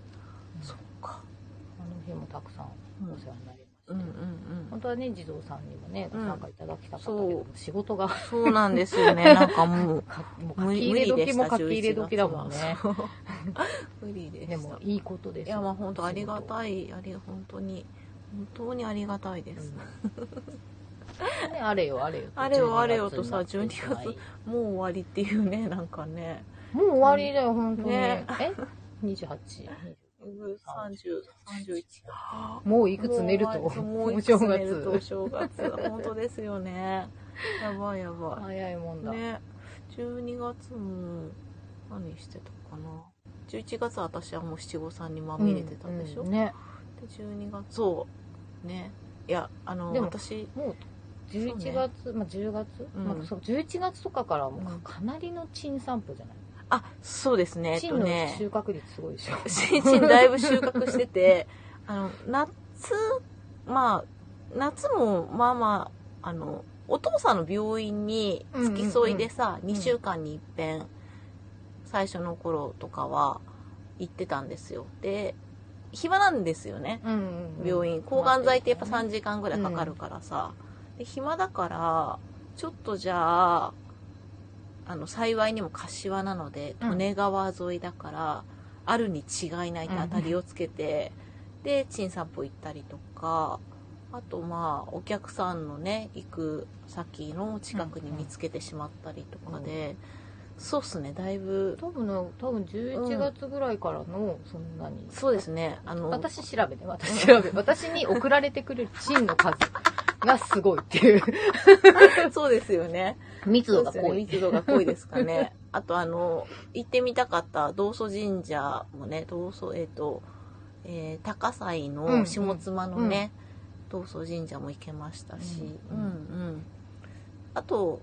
Speaker 2: 11月
Speaker 1: そっか。
Speaker 2: あの日もたくさん
Speaker 1: うん
Speaker 2: お世話になり
Speaker 1: うんうん
Speaker 2: まし
Speaker 1: う
Speaker 2: た。本
Speaker 1: ん。
Speaker 2: 当はね、地蔵さんにもね、ご参加いただきたかったけど
Speaker 1: うんそ
Speaker 2: も、仕事が、
Speaker 1: そうなんですよ ね。なんかもう。
Speaker 2: かもう書
Speaker 1: 無
Speaker 2: き
Speaker 1: 理
Speaker 2: 入
Speaker 1: 無
Speaker 2: れ
Speaker 1: 理で
Speaker 2: 時
Speaker 1: した
Speaker 2: も書き入れ時だもんね。。
Speaker 1: 11月はそう無理でした。
Speaker 2: でも、いいことです
Speaker 1: い
Speaker 2: よ。
Speaker 1: やまあ本当ありが
Speaker 2: い。
Speaker 1: たいあり本当に本当にありがたいです、
Speaker 2: うん ねあれよあれよと
Speaker 1: あれよあれよとさ
Speaker 2: 12になってしまい
Speaker 1: もう終わりっていうねなんかね
Speaker 2: もう終わりだよ本当に
Speaker 1: ね
Speaker 2: え二十八
Speaker 1: 3031
Speaker 2: もういくつ寝ると
Speaker 1: も
Speaker 2: お
Speaker 1: ういく
Speaker 2: 正
Speaker 1: つ寝るとお
Speaker 2: 月
Speaker 1: 正月本当ですよねやばいやば
Speaker 2: 早いもん
Speaker 1: い
Speaker 2: だ
Speaker 1: ね12月も何してたかな11月は私はもう七五三にまみれてたんでしょ、
Speaker 2: うんうんね
Speaker 1: で12月そうねいやあの
Speaker 2: でも
Speaker 1: 私
Speaker 2: もう十一月まあ十月
Speaker 1: うん
Speaker 2: まあそう十一月とかからはも
Speaker 1: う
Speaker 2: うんかなりの珍散歩じゃない
Speaker 1: あそうですねえっ
Speaker 2: 珍
Speaker 1: と
Speaker 2: の
Speaker 1: ね
Speaker 2: 収穫率すごいでしょ
Speaker 1: 新陳だいぶ収穫しててあの夏まあ夏もまあまああのお父さんの病院に付き添いでさ、
Speaker 2: ん
Speaker 1: 2週間に一遍最初の頃とかは行ってたんですよで暇なんですよね
Speaker 2: うんうん
Speaker 1: 病院抗がん剤ってやっぱ3
Speaker 2: 時
Speaker 1: 時間ぐらいかかるからさ、で暇だからちょっとじゃああの幸いにも柏なので
Speaker 2: うん
Speaker 1: 利根川沿いだから、あるに違いないって当たりをつけて、で陳散歩行ったりとかあとまあお客さんのね行く先の近くに見つけてしまったりとかで、そうっすねだいぶ
Speaker 2: 多分ね多分11月ぐらいからのそんなに
Speaker 1: そうですねあの
Speaker 2: 私調べて、私調べ。私に送られてくる真の数がすごいっていう。
Speaker 1: そうですよね
Speaker 2: 密
Speaker 1: そうですよね。密度が濃いですか ね。あとあの、行ってみたかった道祖神社もね、道祖、えっ、と、えー高祭の下妻のね、道祖神社も行けましたし、う
Speaker 2: うんん
Speaker 1: うん。あと、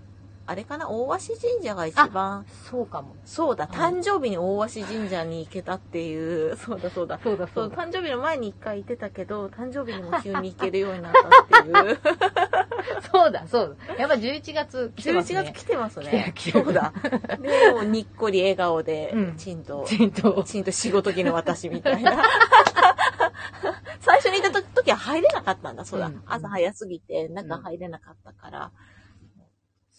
Speaker 1: あれかな、大鷲神社が一番、
Speaker 2: そうかも。
Speaker 1: そうだ、
Speaker 2: ん
Speaker 1: 誕生日に大鷲神社に行けたっていう、 そうだそうだ。
Speaker 2: そうだ
Speaker 1: そう、。誕生日の前に一回行ってたけど、誕生日にも急に行けるようになったって いう。
Speaker 2: そうだ、そうだ。やっぱ11月来てます
Speaker 1: 11
Speaker 2: ね
Speaker 1: 月。来てますね。
Speaker 2: 来てる
Speaker 1: そうだ。で、もうにっこり笑顔で
Speaker 2: う、ん
Speaker 1: ちんと、
Speaker 2: ちんと。
Speaker 1: ちんと仕事着の私みたいな。 最初に行った時は入れなかったんだ、そうだ。
Speaker 2: うん
Speaker 1: 朝早すぎて中入れなかったから、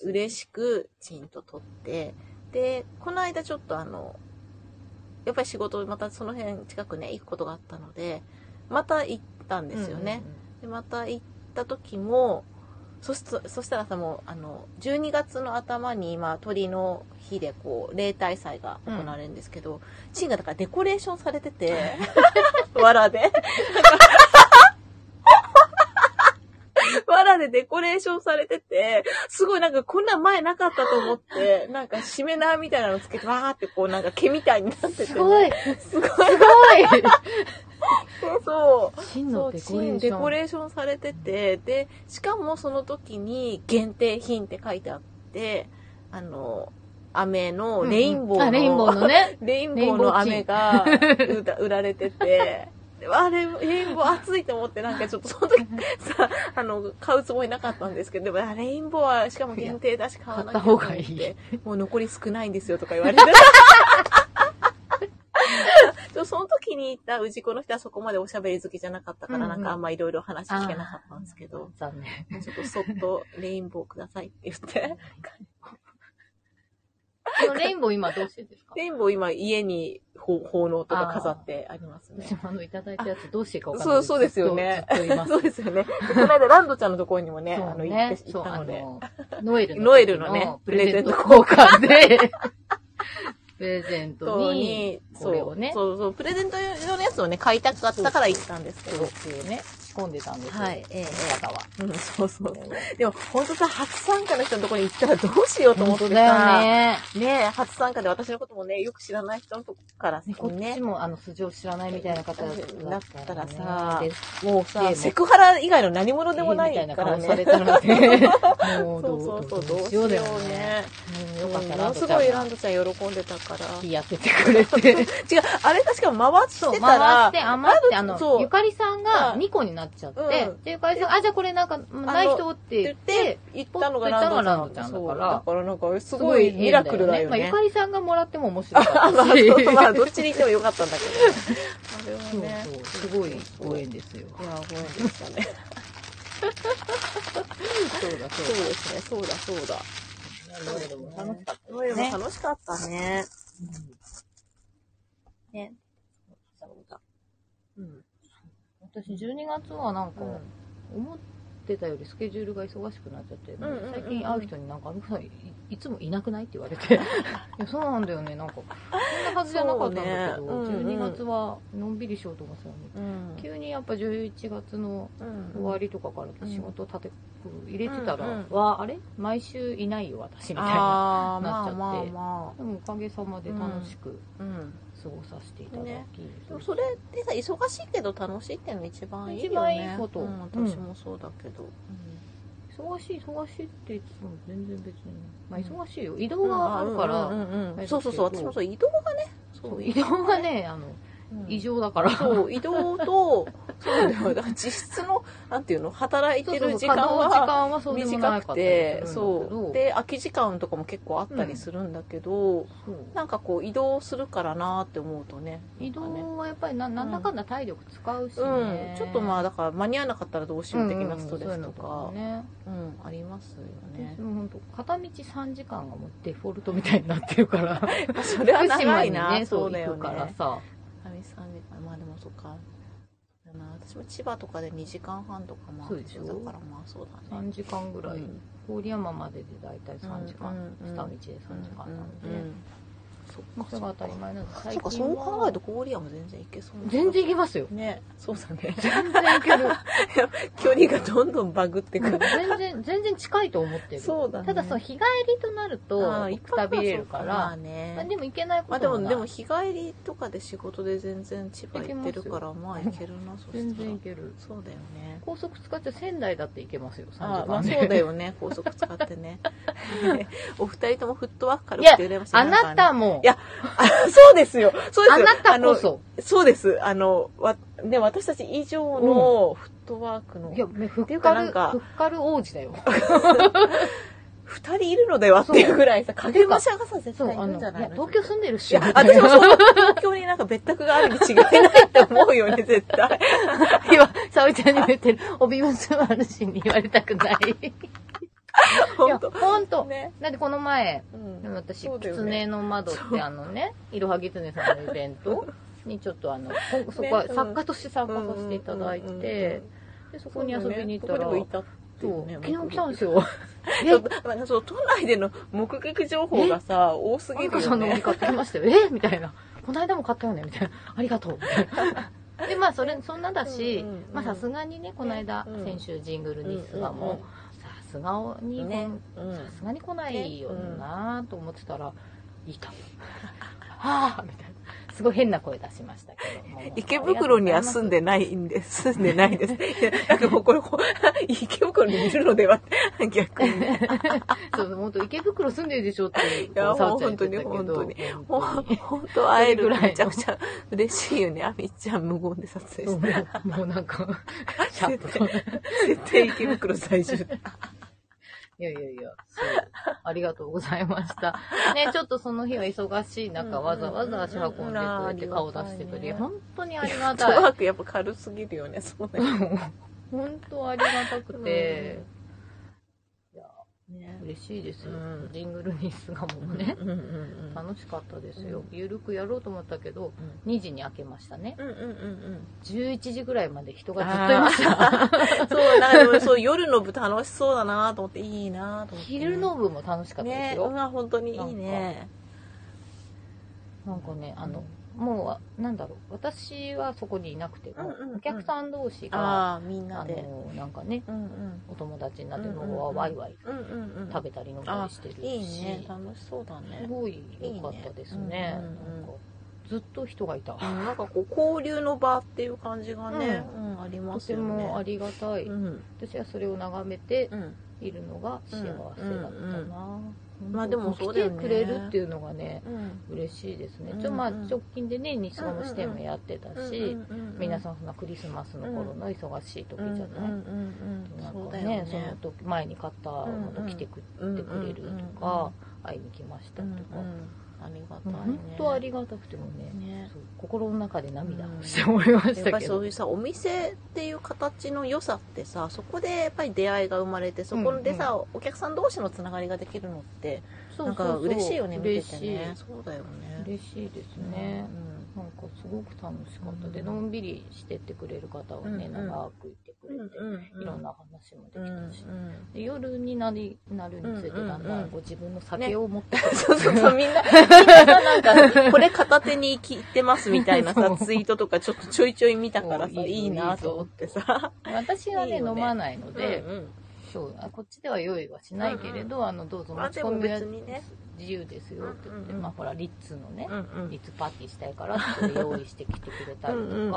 Speaker 1: 嬉しくちんと撮って、で、この間ちょっとあの、やっぱり仕事、またその辺近くね、行くことがあったので、また行ったんですよね。でまた行った時もそしそそしたらさもうあの12月の頭に今鳥の日でこう例大祭が行われるんですけど、チンがだからデコレーションされてて わらで。わらでデコレーションされてて、すごいなんかこんなん前なかったと思って、なんかしめ縄みたいなのつけて、わーってこうなんか毛みたいになってて、
Speaker 2: すごい。
Speaker 1: すごい。
Speaker 2: すごい。
Speaker 1: そう。
Speaker 2: 真
Speaker 1: そ
Speaker 2: の
Speaker 1: う
Speaker 2: デ
Speaker 1: チ
Speaker 2: コレ
Speaker 1: ン
Speaker 2: ーシ
Speaker 1: デ
Speaker 2: ョ
Speaker 1: コ
Speaker 2: ン。
Speaker 1: レーションされてて、で、しかもその時に限定品って書いてあって、あの、飴のレインボーの、
Speaker 2: あ、レインボーのね。
Speaker 1: レインボーの飴が売ら売られて て、であれ、レインボー熱いと思って、なんかちょっとその時さ、あの、買うつもりなかったんですけど、でもあレインボーはしかも限定だし買わなきゃと思って
Speaker 2: 買った方がいい
Speaker 1: もう残り少ないんですよとか言われて。ちでもその時に行った氏子の人はそこまでおしゃべり好きじゃなかったから、
Speaker 2: うんうん
Speaker 1: なんかあんまいろいろ話聞けなかったんですけど、
Speaker 2: 残念。
Speaker 1: もうちょっとそっとレインボーくださいって言って、
Speaker 2: このレインボー今どうしてるんですか
Speaker 1: レインボー今家に奉奉納とか飾ってありますね
Speaker 2: 私。もあの、いただいたやつどうしていいかわかんな
Speaker 1: そ
Speaker 2: い。
Speaker 1: う、そうですよね
Speaker 2: ずっとずっといま。す。
Speaker 1: そうですよね。でこの間、ランドちゃんのところにもね、あ
Speaker 2: そう
Speaker 1: の、
Speaker 2: ね
Speaker 1: 行って、行
Speaker 2: そう
Speaker 1: ったので。
Speaker 2: あのノエルの時
Speaker 1: ノエルのね
Speaker 2: プレゼント交換で、 プレゼン
Speaker 1: そ
Speaker 2: ト
Speaker 1: う
Speaker 2: に、
Speaker 1: に、
Speaker 2: これをね
Speaker 1: そうそう、プレゼント用のやつをね、買いたかったから行ったんですけ
Speaker 2: 洋
Speaker 1: ど。
Speaker 2: 服をね、仕込んでたんですよ。
Speaker 1: はいええええ
Speaker 2: 方は。
Speaker 1: うん、そうそう。でも、本当さ、初参加の人のところに行ったらどうしようと思
Speaker 2: 本
Speaker 1: ってさ。
Speaker 2: 当だよね。
Speaker 1: ねえ初参加で私のこともね、よく知らない人のとこから
Speaker 2: ねこっち
Speaker 1: ね、
Speaker 2: も、あの、素性を知らないみたいな方だ
Speaker 1: だったらさ
Speaker 2: で
Speaker 1: もう
Speaker 2: で
Speaker 1: さ、
Speaker 2: も
Speaker 1: セクハラ以外の何者でもな
Speaker 2: みたい
Speaker 1: い
Speaker 2: な
Speaker 1: から
Speaker 2: 顔
Speaker 1: ね。
Speaker 2: されたので、 も
Speaker 1: そうう
Speaker 2: ど
Speaker 1: そうそう、
Speaker 2: ど
Speaker 1: どう
Speaker 2: う
Speaker 1: し
Speaker 2: し
Speaker 1: よ
Speaker 2: よ
Speaker 1: う
Speaker 2: うだ
Speaker 1: ね
Speaker 2: よね。。うんよかっ
Speaker 1: う
Speaker 2: た
Speaker 1: んも
Speaker 2: な、
Speaker 1: のすごい
Speaker 2: ラ
Speaker 1: ラ
Speaker 2: ン
Speaker 1: ン
Speaker 2: ド
Speaker 1: ドちゃん喜んでたから。
Speaker 2: ちゃんがやっててくれて。
Speaker 1: 違う、あれ確か回し
Speaker 2: そう、
Speaker 1: てた
Speaker 2: 回
Speaker 1: ら
Speaker 2: し、て余って、あの
Speaker 1: そ、う
Speaker 2: ゆかりさんが
Speaker 1: うん
Speaker 2: 2個になっちゃって、
Speaker 1: うん
Speaker 2: で、ゆかりさんが、あ、じゃあこれなんか、ない人って言
Speaker 1: 言
Speaker 2: っ
Speaker 1: ってて、、言ったのがランドちゃんだ
Speaker 2: そ
Speaker 1: そうう
Speaker 2: だ
Speaker 1: だ
Speaker 2: から
Speaker 1: からなんか、すごいミラクルだよ
Speaker 2: まあ、ゆ
Speaker 1: ね。
Speaker 2: かりさんがもらっても面白か
Speaker 1: あ、
Speaker 2: っ
Speaker 1: まあ、
Speaker 2: た
Speaker 1: そ
Speaker 2: し。
Speaker 1: うまあ、どっちにいてもよかったんだけどね。あ
Speaker 2: そう
Speaker 1: れはね。
Speaker 2: そう、すごいご縁ですよ。
Speaker 1: いや、ごめんでしたね。
Speaker 2: そうだ、
Speaker 1: そうですね、そうだ、そうだ。
Speaker 2: だ。楽しかった
Speaker 1: ノエ
Speaker 2: で
Speaker 1: ル
Speaker 2: すね
Speaker 1: も。楽しかったね。ね。うん。
Speaker 2: 私、12月はなんか、
Speaker 1: うん
Speaker 2: 思ってたよりスケジュールが忙しくなっちゃって、
Speaker 1: んうんうん
Speaker 2: 最近会う人になんか、あのさんいいつもいなくないって言われ て、いや、そうなんだよね、なんか、そんなはずじゃなかったんだけど、
Speaker 1: そうねうんうん
Speaker 2: 12月はのんびりしようと思ってたの
Speaker 1: う
Speaker 2: に、
Speaker 1: ん。
Speaker 2: 急にやっぱ11月の終わりとかから仕事立て、入れてたら、
Speaker 1: うんうん
Speaker 2: わあ、あれ毎週いないよ、私、みたいな。
Speaker 1: ああ、
Speaker 2: な
Speaker 1: ま
Speaker 2: っちゃ
Speaker 1: あ
Speaker 2: って
Speaker 1: まあま
Speaker 2: でも、おかげさまで楽しく
Speaker 1: あ。うん。
Speaker 2: 過ごさせていただき、
Speaker 1: ねでもそれってさ、忙しいけど楽しいっての一番いいよね。
Speaker 2: 一番いいこと
Speaker 1: うん、私もそうだけど。
Speaker 2: 忙しい忙しいって言っても全然別に、まあ、
Speaker 1: うん
Speaker 2: 忙しいよ移動があるから、
Speaker 1: うんうんうん
Speaker 2: あれだけど
Speaker 1: そうそうそう、私もそう、移動がね、そう、
Speaker 2: 移動がねあの、
Speaker 1: うん
Speaker 2: 異常だから
Speaker 1: そう、移動と、そうだよ、だから実質の、なんていうの、働いてる時間
Speaker 2: そうそう稼働時
Speaker 1: は
Speaker 2: 間はそうでもなか
Speaker 1: 短
Speaker 2: った
Speaker 1: く
Speaker 2: り
Speaker 1: て、
Speaker 2: するんだけど
Speaker 1: そう。で、空き時間とかも結構あったりするんだけど、
Speaker 2: そう
Speaker 1: なんかこう、移動するからなーって思うとね。
Speaker 2: 移動はやっぱりななんだかんだ体力使うし、ね
Speaker 1: うん、ちょっとまあ、だから間に合わなかったらどうしよう的
Speaker 2: うん
Speaker 1: なストレスと
Speaker 2: そ
Speaker 1: か
Speaker 2: ういうの、ね
Speaker 1: うん、ありますよね
Speaker 2: 私。も本当片道3時間がもうデフォルトみたいになってるから
Speaker 1: それは
Speaker 2: 福島
Speaker 1: 長い
Speaker 2: に
Speaker 1: な、
Speaker 2: ね
Speaker 1: そ
Speaker 2: そうう
Speaker 1: だ
Speaker 2: 行
Speaker 1: よ
Speaker 2: くから
Speaker 1: ね。
Speaker 2: さ
Speaker 1: 神さん時間、まあでもそっか。だな私も千葉とかで2時間半とかもあ
Speaker 2: そう
Speaker 1: る
Speaker 2: で
Speaker 1: で
Speaker 2: し
Speaker 1: し
Speaker 2: ょ
Speaker 1: ょ。だからまあそうだね。
Speaker 2: 3時間ぐらい、
Speaker 1: うん
Speaker 2: 郡山までで大体3時間、
Speaker 1: うんうん
Speaker 2: 下道で3時間なの
Speaker 1: う
Speaker 2: で、
Speaker 1: んうん
Speaker 2: まあそ
Speaker 1: そ
Speaker 2: れ
Speaker 1: っ
Speaker 2: が
Speaker 1: か
Speaker 2: 当たり前なので
Speaker 1: そ
Speaker 2: 最
Speaker 1: っか、
Speaker 2: 近
Speaker 1: そう考え
Speaker 2: は
Speaker 1: ると郡山全然行けそうな
Speaker 2: 全然行きますよ。
Speaker 1: ね、そうだ ね。
Speaker 2: 全然行 ける。
Speaker 1: 距離がどんどんバグってくる。
Speaker 2: 全然、全然近いと思ってる。
Speaker 1: そうだね
Speaker 2: ただその日帰りとなる
Speaker 1: あ
Speaker 2: と、
Speaker 1: ー
Speaker 2: くたびれるか
Speaker 1: まあ
Speaker 2: ら、まあ
Speaker 1: ね。
Speaker 2: でも行けないこ
Speaker 1: まあで
Speaker 2: とも
Speaker 1: も、
Speaker 2: ない。
Speaker 1: でも日帰りとかで仕事で全然千葉行ってるから、まあ行けるな、そ
Speaker 2: 全
Speaker 1: した
Speaker 2: 然
Speaker 1: ら
Speaker 2: 行。ける。
Speaker 1: そうだよね。
Speaker 2: 高速使っちゃ仙台だって行けますよ、3
Speaker 1: あ
Speaker 2: 時
Speaker 1: ま
Speaker 2: 間
Speaker 1: あ
Speaker 2: で。
Speaker 1: そうだよね、高速使って ね。お二人ともフットワークから
Speaker 2: いや
Speaker 1: て羨ましい
Speaker 2: あなたも
Speaker 1: い、やあそうですよ。そうですよ
Speaker 2: あなたこそ。
Speaker 1: あのそうです。あの、わ、ね、私たち以上のフットワークの
Speaker 2: いや、ねふ
Speaker 1: てい
Speaker 2: っ
Speaker 1: う
Speaker 2: か
Speaker 1: かな
Speaker 2: る、
Speaker 1: んか
Speaker 2: ふっかる王子だよ。
Speaker 1: 二人いるのではっていうぐらいさ、
Speaker 2: そう
Speaker 1: 影武者がさ、絶
Speaker 2: そう、
Speaker 1: 対い
Speaker 2: あ
Speaker 1: る
Speaker 2: の、
Speaker 1: んじゃないい
Speaker 2: や、
Speaker 1: の
Speaker 2: 東京住んでるっ
Speaker 1: い
Speaker 2: しょ。
Speaker 1: や、 私もそう、東京になんか別宅があるに違いないって思うよ ね、絶対。
Speaker 2: 今、沙織ちゃんに言ってる、帯結ばるしに言われたくない。い
Speaker 1: 本
Speaker 2: や
Speaker 1: 当
Speaker 2: ほんと。
Speaker 1: ね。
Speaker 2: だってこの前、
Speaker 1: うん
Speaker 2: でも私、
Speaker 1: そうだよね
Speaker 2: 狐の窓ってあのね、いろはぎつねさんのイベントにちょっとあの、こそこは
Speaker 1: ねうん
Speaker 2: 作家として参加させていただいて、で、そこに遊びに行ったら
Speaker 1: そうだよねここにもい、たってい
Speaker 2: そうう
Speaker 1: ね、
Speaker 2: 昨日来たんですすよ。
Speaker 1: ちょっとなんかそう、都内での目撃情報がさ、多す
Speaker 2: あ
Speaker 1: ぎ
Speaker 2: ゆ
Speaker 1: る
Speaker 2: かさ
Speaker 1: よ
Speaker 2: んの帯
Speaker 1: ね。
Speaker 2: 買ってきましたよ。えみたいな。この間も買ったよねみたいな。ありがとう。みたいなで、まあ、それ、そんなだし
Speaker 1: うんうんう、ん
Speaker 2: まあ、さすがにね、この間
Speaker 1: う、ん
Speaker 2: 先週ジングルにすが
Speaker 1: うんうんう
Speaker 2: も
Speaker 1: ん、
Speaker 2: さすがに、
Speaker 1: ねうん
Speaker 2: さすがに来ないよなぁと思ってたら、いた。 はぁみたいな。すごい変な声出しましたけども。
Speaker 1: 池袋には住んでないんです。住んでないです。いやなんかもう これ、こう池袋にいるのでは逆に。
Speaker 2: そう、本当池袋住んでるでしょって、い
Speaker 1: や
Speaker 2: 本
Speaker 1: もう
Speaker 2: 当
Speaker 1: 本当
Speaker 2: に
Speaker 1: に。
Speaker 2: 本当
Speaker 1: 本
Speaker 2: に
Speaker 1: 当会える
Speaker 2: それぐらいの
Speaker 1: めちゃくちゃ嬉しいよね。あみちゃん無言で撮影
Speaker 2: そう
Speaker 1: し
Speaker 2: もうもうなんか、キャップ
Speaker 1: 絶対池袋在住。
Speaker 2: いやいやいや、そう。ありがとうございました。ね、ちょっとその日は忙しい中、
Speaker 1: うん
Speaker 2: わざわざ足運んでくれて、
Speaker 1: うん
Speaker 2: 顔出してくれ、本当にありが
Speaker 1: フット
Speaker 2: た
Speaker 1: ワ
Speaker 2: い。
Speaker 1: ークやっぱ軽すぎるよね、そうね。
Speaker 2: 本当ありがたくて、
Speaker 1: ね
Speaker 2: 嬉しいですよ。
Speaker 1: うん
Speaker 2: ジングルにすがもね、
Speaker 1: うんうんうん
Speaker 2: 楽しかったです
Speaker 1: う
Speaker 2: よ
Speaker 1: ん。
Speaker 2: ゆるくやろうと思ったけど、2時に開けましたね。
Speaker 1: うんうんうんうん。
Speaker 2: 11時ぐらいまで人がずっといました。
Speaker 1: そう、なんかでもそう、夜の部楽しそうだなと思って、いいなと思って。
Speaker 2: 昼の部も楽しかったで
Speaker 1: ね
Speaker 2: す
Speaker 1: う
Speaker 2: よ。
Speaker 1: わ、本当にいいね。
Speaker 2: なんかね、あの、もう、なんだろう、私はそこにいなくても、
Speaker 1: うんうんうん
Speaker 2: お客さん同士が、あ
Speaker 1: ああ、みんなで。
Speaker 2: の、なんかね、
Speaker 1: うんうん。
Speaker 2: お友達になって、
Speaker 1: うんうんうん
Speaker 2: もうワイワイ
Speaker 1: うんうんうん。
Speaker 2: 食べたり飲んだりしてるし、
Speaker 1: いいね。楽しそうだね
Speaker 2: す。ごい良かったですね。
Speaker 1: いいねうんうんうん
Speaker 2: なんかずっと人がいた。
Speaker 1: うんなんかこう、交流の場っていう感じがね、うん、ありま
Speaker 2: と
Speaker 1: す
Speaker 2: て
Speaker 1: よね。
Speaker 2: もありがたい、
Speaker 1: うん。
Speaker 2: 私はそれを眺めて
Speaker 1: うん。
Speaker 2: いるのが幸せだった
Speaker 1: う
Speaker 2: な、
Speaker 1: んうん
Speaker 2: 本当
Speaker 1: まあでもそうだよね
Speaker 2: 来てくれるっていうのがね
Speaker 1: うん。
Speaker 2: 嬉しいですね、
Speaker 1: うんうん
Speaker 2: ちょまあ直近でね西側の支店もやってたし、皆
Speaker 1: ん
Speaker 2: さんそのクリスマスの頃の忙しい時じゃない、
Speaker 1: うんうんうん。
Speaker 2: なん
Speaker 1: そう
Speaker 2: か
Speaker 1: だ
Speaker 2: ね
Speaker 1: よね。
Speaker 2: その時前に買ったもの来てくってくれるとか、会いに来ましたとか、
Speaker 1: ありがたい
Speaker 2: もう
Speaker 1: ね。
Speaker 2: 本当ありがたくてもね
Speaker 1: ね。
Speaker 2: そう心の中で涙をしておりまし
Speaker 1: やったぱ
Speaker 2: け
Speaker 1: り
Speaker 2: ど、
Speaker 1: そういうさ、お店っていう形の良さってさ、そこでやっぱり出会いが生まれて、そこでさ、お客さん同士のつながりができるのって、
Speaker 2: そう
Speaker 1: な
Speaker 2: そ
Speaker 1: ん
Speaker 2: うそう
Speaker 1: か嬉しいよね、見て
Speaker 2: 嬉
Speaker 1: て
Speaker 2: しい
Speaker 1: ね。そうだよね。
Speaker 2: 嬉しいですね、なんかすごく楽しかったで、
Speaker 1: うん
Speaker 2: のんびりしてってくれる方はね、
Speaker 1: うんうん
Speaker 2: 長くいてく
Speaker 1: う
Speaker 2: れ
Speaker 1: ん。
Speaker 2: て、
Speaker 1: うん。
Speaker 2: いろんな話も
Speaker 1: う
Speaker 2: でき
Speaker 1: ん。う
Speaker 2: た
Speaker 1: ん
Speaker 2: し、で夜になりなるにつれて
Speaker 1: うんうんうん
Speaker 2: だんだんご自分の酒を持って、
Speaker 1: そうそう そう、みんな、みんななんか、これ片手に聞いてますみたいな
Speaker 2: そ
Speaker 1: さ、
Speaker 2: う
Speaker 1: ツイートとかちょっとちょいちょい見たからさ、
Speaker 2: おいい
Speaker 1: いいなと思ってさ。
Speaker 2: 私はね
Speaker 1: いいよね
Speaker 2: 飲まないので、
Speaker 1: うんうん
Speaker 2: そうあこっちでは用意はしないけれど、あのどうぞ
Speaker 1: まあ
Speaker 2: 持ち込みは
Speaker 1: でも別にね
Speaker 2: 自由ですよって言って、
Speaker 1: うんうん
Speaker 2: まあほらリッツのね、
Speaker 1: うんうん
Speaker 2: リッツパーティーしたいからってそれ用意してきてくれたりとか
Speaker 1: うんうん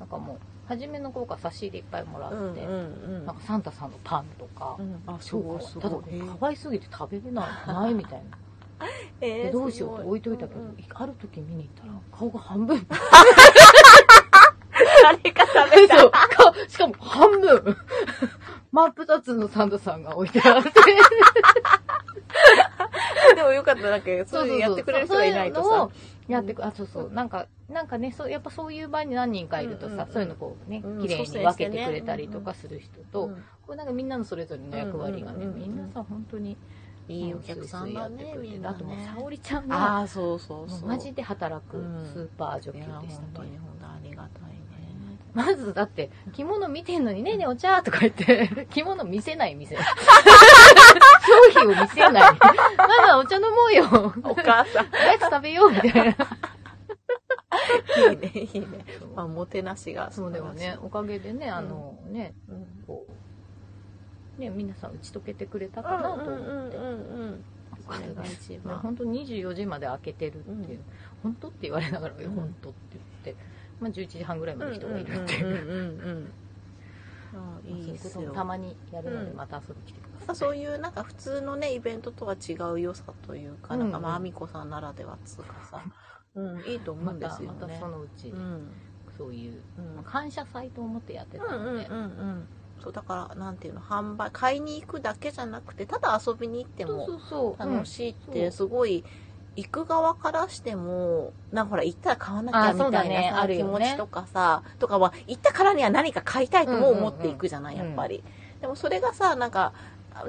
Speaker 2: なんかもう初めの頃から差し入れいっぱいもらって、
Speaker 1: うんうんうん
Speaker 2: なんかサンタさんのパンとか、
Speaker 1: うんあ、す
Speaker 2: そう
Speaker 1: ごいす
Speaker 2: ただ
Speaker 1: ごい。
Speaker 2: これかわいすぎて食べれないないみたいな
Speaker 1: えー
Speaker 2: でどうしようって置いといたけど、ある時見に行ったら顔が 半分
Speaker 1: 誰か食べた。
Speaker 2: そう顔しかも半分真っ二つのサンタさんが置いてあって
Speaker 1: でもよかった、なんか、 そういうのやってくれる人がいないと
Speaker 2: そういうの
Speaker 1: さ
Speaker 2: を。やってくあそうそうなんかなんかねそうやっぱそういう場に何人かいるとさ、
Speaker 1: うんうんうん
Speaker 2: そういうのこうね
Speaker 1: うん
Speaker 2: 綺麗に分けてくれたりとかする人と、
Speaker 1: うん
Speaker 2: こうなんかみんなのそれぞれの役割がね、
Speaker 1: うんうんうんうん
Speaker 2: みんなさ本当に
Speaker 1: いいお客さんだね、みんな
Speaker 2: あともう
Speaker 1: ね。
Speaker 2: 沙織ちゃんが
Speaker 1: ああ、そうそう
Speaker 2: も
Speaker 1: そうう。
Speaker 2: マジで働く
Speaker 1: うん
Speaker 2: スーパージョ
Speaker 1: い
Speaker 2: ッ
Speaker 1: や、
Speaker 2: キーでした
Speaker 1: 本当
Speaker 2: ね
Speaker 1: に、本当ありがたいね。
Speaker 2: まずだ って着物見てんのに「ねえねえお茶」とか言って 着物見せない店 商品を見せない ママお茶飲もうよ
Speaker 1: お母さん、
Speaker 2: おやつ食べようみたいない
Speaker 1: いね、いいね。まあ、もてなしが。
Speaker 2: そうでもね。おかげでねあのね
Speaker 1: うん。
Speaker 2: こうね皆さん打ち解けてくれた
Speaker 1: うん
Speaker 2: かなと思って、
Speaker 1: うんうんうん。それが一
Speaker 2: まあ、
Speaker 1: 番。
Speaker 2: 本当に24時まで開けてるっていう、
Speaker 1: うん
Speaker 2: 本当って言われながら、いや
Speaker 1: うん
Speaker 2: 本当って言って、まあ、11時半ぐらいまで人がいるっていう,、
Speaker 1: うんうんうんうんうん。いいです
Speaker 2: そういう
Speaker 1: よ
Speaker 2: ことも。たまにやるので
Speaker 1: うん
Speaker 2: また遊びに来てください、
Speaker 1: なんかそういうなんか普通のねイベントとは違う良さというか、なんかま
Speaker 2: うん
Speaker 1: ああみこさんならではっつうかさ、うん、いいと思
Speaker 2: ま
Speaker 1: うんで
Speaker 2: た
Speaker 1: すよ
Speaker 2: また
Speaker 1: ね
Speaker 2: そ。のうち、
Speaker 1: うん
Speaker 2: そういう、
Speaker 1: うん
Speaker 2: 感謝祭と思ってやってた
Speaker 1: うんうん
Speaker 2: の
Speaker 1: うん
Speaker 2: で、
Speaker 1: うんそうだからなんていうの販売買いに行くだけじゃなくてただ遊びに行って
Speaker 2: そうそ
Speaker 1: も
Speaker 2: うそううん
Speaker 1: 楽しいっ
Speaker 2: そ
Speaker 1: て
Speaker 2: う
Speaker 1: すごい行く側からしてもなんかほら行ったら買わなき
Speaker 2: あ
Speaker 1: ゃ
Speaker 2: ー
Speaker 1: み
Speaker 2: そうだ
Speaker 1: た
Speaker 2: ね
Speaker 1: いなさ
Speaker 2: ある
Speaker 1: 気
Speaker 2: よ
Speaker 1: 持
Speaker 2: ね
Speaker 1: ちとかさとかは行ったからには何か買いたいとも思っていくじゃない
Speaker 2: うんう
Speaker 1: や
Speaker 2: んうん
Speaker 1: っぱり。でもそれがさなんか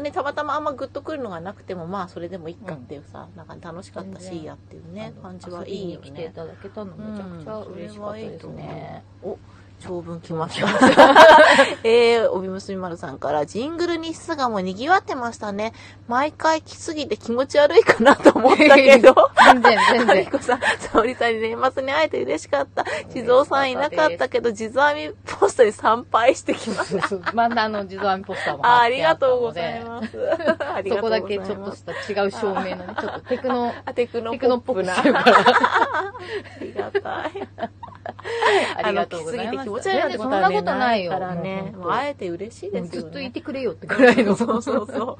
Speaker 1: ね、たまたまあんまグッとくるのがなくてもまあそれでもいいかっていうさ、なんか楽しかったし
Speaker 2: 全然
Speaker 1: いいやっていうね
Speaker 2: あの
Speaker 1: 感じはいいよ
Speaker 2: 遊びに来てい
Speaker 1: ね
Speaker 2: ただけたのめちゃくちゃ嬉しかったですね、
Speaker 1: お長文来ました えー、おびむすみまるさんからジングルにすがもにぎわってましたね毎回来すぎて気持ち悪いかなと思ったけど
Speaker 2: 全然 全
Speaker 1: マリ
Speaker 2: 然
Speaker 1: コさん、沙織さんに年末に会えて嬉しかった。地蔵さんいなかったけど、地蔵編みポストに参拝してきまし
Speaker 2: そうそう まだあの地蔵編みポスターも
Speaker 1: た。あ
Speaker 2: 貼
Speaker 1: あ
Speaker 2: っ
Speaker 1: り
Speaker 2: てあ
Speaker 1: が
Speaker 2: ったので
Speaker 1: とうございます。あり
Speaker 2: そ
Speaker 1: がとうご
Speaker 2: こ
Speaker 1: ざ
Speaker 2: だ
Speaker 1: います
Speaker 2: けちょっとした違う照明のねちょっとテクノ
Speaker 1: あテクノ
Speaker 2: テクノポ
Speaker 1: ポッ
Speaker 2: ップ
Speaker 1: プな。
Speaker 2: な
Speaker 1: ありがたい。
Speaker 2: ありがとうございま
Speaker 1: あの来すぎて
Speaker 2: す。
Speaker 1: 気持ち悪いなんてこ
Speaker 2: 全然
Speaker 1: と
Speaker 2: そんな
Speaker 1: は、ね、
Speaker 2: ことないよ。
Speaker 1: からね。もうあえて嬉しいですよ、ね。
Speaker 2: ずっといてくれよってくらいの。
Speaker 1: そうそうそう。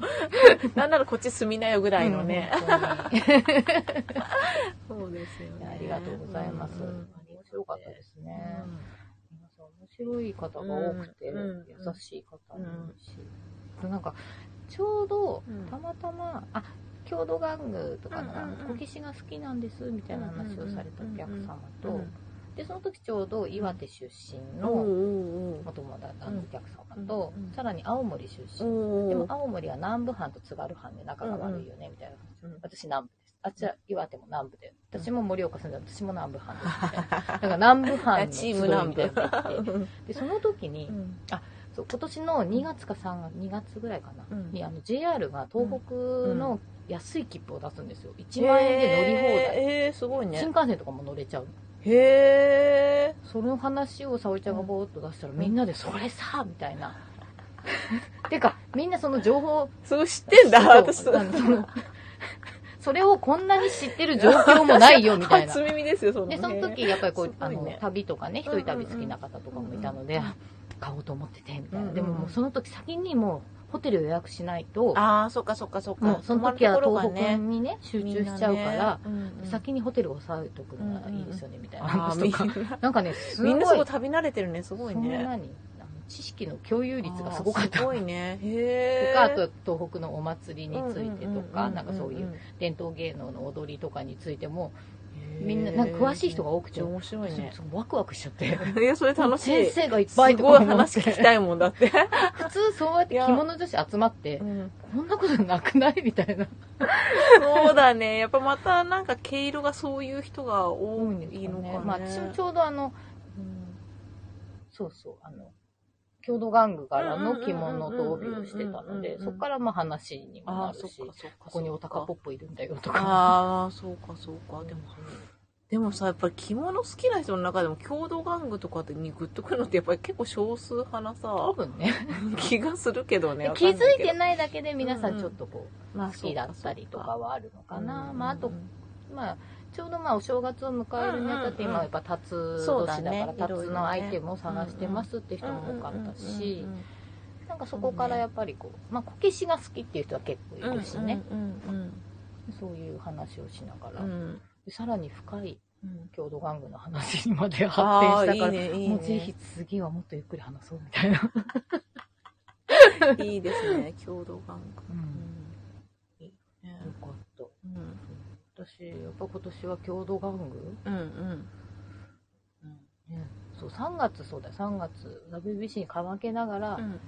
Speaker 1: なんならこっち住みなよぐらいのね。
Speaker 2: うん。本当に
Speaker 1: そうですよ
Speaker 2: いやありがとうございます。
Speaker 1: うん
Speaker 2: 面白かったですね。皆さん面白い方が多くて、
Speaker 1: うん
Speaker 2: 優しい方も多いし。なんか、ちょうど
Speaker 1: うん
Speaker 2: たまたま、あ郷土玩具とかのあ
Speaker 1: うんう
Speaker 2: の
Speaker 1: んうん
Speaker 2: こけしが好きなんですみたいな話をされたお客様
Speaker 1: う
Speaker 2: と
Speaker 1: ん
Speaker 2: でその時ちょうど岩手出身
Speaker 1: お
Speaker 2: の
Speaker 1: うおう
Speaker 2: お友達あのお客様と
Speaker 1: うんうん
Speaker 2: さらに青森出
Speaker 1: お
Speaker 2: 身
Speaker 1: う
Speaker 2: でも青森は南部藩と津軽藩で仲が悪いよねみたいな
Speaker 1: うんうん
Speaker 2: 私南部ですあっちは岩手も南部で私も盛岡住んでる私も南部藩ですみた いなだから南部藩の集いみたいなのがあってでその時に
Speaker 1: うん
Speaker 2: そう今年の2月か3月2月ぐらいかな、
Speaker 1: うん
Speaker 2: にあの JR が東北
Speaker 1: う
Speaker 2: の安い切符を出すんですよ1万円で乗り放題、
Speaker 1: へえすごいね
Speaker 2: 新幹線とかも乗れちゃう
Speaker 1: へえ
Speaker 2: その話を沙織ちゃんがぼーっと出したら、
Speaker 1: うん
Speaker 2: みんなで「それさ!」みたいな てかみんなその情報
Speaker 1: そう知ってんだ
Speaker 2: そう
Speaker 1: 私
Speaker 2: あのそのそれをこんなに知ってる状況もないよみた いな
Speaker 1: 初耳ですよそんな
Speaker 2: でその
Speaker 1: へ
Speaker 2: 時やっぱりこう、
Speaker 1: す
Speaker 2: あ
Speaker 1: ごいね
Speaker 2: の旅とかね一人旅好きな方とかもいたので、
Speaker 1: うんうんうん
Speaker 2: あ買おうと思っててみたい
Speaker 1: う
Speaker 2: な、
Speaker 1: んうん
Speaker 2: でももうその時先にもうホテル予約しないと
Speaker 1: えああそっかそっかそっか
Speaker 2: もうその時は
Speaker 1: 泊まるところが
Speaker 2: 東北
Speaker 1: ね
Speaker 2: にね集中しちゃう
Speaker 1: み
Speaker 2: から、
Speaker 1: んなねうんうん
Speaker 2: 先にホテルを押さえとくのがいいですよね、みたいな
Speaker 1: あ
Speaker 2: 話
Speaker 1: ーみ
Speaker 2: と
Speaker 1: ん
Speaker 2: か、
Speaker 1: な
Speaker 2: なんかねすごい
Speaker 1: みんなすごい旅慣れてるねすごい
Speaker 2: そんな
Speaker 1: ね
Speaker 2: にあの知識の共有率がすごかっ
Speaker 1: あ
Speaker 2: た
Speaker 1: ーす
Speaker 2: と
Speaker 1: ごいねへえ
Speaker 2: かあと東北のお祭りについてとかなんかそういううん伝統芸能の踊りとかについても
Speaker 1: うん
Speaker 2: みんななんか詳しい人が多く
Speaker 1: めっち
Speaker 2: て
Speaker 1: ゃ面白いね
Speaker 2: そうそうワクワクしちゃって。
Speaker 1: いやそれ楽しい
Speaker 2: 先
Speaker 1: す
Speaker 2: 生がいっぱ
Speaker 1: ご
Speaker 2: い
Speaker 1: い
Speaker 2: とか思って
Speaker 1: 話聞き たいもんだ って、
Speaker 2: 普通そうやって着物女子集まって
Speaker 1: うん
Speaker 2: こんなことなくないみたいな
Speaker 1: そうだねやっぱまたなんか毛色がそういう人が多いのかね、
Speaker 2: まあ私もちょうどあのそうそうあの郷土玩具からの着物と帯をしてたの
Speaker 1: うんうんうんうんうんうん
Speaker 2: で
Speaker 1: うん
Speaker 2: そこからまあ話にも
Speaker 1: あ
Speaker 2: な
Speaker 1: あ
Speaker 2: る
Speaker 1: そっ
Speaker 2: しこ
Speaker 1: かそっか
Speaker 2: こにお高ポップいるんだよとか
Speaker 1: ああそうかそうかでもでもさやっぱり着物好きな人の中でも郷土玩具とかにグッとくるのってやっぱり結構少数派な
Speaker 2: 多
Speaker 1: さ
Speaker 2: 分ね
Speaker 1: 気がするけどね
Speaker 2: 気づいて
Speaker 1: い
Speaker 2: ないだけで皆さ
Speaker 1: うん
Speaker 2: ん
Speaker 1: うん
Speaker 2: ちょっとこう
Speaker 1: まあ
Speaker 2: 好きだったりとかはあるのか
Speaker 1: うんうん
Speaker 2: な
Speaker 1: うん
Speaker 2: まああとまあちょうどまあお正月を迎えるにあたって
Speaker 1: うんうんうん
Speaker 2: 今やっぱタツ
Speaker 1: そ
Speaker 2: 年
Speaker 1: うだ
Speaker 2: だか
Speaker 1: ね
Speaker 2: らタ
Speaker 1: いろい
Speaker 2: ツ
Speaker 1: ろね
Speaker 2: のアイテムを探してますって人も多かったし
Speaker 1: うんうんうんうん
Speaker 2: なんかそこからやっぱりこうまあこけしが好きっていう人は結構いるしね
Speaker 1: うんうん
Speaker 2: そういう話をしなが
Speaker 1: う
Speaker 2: ら
Speaker 1: んうん
Speaker 2: でさらに深い
Speaker 1: うん
Speaker 2: 郷土玩具の話にまで発展
Speaker 1: あ
Speaker 2: し
Speaker 1: あ
Speaker 2: た
Speaker 1: い
Speaker 2: か
Speaker 1: い
Speaker 2: ら
Speaker 1: ねいいね
Speaker 2: もうぜひ次はもっとゆっくり話そうみたいな
Speaker 1: いいですね郷土玩具
Speaker 2: う
Speaker 1: うんんいいね
Speaker 2: よかった
Speaker 1: うん
Speaker 2: 私やっぱ今年は郷土玩具
Speaker 1: うんうん
Speaker 2: ねそう3月そうだ3月 WBC にかまけながら
Speaker 1: うん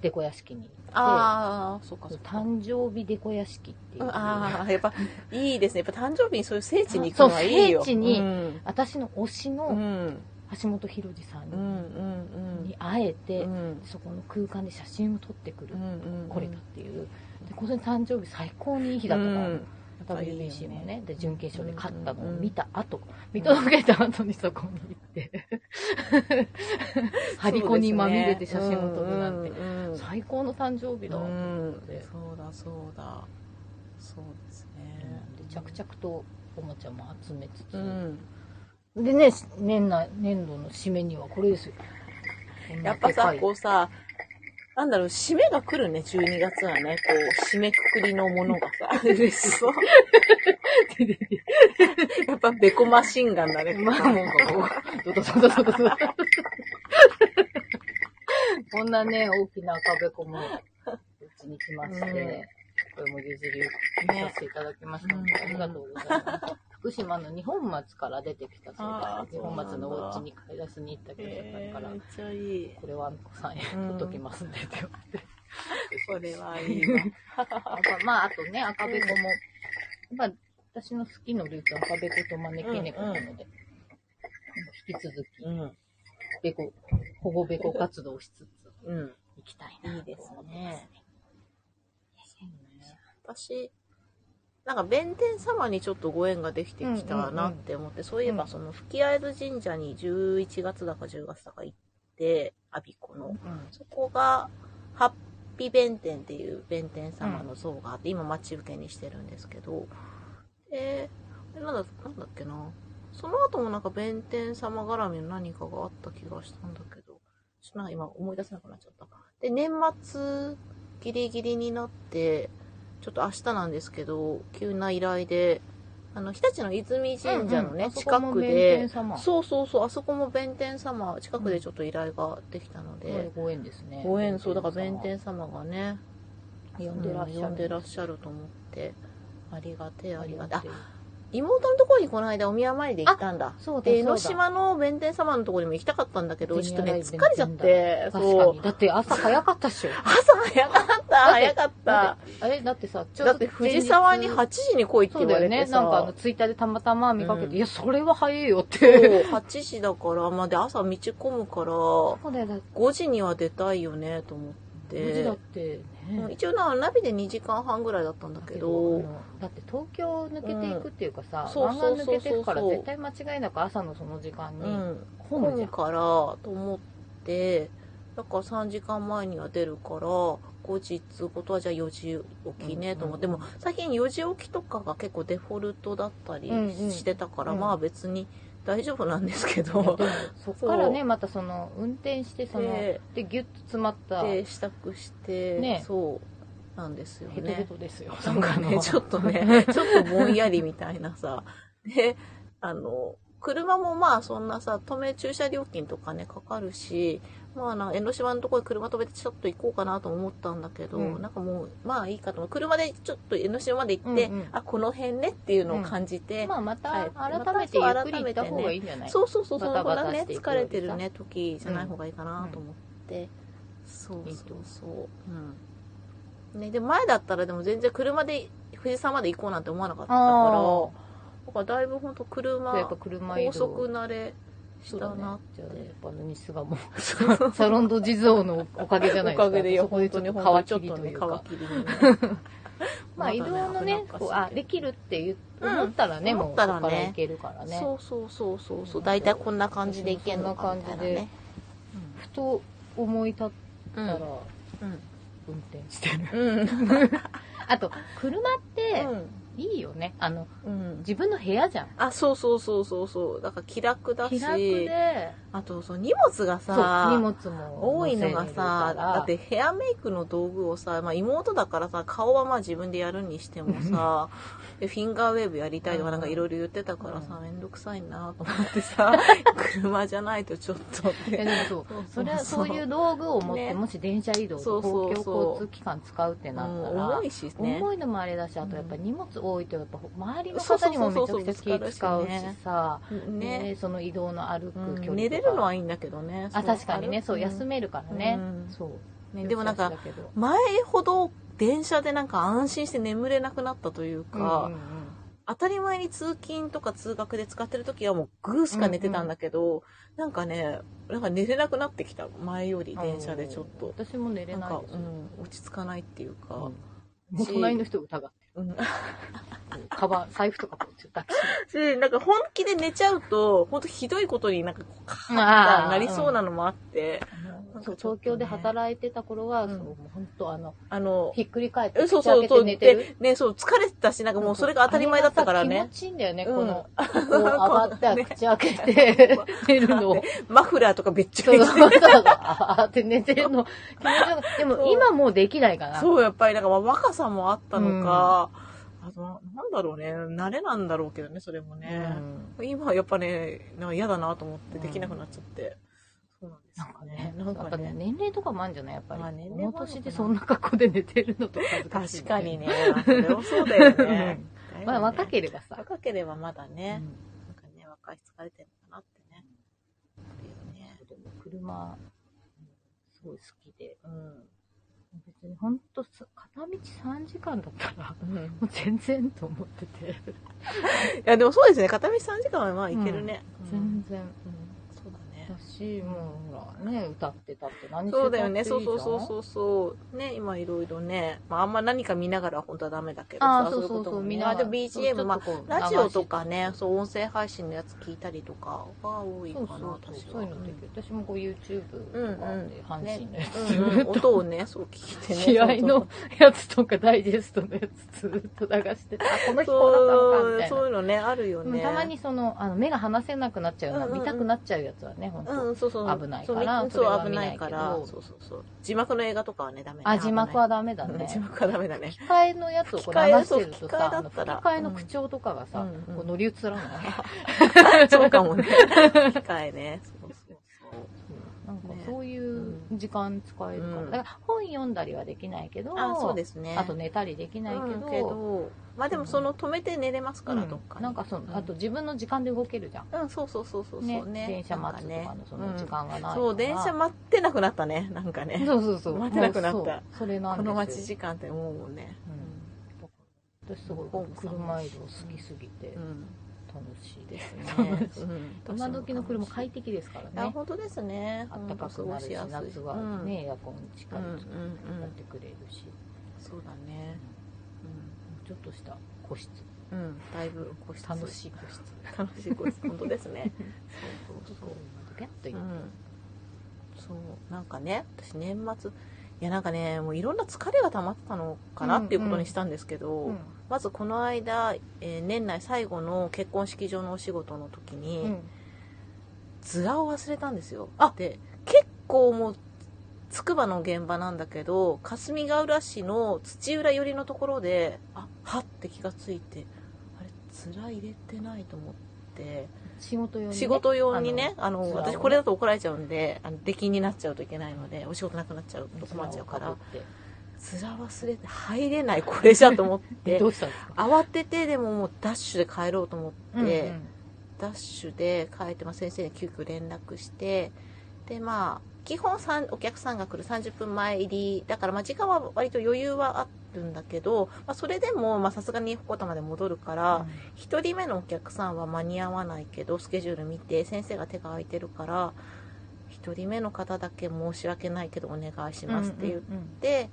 Speaker 2: デコ屋敷に行って、
Speaker 1: ああそっかそっか
Speaker 2: 誕生日デコ屋敷っていう、
Speaker 1: ああやっぱいいですねやっぱ誕生日にそういう聖地に行くのはいいよ
Speaker 2: そう聖地に
Speaker 1: うん
Speaker 2: 私の推し
Speaker 1: う
Speaker 2: の
Speaker 1: ん
Speaker 2: 橋本博二さん
Speaker 1: う
Speaker 2: に,、
Speaker 1: んう
Speaker 2: 会え
Speaker 1: んう
Speaker 2: て、
Speaker 1: ん
Speaker 2: そこの空間で写真を撮ってくる、
Speaker 1: うん
Speaker 2: これだっていうで今年誕生日最高にいい日だったから、WBC もねで準決勝で勝ったのを見た後、見届けた後にそこに行って張り子にまみれて写真を撮るなんて、
Speaker 1: てうんうん
Speaker 2: 最高の誕生日だ、
Speaker 1: うん
Speaker 2: で
Speaker 1: そうだそうだそうですね
Speaker 2: で着々とおもちゃも集めつつ、
Speaker 1: うん
Speaker 2: でね年内年度の締めにはこれですよ
Speaker 1: やっぱさこ
Speaker 2: こ
Speaker 1: うさなんだろう、締めが来るね、12月はね。こう、締めくくりのものが さ、嬉しそう。
Speaker 2: うやって
Speaker 1: やっぱ、ベコマシンガンだね。
Speaker 2: まあもうこうドドドドドドドこんなね大きな赤べこもうちに来まして、これも譲り受けさせていただきましたので、
Speaker 1: ね
Speaker 2: ありがとうございます福島の日本松から出てきたそ
Speaker 1: あー
Speaker 2: うです日本松の
Speaker 1: そうなん
Speaker 2: お
Speaker 1: だ
Speaker 2: 家に買い出しに行ったけど
Speaker 1: え
Speaker 2: だか
Speaker 1: ー
Speaker 2: ら
Speaker 1: めっちゃいい。
Speaker 2: これはあんこさんへ
Speaker 1: うん
Speaker 2: 取っときますんでって言われて
Speaker 1: これはいいわ。
Speaker 2: あとまあ、あとね、赤べこも、まあ、私の好きなルーツは赤べこと招き猫なので、引き続き、
Speaker 1: うん。
Speaker 2: べこ、保護べこ活動をしつつ、
Speaker 1: うん。
Speaker 2: 行きたい
Speaker 1: い
Speaker 2: な。
Speaker 1: いですね。私、なんか弁天様にちょっとご縁ができてきたなって思って、そういえ
Speaker 2: う
Speaker 1: ば
Speaker 2: ん
Speaker 1: その吹合津神社に11月だか10月だか行って、阿鼻子の。そこが、ハッピー弁天っていう弁天様の像があって、今待ち受けにしてるんですけど、で、なんだ、なんだっけな。その後もなんか弁天様絡みの何かがあった気がしたんだけど、ちょっとなんか今思い出せなくなっちゃった。で、年末ギリギリになって、ちょっと明日なんですけど、急な依頼で、あの、日立の泉神社のね、近くで、
Speaker 2: そう
Speaker 1: そうそうそう、あそこも弁天様、近くでちょっと依頼ができたので、
Speaker 2: ご縁ですね。
Speaker 1: ご縁そうだから弁天様がね
Speaker 2: 呼
Speaker 1: うん
Speaker 2: んでらっしゃ
Speaker 1: 呼んで
Speaker 2: る。
Speaker 1: らっしゃると思ってありがてえありがてえ
Speaker 2: あ
Speaker 1: あ妹のところにこの間お宮参りで行ったんだ
Speaker 2: そうだ
Speaker 1: で江
Speaker 2: そう
Speaker 1: ノ
Speaker 2: だ
Speaker 1: 島の弁天様のところにも行きたかったんだけどちょっとね
Speaker 2: 銭洗
Speaker 1: 疲
Speaker 2: 弁天
Speaker 1: れちゃって
Speaker 2: 確か
Speaker 1: そう
Speaker 2: に。だって朝早かったっしょ。
Speaker 1: 朝早かった早かった
Speaker 2: だってあれだってさ、ちょ
Speaker 1: だって藤沢に8時に来いって
Speaker 2: そう
Speaker 1: 言
Speaker 2: だ
Speaker 1: わ
Speaker 2: よ
Speaker 1: れて
Speaker 2: ね。
Speaker 1: さ
Speaker 2: なんかあの、ツイッターでたまたま見かけて、
Speaker 1: うん
Speaker 2: いや、それは早いよっ
Speaker 1: そ
Speaker 2: て。
Speaker 1: う8時だから、まあ、で朝道混むから5
Speaker 2: そうだよ、だっ
Speaker 1: 時には出たいよねと思って
Speaker 2: て。だって
Speaker 1: うん
Speaker 2: ね。
Speaker 1: 一応なナビで2時間半ぐらいだったんだけ
Speaker 2: あ
Speaker 1: ど
Speaker 2: のだって東京抜けていくっていうかさ、
Speaker 1: うん
Speaker 2: 湾岸抜けていくから
Speaker 1: そうそうそうそう
Speaker 2: 絶対間違いなく朝のその時間
Speaker 1: う
Speaker 2: に
Speaker 1: ん
Speaker 2: ホームじゃん、
Speaker 1: からと思ってだから3時間前には出るから後日ってことはじゃあ4時起きねと思って、
Speaker 2: うんうん
Speaker 1: でも最近4時起きとかが結構デフォルトだったり
Speaker 2: うんうん
Speaker 1: してたから、
Speaker 2: うん
Speaker 1: まあ別に大丈夫なんですけ
Speaker 2: いや
Speaker 1: ど
Speaker 2: でもそっからねまたその運転してその
Speaker 1: で
Speaker 2: でギュッと詰まった
Speaker 1: で
Speaker 2: ヘ
Speaker 1: 支度して、
Speaker 2: ね
Speaker 1: そうなんですよ
Speaker 2: トヘ
Speaker 1: ね。
Speaker 2: トですよ
Speaker 1: なんか
Speaker 2: あ
Speaker 1: ね
Speaker 2: の
Speaker 1: ちょっとねちょっとぼんやりみたいなさであの車もまあそんなさ止め駐車料金とかねかかるしまあな江ノ島のところに車止めてちょっと行こうかなと思ったんだけど、
Speaker 2: うん
Speaker 1: なんかもうまあいいかと思う車でちょっと江ノ島まで行って、
Speaker 2: うんうん
Speaker 1: あこの辺ねっていうのを感じて、
Speaker 2: まあまた
Speaker 1: はい
Speaker 2: 改めてゆっくり行った方がいいんじゃない
Speaker 1: そうそうそうそ
Speaker 2: バ
Speaker 1: の
Speaker 2: タ
Speaker 1: こ
Speaker 2: バタ
Speaker 1: だね
Speaker 2: していく
Speaker 1: 疲
Speaker 2: よ
Speaker 1: れ
Speaker 2: りさ
Speaker 1: てるね時じゃない方がいいかなと思って、そうそうそううんねで前だったらでも全然車で富士山まで行こうなんて思わなかったから
Speaker 2: あ
Speaker 1: だからだいぶ本当車
Speaker 2: やっぱ車移動
Speaker 1: 高速慣れし
Speaker 2: そう
Speaker 1: た
Speaker 2: だね
Speaker 1: なっ
Speaker 2: じ
Speaker 1: て
Speaker 2: ゃあやっぱあのミスがもうサロンド地蔵のおかげじゃな
Speaker 1: お
Speaker 2: いですか
Speaker 1: かげでよ
Speaker 2: そこでちょっと
Speaker 1: 本
Speaker 2: 皮
Speaker 1: 当
Speaker 2: 切
Speaker 1: に
Speaker 2: り
Speaker 1: 本
Speaker 2: と
Speaker 1: 当
Speaker 2: い
Speaker 1: に
Speaker 2: う
Speaker 1: ちょっ
Speaker 2: か
Speaker 1: とね皮切りにね
Speaker 2: まあ移動のね
Speaker 1: 危なっかしい
Speaker 2: こうあできるって言う思ったらね
Speaker 1: うん
Speaker 2: も
Speaker 1: 思
Speaker 2: う
Speaker 1: っ
Speaker 2: そ
Speaker 1: た
Speaker 2: こ
Speaker 1: らね
Speaker 2: から行けるからね
Speaker 1: そうそうそうそうそう大体こんな感じで行けんのかみたいなね
Speaker 2: ふと思い立ったら
Speaker 1: うん
Speaker 2: 運転してる
Speaker 1: うん
Speaker 2: あと車っていいよねあの
Speaker 1: うん
Speaker 2: 自分の部屋じゃん
Speaker 1: あそうそうそうそうそうだから気楽だし
Speaker 2: 気楽で
Speaker 1: あとそう荷物が
Speaker 2: そう
Speaker 1: さ
Speaker 2: 荷物も
Speaker 1: 多いのが
Speaker 2: 乗せれ
Speaker 1: さ
Speaker 2: るから
Speaker 1: だってヘアメイクの道具をさ、まあ、妹だからさ顔はまあ自分でやるにしても さでフィンガーウェーブやりたいと
Speaker 2: う
Speaker 1: か
Speaker 2: ん
Speaker 1: なんかいろいろ言ってたからさ
Speaker 2: う
Speaker 1: 面倒、くさいなと思ってさ 車じゃないとちょっとっ
Speaker 2: いや
Speaker 1: て
Speaker 2: でもそうそれはそういう道具を持って、
Speaker 1: ね
Speaker 2: もし電車移動
Speaker 1: そうそ
Speaker 2: と
Speaker 1: う
Speaker 2: 公
Speaker 1: そう
Speaker 2: 共交通機関使うってなった
Speaker 1: うん
Speaker 2: ら、
Speaker 1: 重いしね
Speaker 2: 重いのもあれだしあとやっぱ
Speaker 1: う
Speaker 2: 荷物多いとやっぱ周りの
Speaker 1: そう
Speaker 2: 方
Speaker 1: そう
Speaker 2: に
Speaker 1: そ
Speaker 2: も
Speaker 1: う
Speaker 2: め
Speaker 1: そう
Speaker 2: ちゃくちゃ気使うしさ
Speaker 1: ね
Speaker 2: ねその移動の歩く
Speaker 1: うん
Speaker 2: 距離とか
Speaker 1: 寝れるのはいいんだけどね
Speaker 2: あ確かにねそう休
Speaker 1: み、
Speaker 2: めるからね
Speaker 1: うん
Speaker 2: そう
Speaker 1: ねでもなんか
Speaker 2: 良し悪しだけど
Speaker 1: 前ほど電車でなんか安心して眠れなくなったという
Speaker 2: うんうん
Speaker 1: か、
Speaker 2: うん
Speaker 1: 当たり前に通勤とか通学で使ってる時はもうグーしか寝てたんだけど、なんかねなんか寝れなくなってきた前より電車でちょっと
Speaker 2: 私も寝
Speaker 1: な
Speaker 2: れ
Speaker 1: ん
Speaker 2: ない
Speaker 1: か
Speaker 2: で、す
Speaker 1: うん、落ち着かないっていうか
Speaker 2: よ、うん隣の人疑って
Speaker 1: うん、
Speaker 2: カバン 財布とかこうちょっと抱きしめて
Speaker 1: しなんか本気で寝ちゃうと本当ひどいことになんかこうカーッ
Speaker 2: あー
Speaker 1: となりそうなのもあって、なん
Speaker 2: そ
Speaker 1: か
Speaker 2: う
Speaker 1: ちょっとね
Speaker 2: 東京で働いてた頃は、
Speaker 1: うん
Speaker 2: そうもう本当あの
Speaker 1: あの
Speaker 2: ひっくり返って
Speaker 1: えそう
Speaker 2: 口開
Speaker 1: そう
Speaker 2: け
Speaker 1: そ
Speaker 2: て
Speaker 1: う
Speaker 2: 寝て
Speaker 1: で
Speaker 2: る。
Speaker 1: ねそう疲れてたしなんかもうそれが当たり前だったから
Speaker 2: あれがさ
Speaker 1: ね
Speaker 2: 気持ちいいんだよね、
Speaker 1: うん
Speaker 2: この、こう上がっては口開けて寝 るの。
Speaker 1: マフラーとかべっちゃ
Speaker 2: そう
Speaker 1: りして
Speaker 2: そうそう。あーって寝てるの。気持ちよかったでも
Speaker 1: そう
Speaker 2: 今もうできないかな。
Speaker 1: そう、やっぱり、なんか、まあ若さもあったのか、あとな、なんだろうね、慣れなんだろうけどね、それも
Speaker 2: う
Speaker 1: ね。
Speaker 2: ん。
Speaker 1: 今はやっぱね、なんか嫌だなと思っ
Speaker 2: う
Speaker 1: て、
Speaker 2: ん
Speaker 1: できなくなっちゃって。そうなんです
Speaker 2: なんか
Speaker 1: よね
Speaker 2: ね。、
Speaker 1: なん
Speaker 2: やっ
Speaker 1: か
Speaker 2: ぱ
Speaker 1: ね、
Speaker 2: 年齢とかもあるんじゃないやっぱり。
Speaker 1: まあ年齢もあるのか
Speaker 2: この
Speaker 1: な
Speaker 2: 年でそんな格好で寝てるのとか恥ずしい
Speaker 1: 確か
Speaker 2: よ
Speaker 1: に。ね、それはそうだよね。だよ ね
Speaker 2: まあ若ければさ。
Speaker 1: 若ければまだね、
Speaker 2: うん
Speaker 1: なんかね、若い人疲れてるのかなってね。あるよね。
Speaker 2: でも車、すごい好きで。
Speaker 1: うん。
Speaker 2: 別に本当片道3時間だったら、も
Speaker 1: うん
Speaker 2: う全然と思ってて。
Speaker 1: いや、でもそうですね、片道3時間はまあいけるね。うん
Speaker 2: 全然。
Speaker 1: うんそうだね。
Speaker 2: だし、もうほらね、歌ってたって何してた
Speaker 1: そ
Speaker 2: っていいじゃん
Speaker 1: うだよね、そうそうそうそうそう。ね、今いろいろね、まああんま何か見ながらは本当はダメだけど
Speaker 2: あ
Speaker 1: さ
Speaker 2: あ、、そうそうそう、
Speaker 1: み
Speaker 2: み
Speaker 1: ん
Speaker 2: んな
Speaker 1: な
Speaker 2: が。
Speaker 1: で BGM、まあ
Speaker 2: そう
Speaker 1: ラジオとか。
Speaker 2: ちょ
Speaker 1: ね
Speaker 2: っ、とこ
Speaker 1: そう音声配信のやつ聞いたりとかが多
Speaker 2: う
Speaker 1: い
Speaker 2: 流し
Speaker 1: か
Speaker 2: そ
Speaker 1: な
Speaker 2: うそう、
Speaker 1: 私は。
Speaker 2: そういうのできる。私もこう YouTube とかで阪神のや
Speaker 1: うんうんうん
Speaker 2: つずっと。
Speaker 1: 音をね、そう聞いてね。
Speaker 2: 試合
Speaker 1: そう
Speaker 2: のやつとかダイジェストのやつずっと流してて、あ、こ の日こうだったの
Speaker 1: そ
Speaker 2: かみ
Speaker 1: う
Speaker 2: たいな
Speaker 1: そういうのね、あるよ
Speaker 2: うん。
Speaker 1: ね。
Speaker 2: たまにその、あの、目が離せなくなっちゃうような、
Speaker 1: うんうんうん
Speaker 2: 見たくなっちゃうやつはね、本当、
Speaker 1: うん、そうそう。
Speaker 2: 危ないから
Speaker 1: そう
Speaker 2: それは
Speaker 1: そう、危ないから
Speaker 2: 見ないけど。
Speaker 1: そうそうそう。字幕の映画とかはね、ダメね。
Speaker 2: あ、字幕はダメ
Speaker 1: 危
Speaker 2: だ
Speaker 1: ないうん
Speaker 2: ね。
Speaker 1: 字幕はダメだね。
Speaker 2: 吹き替えのやつをこう流してると
Speaker 1: 吹き替え
Speaker 2: さ、
Speaker 1: だ
Speaker 2: あ
Speaker 1: っ
Speaker 2: の
Speaker 1: た
Speaker 2: 吹き
Speaker 1: ら
Speaker 2: 替えの口調とかがさ、
Speaker 1: うんうん
Speaker 2: こう乗り移らな い。
Speaker 1: そうかもね。機械ね。そうそうそう。
Speaker 2: なんか
Speaker 1: ね
Speaker 2: そういううん時間使えるから、
Speaker 1: うん
Speaker 2: だから本読んだりはできないけど
Speaker 1: あそうですね
Speaker 2: あと寝たりできないけ
Speaker 1: うん
Speaker 2: ど,、
Speaker 1: けどまあでもその止めて寝れますから、
Speaker 2: うん
Speaker 1: どっかに
Speaker 2: なんかそのあと自分の時間で動けるじゃん、
Speaker 1: うんそうそうそうそうそうね
Speaker 2: 電車待つとかのその時
Speaker 1: なんかね
Speaker 2: 間がな
Speaker 1: う
Speaker 2: いから、
Speaker 1: んそう電車待ってなくなったねなんかね
Speaker 2: そうそうそう
Speaker 1: 待てなくなった
Speaker 2: もうそうそれなん
Speaker 1: こ
Speaker 2: ですよ
Speaker 1: の待ち時間って思うもんね
Speaker 2: うん、私すごい車移動好きすぎて
Speaker 1: うん、
Speaker 2: 楽しいです
Speaker 1: ね
Speaker 2: ね、
Speaker 1: うん
Speaker 2: 今時の車快適ですから
Speaker 1: あ
Speaker 2: ね
Speaker 1: 本当ですね
Speaker 2: あったかくなるし
Speaker 1: 過ごやすい
Speaker 2: 夏はね、エアコンしっ
Speaker 1: う
Speaker 2: か
Speaker 1: ん、う
Speaker 2: り
Speaker 1: んうん
Speaker 2: 使
Speaker 1: う
Speaker 2: っ
Speaker 1: ん
Speaker 2: てくれるし、
Speaker 1: そうだね
Speaker 2: ちょっとした個室
Speaker 1: うん、うん、だいぶ個室
Speaker 2: 楽しい個室
Speaker 1: 楽しい個室本当です ねそうそうそう、
Speaker 2: ギャッといううん
Speaker 1: そうなんかね私年末いやなんかねもういろんな疲れが溜まってたのかなっていうことにしたんですけど、
Speaker 2: うん
Speaker 1: まずこの間、えー年内最後の結婚式場のお仕事の時に、図柄を忘れたんですよ
Speaker 2: あ
Speaker 1: で結構もうつくばの現場なんだけど霞ヶ浦市の土浦寄りのところであはって気がついてあれ面入れてないと思って。
Speaker 2: 仕事用にね
Speaker 1: 仕事用にね、あの、
Speaker 2: そう
Speaker 1: 私これだと怒られちゃうんで、あの、出禁になっちゃうといけないので、お仕事なくなっちゃう
Speaker 2: あの
Speaker 1: と困っちゃうか
Speaker 2: 面を
Speaker 1: ら
Speaker 2: ぶ、って
Speaker 1: ずら忘れて、入れない、これじゃと思っ
Speaker 2: え
Speaker 1: て
Speaker 2: ど、うしたんですか
Speaker 1: 慌てて、でももうダッシュで帰ろうと思って、
Speaker 2: うんうん
Speaker 1: ダッシュで帰って、まあ、先生に急遽連絡して、で、まあ、基本さんお客さんが来る30分前入り、だからまあ時間は割と余裕はあるんだけど、まあ、それでも、まあ、さすがに鉾田まで戻るから、1人目のお客さんは間に合わないけどスケジュール見て先生が手が空いてるから1人目の方だけ申し訳ないけどお願いしますって言っ
Speaker 2: うんうんうん
Speaker 1: て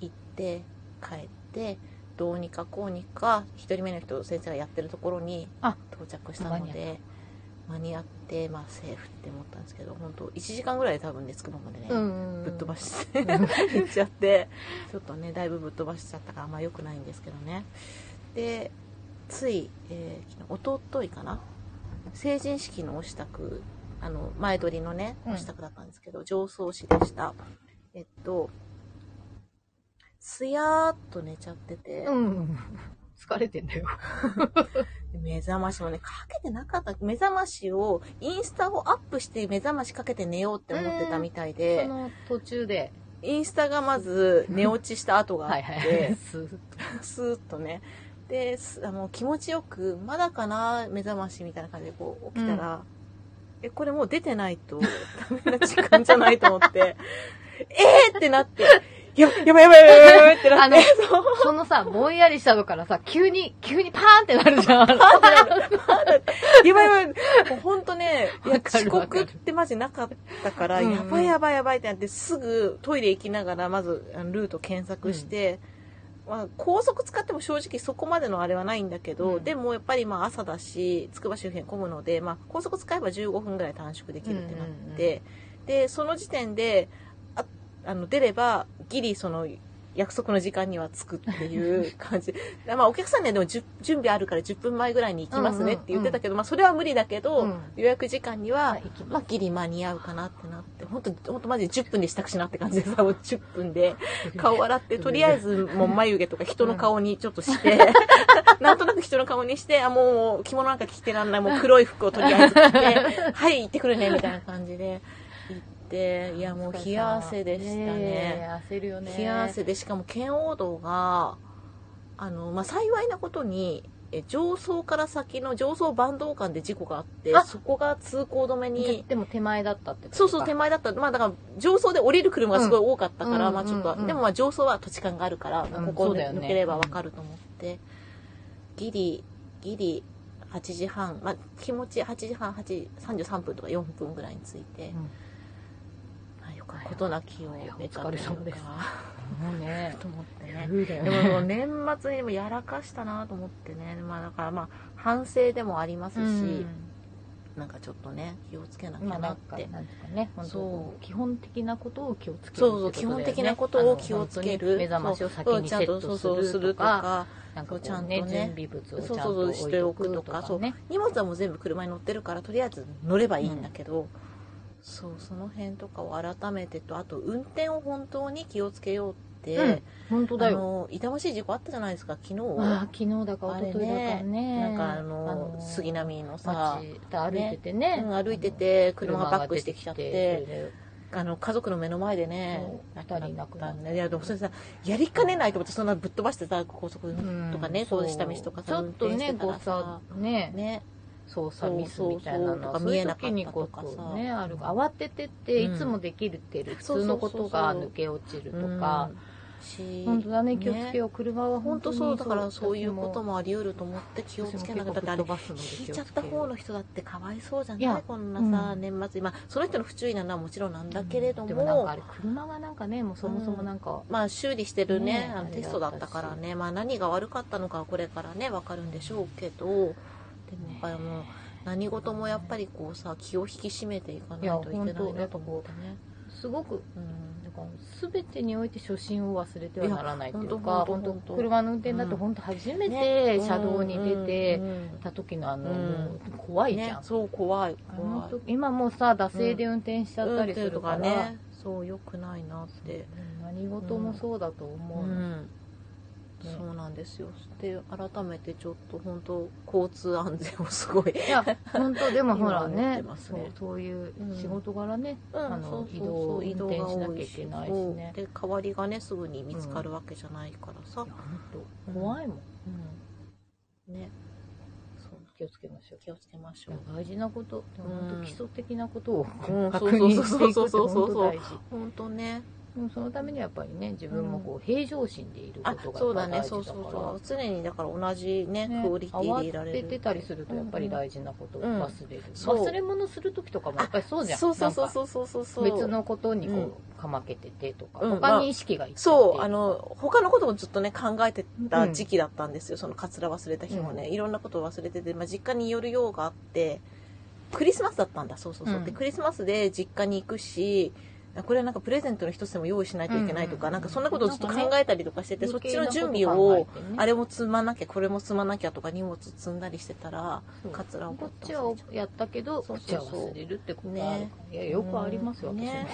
Speaker 1: 行って帰ってどうにかこうにか1人目の人先生がやってるところに
Speaker 2: あ
Speaker 1: 到着したので間に合って、まあ、セーフって思ったんですけど本当1時間ぐらいで多分ねつくばまでね、
Speaker 2: うん
Speaker 1: ぶっ飛ば
Speaker 2: し
Speaker 1: して 行っちゃってちょっとねだいぶぶっ飛ばしちゃったからまあ良くないんですけどねでつい、えー昨日おとといかな成人式のお支度あの前撮りのね
Speaker 2: うん
Speaker 1: お支度だったんですけど、上層紙でしたえっとすやーっと寝ちゃってて、
Speaker 2: うん疲れてんだよ
Speaker 1: 目覚ましもね、かけてなかった。目覚ましを、インスタをアップして目覚ましかけて寝ようって思ってたみたいで。
Speaker 2: その途中で
Speaker 1: インスタがまず寝落ちした跡があ
Speaker 2: は
Speaker 1: っ
Speaker 2: いはいはい
Speaker 1: て、
Speaker 2: スーッと
Speaker 1: スーッとね。で、すあの気持ちよく、まだかな、目覚ましみたいな感じでこう起きたら、え、これもう出てないと、 ダメな時間じゃないと思って、えーってなって、や、やばいやばいやばいやばいってな
Speaker 2: あ
Speaker 1: っ
Speaker 2: の
Speaker 1: て、そう。
Speaker 2: そのさ、ぼんやりしたのからさ、急に、急にパーンってなるじゃ ん。
Speaker 1: やばいやばい。もうほんとね、いや
Speaker 2: わか
Speaker 1: 遅
Speaker 2: るわかる
Speaker 1: 刻ってマジなかったから、
Speaker 2: うんうん
Speaker 1: やばいやばいやばいってなって、すぐトイレ行きながら、まずあのルート検索して、まあ、高速使っても正直そこまでのあれはないんだけど、
Speaker 2: うん
Speaker 1: でもやっぱりまあ朝だし、つくば周辺混むので、まあ高速使えば15分ぐらい短縮できるってなって、で、その時点で、ああの、出れば、ギリその、約束の時間には着くっていう感 じ。でまあお客さんにはでもじゅ準備あるから10分前ぐらいに行きますねって言ってたけど、まあそれは無理だけど、
Speaker 2: うん
Speaker 1: 予約時間には、
Speaker 2: 行き
Speaker 1: まあギリ間に合うかなってなって、本当本当マジで10分で支度しなって感じでさ、もう10分 で顔洗って、とりあえずもう眉毛とか人の顔にちょっとして、 なんとなく人の顔にして、あ、もう着物なんか着てらんない、もう黒い服をとり あえず着て、はい、行ってくるね、みたいな感じで行って、いやもう冷や汗でしたね
Speaker 2: え。焦るよね。
Speaker 1: 冷や汗でしかも圏央道があの、まあ、幸いなことにえ上層から先の上層坂東間で事故があって
Speaker 2: あ
Speaker 1: そこが通行止めに
Speaker 2: でも手前だったってことか
Speaker 1: そうそう手前だったまあだから上層で降りる車がすごい多かったから、
Speaker 2: うん
Speaker 1: まあちょっと、
Speaker 2: うんうんうん
Speaker 1: でもまあ上層は土地勘があるから、
Speaker 2: ん
Speaker 1: ここを
Speaker 2: そうだよね
Speaker 1: 抜ければわかると思って、ギリギリ8時半、まあ、気持ち8時半8時33分とか4分ぐらいに着いて、
Speaker 2: うん
Speaker 1: まあよかことなきを得たというか
Speaker 2: いやお疲れ様ですもうね。
Speaker 1: と思ってね
Speaker 2: 冬 だよ
Speaker 1: で
Speaker 2: ね。
Speaker 1: ももう年末にもやらかしたなと思ってね、まあ、だからまあ反省でもありますし、なんかちょっとね気をつけなき
Speaker 2: ま
Speaker 1: ゃ
Speaker 2: あ
Speaker 1: な
Speaker 2: なん
Speaker 1: っ
Speaker 2: か、
Speaker 1: て、
Speaker 2: なんとかね、本
Speaker 1: そ
Speaker 2: 当基本的なことを気をつけるって
Speaker 1: そ
Speaker 2: こ
Speaker 1: うそう
Speaker 2: とだよね。
Speaker 1: 基本的なことを気をつけ
Speaker 2: あ
Speaker 1: る
Speaker 2: の目覚ましを先にセッ
Speaker 1: そうそうちゃんと
Speaker 2: ト
Speaker 1: そうそう
Speaker 2: す
Speaker 1: す
Speaker 2: る
Speaker 1: る
Speaker 2: と
Speaker 1: と
Speaker 2: か、
Speaker 1: か
Speaker 2: なんかこう
Speaker 1: ちゃんとね
Speaker 2: 準備物をちゃん
Speaker 1: そう
Speaker 2: と
Speaker 1: そう
Speaker 2: 置
Speaker 1: し
Speaker 2: い
Speaker 1: て
Speaker 2: て
Speaker 1: お
Speaker 2: お
Speaker 1: く
Speaker 2: く
Speaker 1: と
Speaker 2: と
Speaker 1: か
Speaker 2: か
Speaker 1: そう
Speaker 2: ね。
Speaker 1: 荷物はもう全部車に乗ってるからとりあえず乗ればいいんだけど、そうその辺とかを改めてとあと運転を本当に気をつけようって、
Speaker 2: うん本当だ
Speaker 1: あ
Speaker 2: よ。
Speaker 1: の痛ましい事故あったじゃないですか昨日、
Speaker 2: ああ、昨日だか一昨日だかね。
Speaker 1: なんかあの、杉並のさ
Speaker 2: 街で歩いててね
Speaker 1: うん歩いてて車がバックしてきちゃって
Speaker 2: 車が出きて
Speaker 1: あの家族の目の前でね
Speaker 2: そう、
Speaker 1: 亡く
Speaker 2: 二人
Speaker 1: な
Speaker 2: 亡
Speaker 1: っ
Speaker 2: くな
Speaker 1: た
Speaker 2: っ
Speaker 1: んで、いや、でもそれさ、やりかねないと思って、そんなぶっ飛ばしてさ、ここそこで
Speaker 2: うん
Speaker 1: とかね、そうした飯とかさ、
Speaker 2: ちょっとね、
Speaker 1: 運転してた
Speaker 2: 誤
Speaker 1: らさ
Speaker 2: 差、ね、
Speaker 1: ね、
Speaker 2: 操作ミスみたいなの
Speaker 1: そうそうそうとか
Speaker 2: は
Speaker 1: 見えなかったとかさ
Speaker 2: そういう時にこそね、ある慌ててて、
Speaker 1: うん
Speaker 2: いつもできるってる普通のことが抜け落ちるとか、
Speaker 1: し
Speaker 2: 本当だね、気をつけよう、車は
Speaker 1: 本
Speaker 2: 本当
Speaker 1: 当
Speaker 2: に
Speaker 1: そうだからそういうこと。もあり得ると思って気を
Speaker 2: 私も
Speaker 1: つ
Speaker 2: 私
Speaker 1: け
Speaker 2: も
Speaker 1: な
Speaker 2: 結
Speaker 1: か
Speaker 2: 構
Speaker 1: っただって
Speaker 2: 吹っ飛ばすので
Speaker 1: 引
Speaker 2: 気
Speaker 1: い
Speaker 2: をつける
Speaker 1: ちゃった方の人だってかわいそうじゃ
Speaker 2: い
Speaker 1: ない
Speaker 2: や
Speaker 1: こんなさ、
Speaker 2: うん
Speaker 1: 年末にまあその人の不注意なのはもちろんなんだけれど
Speaker 2: で
Speaker 1: も,、
Speaker 2: もなんかあれ、車がなんかね、もうそもそもなんか、
Speaker 1: まあ修理してるね
Speaker 2: ね
Speaker 1: あの
Speaker 2: あれだったし
Speaker 1: テストだったからねまあ何が悪かったのかはこれからねわかるんでしょうけどでもやっぱりもう何事もやっぱりこうさ気を引き締めていかないといけない
Speaker 2: いや本当
Speaker 1: なと思ってね。
Speaker 2: すごく、
Speaker 1: うん
Speaker 2: なんか全てにおいて初心を忘れてはならないという
Speaker 1: いや
Speaker 2: か、
Speaker 1: 本
Speaker 2: 本
Speaker 1: 当
Speaker 2: 当
Speaker 1: 本当
Speaker 2: 車の運転だって本当初めて車道に出てた時のあの、
Speaker 1: うん
Speaker 2: もう怖いじ
Speaker 1: ね
Speaker 2: ゃん。、
Speaker 1: そう怖い
Speaker 2: あ
Speaker 1: 怖
Speaker 2: の
Speaker 1: い
Speaker 2: 時今もうさ、惰性で運転しちゃったりするから、
Speaker 1: うんっていうのがねそう良くないなって
Speaker 2: 何事もそうだと
Speaker 1: う
Speaker 2: 思う、
Speaker 1: んそうなんですよで改めてちょっと本当交通安全をすごい
Speaker 2: いや本当でもほら
Speaker 1: 今思って
Speaker 2: ね
Speaker 1: ます
Speaker 2: そ
Speaker 1: ね
Speaker 2: うそういう
Speaker 1: うん
Speaker 2: 仕事柄ね、あの
Speaker 1: そうそうそう
Speaker 2: 移動を運転しなきゃいけないし
Speaker 1: そう
Speaker 2: ね
Speaker 1: で代わりがねすぐに見つかるわけじゃないからさ
Speaker 2: いや本当怖いもん、
Speaker 1: うんねそう
Speaker 2: 気をつけましょう
Speaker 1: 気をつけまし
Speaker 2: い
Speaker 1: ょう
Speaker 2: や大事なことでも
Speaker 1: う
Speaker 2: 本
Speaker 1: ん
Speaker 2: 当基礎的なことを
Speaker 1: うん
Speaker 2: 確認して
Speaker 1: そう
Speaker 2: いくって
Speaker 1: そうそうそう
Speaker 2: 本
Speaker 1: そう
Speaker 2: 当大事
Speaker 1: 本当ね
Speaker 2: でもそのためにはやっぱりね自分もこう平常心でいる
Speaker 1: あ
Speaker 2: ことが
Speaker 1: そうだ
Speaker 2: やっぱ
Speaker 1: ね
Speaker 2: 大事
Speaker 1: そ
Speaker 2: だ
Speaker 1: う
Speaker 2: か
Speaker 1: そ
Speaker 2: ら
Speaker 1: うそう常にだから同じね
Speaker 2: ね
Speaker 1: クオリティでいら
Speaker 2: 慌
Speaker 1: れ
Speaker 2: て
Speaker 1: る
Speaker 2: てたりするとやっぱり大事なことを忘れる、
Speaker 1: そう
Speaker 2: 忘れ物する時とかもやっぱりそうじゃん
Speaker 1: そうそう
Speaker 2: なんか
Speaker 1: そうそうそうそうそう
Speaker 2: 別のことにこう、
Speaker 1: うん
Speaker 2: かまけててとか、
Speaker 1: うん
Speaker 2: 他に意識がいっちゃって、
Speaker 1: そう、あの、他のこともちょっとね、考えてた時期だったんですよ。そのカツラ忘れた日もね、いろんなことを忘れてて、まあ、実家に寄る用があって、クリスマスだったんだ、そうそうそう。
Speaker 2: うん
Speaker 1: で、クリスマスで実家に行くし、これはなんかプレゼントの一つでも用意しないといけないとか、
Speaker 2: うんう
Speaker 1: な
Speaker 2: んうん
Speaker 1: か
Speaker 2: ん
Speaker 1: そんなことをずっと考えたりとかしてて、そっちの準備
Speaker 2: 余
Speaker 1: を、
Speaker 2: 計なこと考えてね
Speaker 1: あれも積まなきゃ、これも積まなきゃとか荷物積んだりしてたら、
Speaker 2: そう
Speaker 1: カツラを買
Speaker 2: こっ
Speaker 1: 忘
Speaker 2: て
Speaker 1: れ
Speaker 2: ち
Speaker 1: ちゃ
Speaker 2: は
Speaker 1: う
Speaker 2: やったけど
Speaker 1: そ
Speaker 2: こ
Speaker 1: う
Speaker 2: っち
Speaker 1: そう
Speaker 2: は
Speaker 1: そう
Speaker 2: 忘れるってことがあるから、いやよくありますよ、
Speaker 1: うん
Speaker 2: 私も、
Speaker 1: ね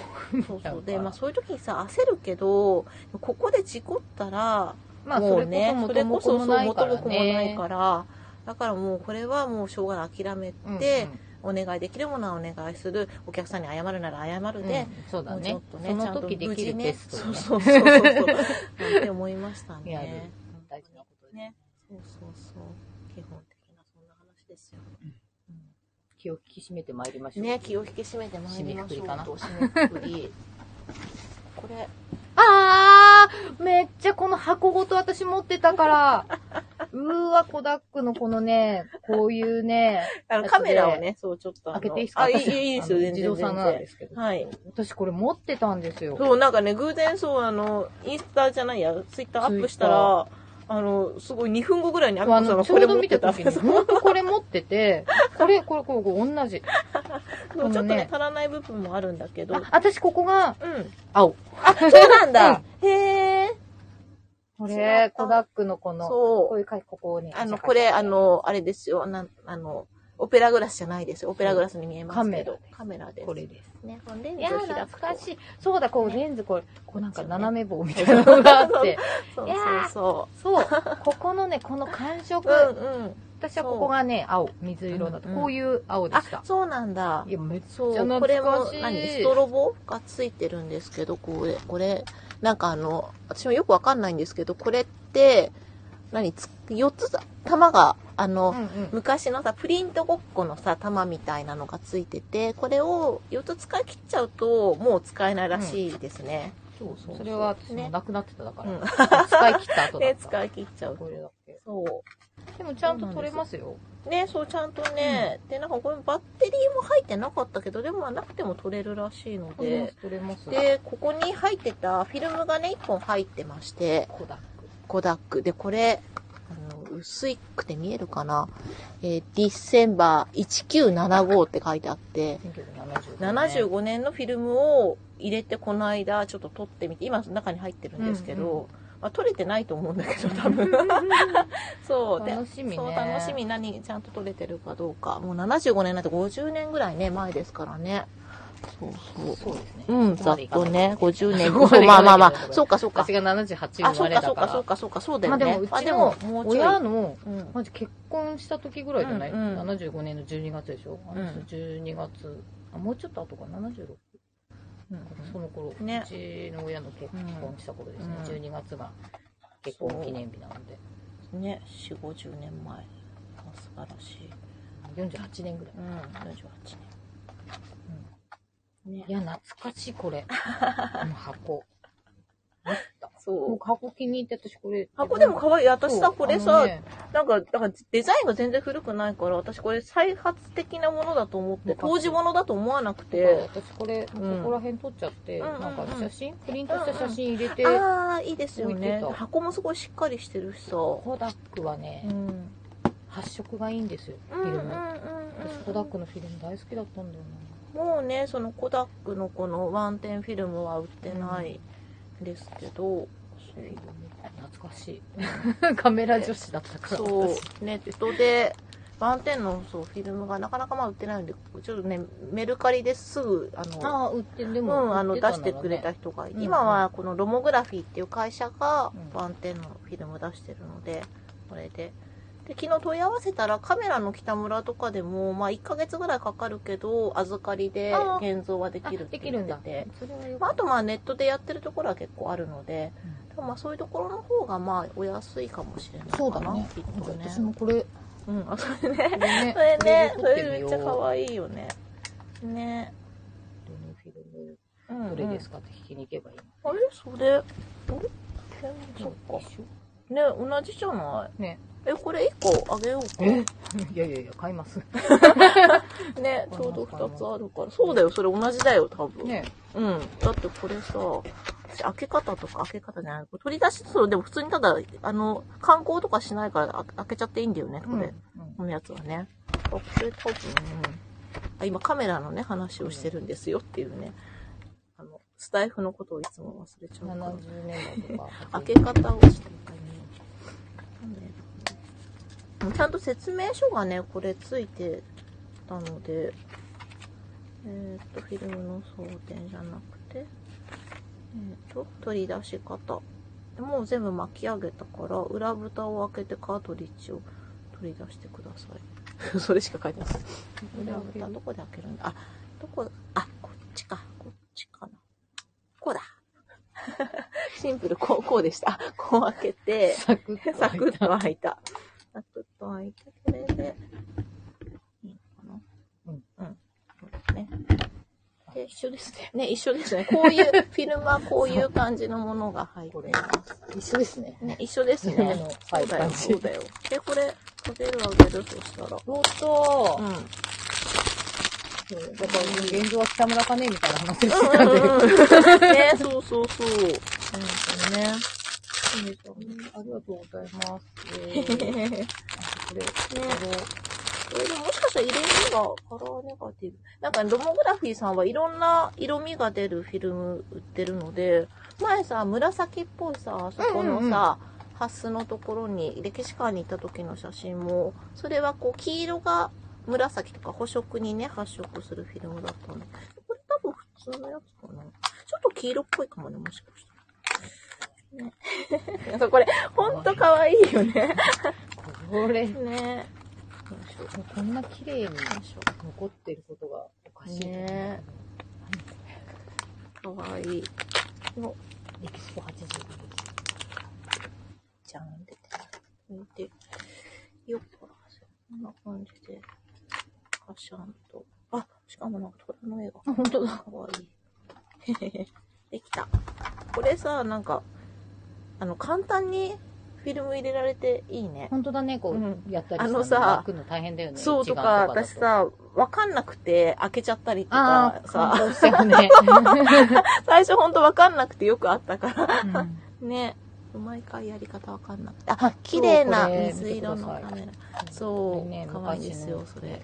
Speaker 1: そう
Speaker 2: なん
Speaker 1: そ
Speaker 2: か
Speaker 1: う。で、まあそういう時にさ、焦るけど、ここで事故ったら、
Speaker 2: まあ
Speaker 1: も
Speaker 2: そうれ
Speaker 1: ね、
Speaker 2: こ
Speaker 1: そ
Speaker 2: そ
Speaker 1: れ
Speaker 2: も
Speaker 1: ことそ
Speaker 2: も
Speaker 1: そう
Speaker 2: ないか
Speaker 1: 元
Speaker 2: ら
Speaker 1: も子もない
Speaker 2: ね
Speaker 1: から、だからもうこれはもうしょうがない諦め
Speaker 2: うんうん
Speaker 1: て、お願いできるものはお願いする、お客さんに謝るなら謝るで、
Speaker 2: うんそうだ
Speaker 1: もうち
Speaker 2: ね
Speaker 1: ょっとね、
Speaker 2: そ
Speaker 1: ちゃん
Speaker 2: の
Speaker 1: と
Speaker 2: 時で
Speaker 1: 無
Speaker 2: き
Speaker 1: 事
Speaker 2: る
Speaker 1: ね、
Speaker 2: テスト
Speaker 1: そ
Speaker 2: を
Speaker 1: うそうそう
Speaker 2: ね
Speaker 1: そう、っ て思いました
Speaker 2: やる
Speaker 1: ね。
Speaker 2: 大事なことね
Speaker 1: ね、そうそうそう、基本的なそんな話ですよ。
Speaker 2: 気を引き締めてまいりましょう、
Speaker 1: ね、気を引き締めてまいりましょうと。締めくくり。これ、
Speaker 2: あーめっちゃこの箱ごと私持ってた から。うーわ、コダックのこのね、こういうね、
Speaker 1: あの、カメラをね、そう、ちょっとあの。
Speaker 2: 開けていいですか
Speaker 1: あ、いい、いいですよ、全
Speaker 2: あの
Speaker 1: 然。
Speaker 2: 自動さんなんですけど。
Speaker 1: はい。
Speaker 2: 私これ持ってたんですよ。
Speaker 1: そう、なんかね、偶然そう、あの、インスタじゃないや、ツイッターアップしたら、あの、すごい2分後ぐらいにアッ
Speaker 2: あ
Speaker 1: プさん
Speaker 2: の、
Speaker 1: が
Speaker 2: ち
Speaker 1: こ
Speaker 2: ょ
Speaker 1: れ
Speaker 2: うど
Speaker 1: 持っ
Speaker 2: 見
Speaker 1: て
Speaker 2: た
Speaker 1: た。
Speaker 2: 時
Speaker 1: そう
Speaker 2: に、
Speaker 1: でも
Speaker 2: ほんとこれ持ってて、これ、これ、これ、これ同じ。
Speaker 1: ちょっとね、足らない部分もあるんだけど。う
Speaker 2: あ
Speaker 1: ん。、
Speaker 2: 私ここが青。
Speaker 1: あ、そうなんだ。へえ。
Speaker 2: こ
Speaker 1: 違っ
Speaker 2: れ、
Speaker 1: た
Speaker 2: コダックのこの、こ
Speaker 1: そう
Speaker 2: いうかここに。
Speaker 1: う。あの、これ、あ、の、あれですよ、なん、あの、オペラグラスじゃないですよ。オペラグラスに見えますけど。カメラです。
Speaker 2: これです。
Speaker 1: ね、ほんで、
Speaker 2: いやー、懐か
Speaker 1: い。
Speaker 2: しい。そうだ、こう、レンズ、これ、こうなん
Speaker 1: そ
Speaker 2: か
Speaker 1: うね
Speaker 2: 斜め棒みたいなのがあ って。
Speaker 1: そう
Speaker 2: いや
Speaker 1: そう
Speaker 2: ー
Speaker 1: そ
Speaker 2: そう、ここのね、この感触
Speaker 1: う。う。んうん。
Speaker 2: 私はここがね、青、水色だった。
Speaker 1: うんうん
Speaker 2: こういう青で
Speaker 1: あ
Speaker 2: した、。
Speaker 1: そうなんだ
Speaker 2: い。や、めっちゃ
Speaker 1: そう、
Speaker 2: 懐
Speaker 1: これも
Speaker 2: かし、い。
Speaker 1: 何、ストロボがついてるんですけど、これ、これ、なんかあの、私もよくわかんないんですけど、これって、何、つ4つだ玉が、あの、
Speaker 2: うんうん
Speaker 1: 昔のさ、プリントごっこのさ、玉みたいなのがついてて、これを4つ使い切っちゃうと、もう使えないらしいですね。
Speaker 2: そうそうう。それは私
Speaker 1: ね
Speaker 2: もなくなってただか
Speaker 1: う
Speaker 2: ら。
Speaker 1: ん。
Speaker 2: 使い切った後だ
Speaker 1: で、
Speaker 2: った。
Speaker 1: 使い切っちゃう。
Speaker 2: これだっけ。
Speaker 1: そ
Speaker 2: でもちゃんと取れますよ。
Speaker 1: う。ね、そう、ちゃんとね、で、なんかこれバッテリーも入ってなかったけど、でもまあなくても取れるらしいの
Speaker 2: 取れ
Speaker 1: で
Speaker 2: ま。す、取れます。、
Speaker 1: で、ここに入ってたフィルムがね、1本入ってまして、
Speaker 2: コダック。
Speaker 1: コダック。で、これ、あの、薄いくて見えるかなえーディッセンバー1975って書いてあって、
Speaker 2: 1975年。
Speaker 1: 75年のフィルムを入れてこの間ちょっと撮ってみて、今中に入ってるんですけど、
Speaker 2: うん
Speaker 1: まあ、撮れてないと思うんだけど、多分。 そう。で
Speaker 2: 楽しみね
Speaker 1: そう、楽しみ。何、ちゃんと撮れてるかどうか。もう75年なんて50年ぐらいね、前ですからね。そうそう。
Speaker 2: そうですね。
Speaker 1: うん、ざっとね、50年。
Speaker 2: ここま
Speaker 1: そう
Speaker 2: でい
Speaker 1: ま
Speaker 2: か
Speaker 1: あま
Speaker 2: な
Speaker 1: あま
Speaker 2: いけど
Speaker 1: あ、そうかそうか
Speaker 2: 私。が78
Speaker 1: あ、
Speaker 2: 生
Speaker 1: そ
Speaker 2: ま
Speaker 1: う
Speaker 2: れ
Speaker 1: か
Speaker 2: だ
Speaker 1: そう
Speaker 2: か
Speaker 1: かそう
Speaker 2: ら。
Speaker 1: かそうか、そうだよ
Speaker 2: まあでも
Speaker 1: ね
Speaker 2: う。
Speaker 1: あ
Speaker 2: ちの
Speaker 1: も
Speaker 2: 親の
Speaker 1: ううん。
Speaker 2: マジ結婚した時ぐらいじゃない、
Speaker 1: うんうん
Speaker 2: ?75 年の12月でしょ、
Speaker 1: うん
Speaker 2: 12月あもうちょっと後か76なんかその頃、
Speaker 1: ね
Speaker 2: うちの親の結婚した頃ですね、
Speaker 1: うん
Speaker 2: 12月が結婚記念日なので
Speaker 1: ね4 5 0年前あ素晴らしい
Speaker 2: 48年ぐらい、
Speaker 1: うん48年ね
Speaker 2: いや懐かしいこれこの箱
Speaker 1: そう
Speaker 2: 箱気に入って私これ
Speaker 1: 箱でも可愛い。私さ、
Speaker 2: そう
Speaker 1: これさ、
Speaker 2: あのね
Speaker 1: なんか、なんかデザインが全然古くないから、私これ再発的なものだと思って、
Speaker 2: 昔
Speaker 1: 当時ものだと思わなく
Speaker 2: なん
Speaker 1: て。
Speaker 2: か私これ、
Speaker 1: ん
Speaker 2: そこら辺撮っちゃって、
Speaker 1: うんうんうん
Speaker 2: なんか写真プリントした写真入れて、
Speaker 1: ああ、いいですよね
Speaker 2: 置いて。た
Speaker 1: 箱もすごいしっかりしてるしさ。う
Speaker 2: コダックはね、
Speaker 1: ん。
Speaker 2: 発色がいいんですよフ
Speaker 1: うんうん
Speaker 2: ィ
Speaker 1: うん
Speaker 2: ルム、私コ
Speaker 1: う
Speaker 2: ダ
Speaker 1: ん
Speaker 2: ックのフィルム大好きだったんだよ
Speaker 1: もうね、そのコダックのこのワンテンフィルムは売ってないですけど、
Speaker 2: な懐かしい カメラ女子だったから
Speaker 1: そ
Speaker 2: 私
Speaker 1: う、ネットで、ワンテンのそうフィルムがなかなかまあ売ってないんで、ちょっとね、メルカリですぐ、あの、
Speaker 2: ああ売ってで
Speaker 1: う
Speaker 2: も、
Speaker 1: ん、あの出
Speaker 2: 売っなら
Speaker 1: して
Speaker 2: ね
Speaker 1: くれた人がいて、
Speaker 2: うん
Speaker 1: 今はこのロモグラフィーっていう会社が
Speaker 2: うん
Speaker 1: ワンテンのフィルム出してるのでこれでで昨日問い合わせたらカメラの北村とかでも、まあ、1ヶ月ぐらいかかるけど預かりで
Speaker 2: あー
Speaker 1: 現像はできる
Speaker 2: あ
Speaker 1: って
Speaker 2: でき
Speaker 1: 言
Speaker 2: る
Speaker 1: っ
Speaker 2: ん
Speaker 1: て
Speaker 2: だ
Speaker 1: て。
Speaker 2: それはよ
Speaker 1: まあ、
Speaker 2: か
Speaker 1: あ
Speaker 2: った
Speaker 1: とまあネットでやってるところは結構あるので、でもまあそういうところの方がまあお安いかもしれないかな
Speaker 2: そうだね
Speaker 1: きっとね
Speaker 2: 私もこ れこ
Speaker 1: うんあそれね
Speaker 2: れね
Speaker 1: それね
Speaker 2: こ
Speaker 1: そ
Speaker 2: れ
Speaker 1: れ
Speaker 2: で
Speaker 1: め
Speaker 2: 撮
Speaker 1: っ
Speaker 2: っ
Speaker 1: ちゃ
Speaker 2: てみよう
Speaker 1: 可愛いよねね
Speaker 2: どのフィルム
Speaker 1: うん
Speaker 2: どれですかって聞きに行けばいい
Speaker 1: うんあれそれあれそっか
Speaker 2: 一緒
Speaker 1: ね同じじゃない
Speaker 2: ね
Speaker 1: えこれ1個あげようか
Speaker 2: えいやいやいや買います
Speaker 1: ねちょうど2つあるからそうだよそれ同じだよ多分、
Speaker 2: ね
Speaker 1: うんだってこれさ私開け方とか開け方じゃないこれ取り出しそうでも普通にただあの観光とかしないからあ開けちゃっていいんだよねこれ、
Speaker 2: うんうん
Speaker 1: このやつはねあこれ多分あ今カメラのね話をしてるんですよっていうねあのスタイフのことをいつも忘れちゃうから
Speaker 2: 70年代とか
Speaker 1: 開け方をしてるかね。ちゃんと説明書がね、これついてたので、えっ、と、フィルムの装填じゃなくて、えっ、と、取り出し方。もう全部巻き上げたから、裏蓋を開けてカートリッジを取り出してください。 それしか書いてない。裏蓋どこで開けるんだあ、どこ、あ、こっちか。こっちかな。こうだ。 シンプル、こう、こうでした。 こう開けて、
Speaker 2: サクッと
Speaker 1: サクッと開いた。サクッと開いて、これで、いいのかな
Speaker 2: うん。
Speaker 1: うん。そうですね。で、一緒ですね。ね、一緒ですね。こう いう、フィルムはこういう感じのものが入っています。
Speaker 2: 一緒ですね
Speaker 1: ね、一緒です
Speaker 2: フィル
Speaker 1: ね
Speaker 2: ムの。
Speaker 1: そうだ
Speaker 2: は
Speaker 1: よ、
Speaker 2: い
Speaker 1: そうだよ。で、これ、かけるあげるとしたら。
Speaker 2: 本当、
Speaker 1: う。
Speaker 2: うんん、やっぱ現状は北村かねみたいな話をしてたんで、
Speaker 1: ね、そうそうそう。うんとね。
Speaker 2: ありがとうございます、え
Speaker 1: ね、これも
Speaker 2: ー、これ
Speaker 1: しかしたら色味がカラーネガティブ。なんかロモグラフィーさんはいろんな色味が出るフィルム売ってるので、前さ、紫っぽいさ、あそこの
Speaker 2: うんうんうん
Speaker 1: さ、ハスのところに、歴史館に行った時の写真も、それはこう黄色が紫とか補色にね、発色するフィルムだったの。これ多分普通のやつかな。ちょっと黄色っぽいかもね、もしか したら。ね、そうこれ、ほんと可愛いよね。
Speaker 2: これ
Speaker 1: ねよいしょ。
Speaker 2: こんな綺麗に
Speaker 1: よいし
Speaker 2: 残ってることがおかしいと思う
Speaker 1: ねょ。かわいい。の、
Speaker 2: エキスポ80
Speaker 1: じゃん、出て。見て。よっここんな感じで。カシャンと。あ、しかもなんか虎の絵が。
Speaker 2: あ本当だ
Speaker 1: かわいい。 できた。これさ、なんか、あの、簡単にフィルム入れられていいね。
Speaker 2: 本当だねこう、
Speaker 1: うん
Speaker 2: やったり
Speaker 1: あのさ
Speaker 2: 開くの大変だよね
Speaker 1: そう
Speaker 2: 一
Speaker 1: と
Speaker 2: 眼
Speaker 1: か、
Speaker 2: だと
Speaker 1: 私さ、わかんなくて開けちゃったりと
Speaker 2: あ
Speaker 1: か
Speaker 2: あ、感
Speaker 1: さ、
Speaker 2: 動したよね。
Speaker 1: 最初ほんとわかんなくてよくあったから。
Speaker 2: うん
Speaker 1: ね毎回やり方わかんなくてあ
Speaker 2: あ
Speaker 1: 綺麗な
Speaker 2: そうこれ
Speaker 1: 水色のカメラそ
Speaker 2: これね
Speaker 1: う可愛いですよそれ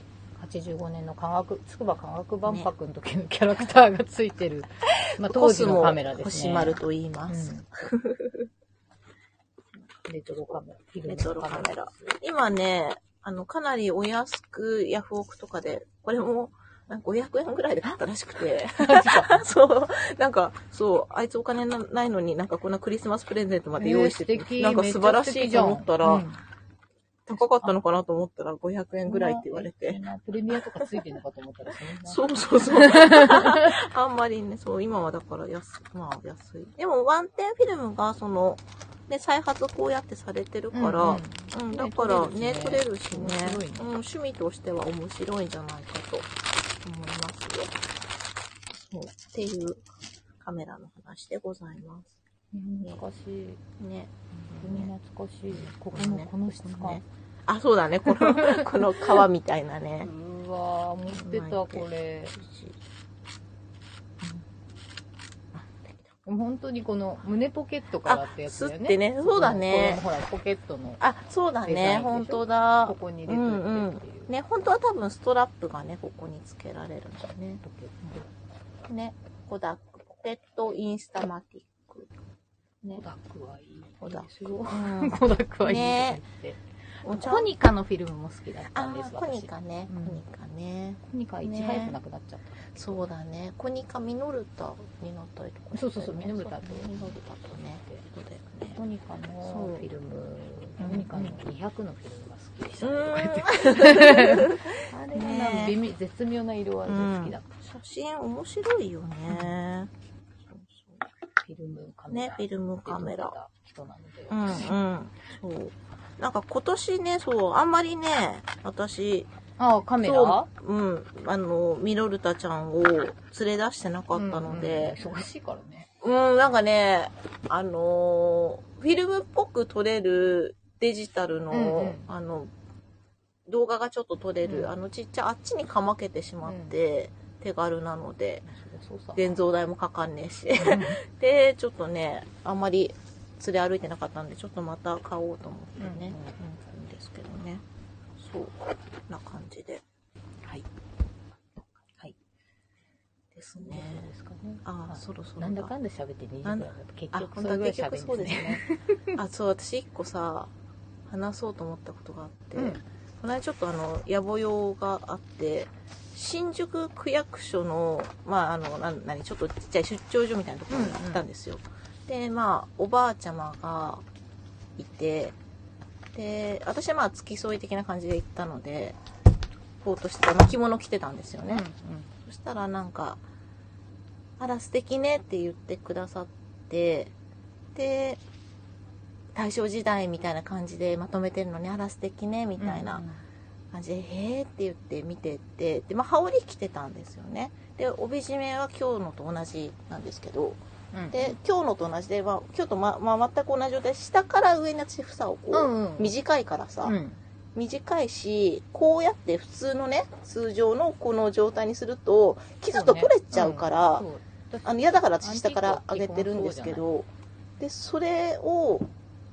Speaker 2: 85年の科学、筑波科学万博の時のキャラクターがついてる、まあ当時のカメラですね。
Speaker 1: コスモ星丸と言います、
Speaker 2: うん レトロカメラ。フィルム
Speaker 1: レトロカメラ
Speaker 2: ですよ
Speaker 1: 今ねあのかなりお安くヤフオクとかでこれもなんか500円ぐらいで買ったらしくて そうなんかそうあいつお金なない のになんかこんなクリスマスプレゼントまで用意して
Speaker 2: えー素敵
Speaker 1: なんか素晴らしいと思ったら、
Speaker 2: めっちゃ素敵じゃん
Speaker 1: 高かったのかなと思ったら500円ぐらいって言われて。
Speaker 2: プレミアとかついてんのかと思ったらそん
Speaker 1: そ
Speaker 2: な。
Speaker 1: うそうそう。 あんまりね、そう、今はだから安、まあ安い。でも、ワンテンフィルムが、その、ね、再発こうやってされてるから、うん、うんだからね、取れるしね
Speaker 2: 面白いね
Speaker 1: うん、趣味としては面白いんじゃないかと思いますよ。そう、っていうカメラの話でございます。
Speaker 2: 懐かしい。
Speaker 1: ね。
Speaker 2: 本当に懐かしい。ここ
Speaker 1: ね
Speaker 2: の、この質
Speaker 1: このね
Speaker 2: 感。
Speaker 1: あ、そうだね、 この、この皮みたいなね。
Speaker 2: うわー、持ってた、これ。でも本当にこの胸ポケットからってやつだ
Speaker 1: あ
Speaker 2: よね。
Speaker 1: 吸ってねそうだね
Speaker 2: このほら、ポケットの、
Speaker 1: あ、そうだ
Speaker 2: デザインで
Speaker 1: ね
Speaker 2: し、ょ
Speaker 1: 本当だ
Speaker 2: こ。こに入れといてっていう。
Speaker 1: うんうんね、本当は多分ストラップがね、ここにつけられるんだよね。
Speaker 2: ポケッ
Speaker 1: ね、コダック、ポケットインスタマティック。ね
Speaker 2: ト。コ、ダックはいい
Speaker 1: コダック
Speaker 2: ですよ。
Speaker 1: うん
Speaker 2: コダックはいい
Speaker 1: ね
Speaker 2: ですよ
Speaker 1: お
Speaker 2: って。
Speaker 1: 茶
Speaker 2: コニカのフィルムも好きだった
Speaker 1: あ
Speaker 2: んです、
Speaker 1: ー、コニカね、
Speaker 2: うん
Speaker 1: コニカね。
Speaker 2: 私コニカいち早くなくなっちゃっ
Speaker 1: そうだね、コニカミノルタになったりとか、
Speaker 2: そうそうそうミノルタと
Speaker 1: と。ミノルタとね、そうだよ
Speaker 2: た。
Speaker 1: ね。
Speaker 2: コニカのフィルム、
Speaker 1: そ
Speaker 2: コ
Speaker 1: う
Speaker 2: ニカの200のフィルムが好きでし
Speaker 1: う
Speaker 2: たとか言っ
Speaker 1: ーん
Speaker 2: て。あれが
Speaker 1: ね
Speaker 2: な微妙絶妙な色合いで好きだっ
Speaker 1: 写
Speaker 2: た。
Speaker 1: 真面白いよね。そうそう
Speaker 2: フィルムカメ
Speaker 1: ね
Speaker 2: ラ。、
Speaker 1: フィルムカメラ。。
Speaker 2: 人なので。
Speaker 1: うんうん。そう。なんか今年ね、そう、あんまりね、私、
Speaker 2: あ、カメラ
Speaker 1: そう、うん、あの、ミノルタちゃんを連れ出してなかったので、
Speaker 2: うんうん忙しいからね。
Speaker 1: うん、なんかね、あのーフィルムっぽく撮れるデジタルの、
Speaker 2: うんうん
Speaker 1: あの、動画がちょっと撮れる、
Speaker 2: うん
Speaker 1: あのちっちゃ、あっちにかまけてしまって、手軽なので、
Speaker 2: そうさ。
Speaker 1: 現像代もかかんねえし。で、ちょっとね、あんまり連れ歩いてなかったんで、ちょっとまた買おうと思ってね、
Speaker 2: うんうん
Speaker 1: うんうんですけどね。そう、こんな感じで
Speaker 2: はい。
Speaker 1: ですね。
Speaker 2: そうですかね。
Speaker 1: あー、そろそろ
Speaker 2: なんだかんだ喋って20分だった結
Speaker 1: あ、
Speaker 2: 局
Speaker 1: 本
Speaker 2: そ
Speaker 1: 当は
Speaker 2: れぐらい
Speaker 1: 結局
Speaker 2: 喋
Speaker 1: そう
Speaker 2: るん
Speaker 1: です
Speaker 2: ね。
Speaker 1: ね。あ、そう、私一個さ、話そうと思ったことがあって、
Speaker 2: うん
Speaker 1: この間ちょっとあの、野暮用があって、新宿区役所の、まあ、あの、な、なに、ちょっとちっちゃい出張所みたいなところに行ったんですよ。で、まあ、おばあちゃまがいて、で、私はまあ、付き添い的な感じで行ったので、こうとして、まあ、着物着てたんですよね。そしたらなんか、あら素敵ねって言ってくださって、で、大正時代みたいな感じでまとめてるのに、あら素敵ねみ
Speaker 2: み
Speaker 1: たいな。感じで、へーって言って見てて、で、まあ、羽織着てたんですよね。で、帯締めは今日のと同じなんですけど、
Speaker 2: うん
Speaker 1: で、、今日のと同じで、まあ、今日とま、まあ、全く同じで、下から上に私房をこ
Speaker 2: う
Speaker 1: う、
Speaker 2: んうん。
Speaker 1: 短いからさ、
Speaker 2: うん。
Speaker 1: 短いしこうやって普通のね通常のこの状態にすると傷と取れちゃうから
Speaker 2: そう
Speaker 1: あの嫌だから私下から上げてるんですけどでそれを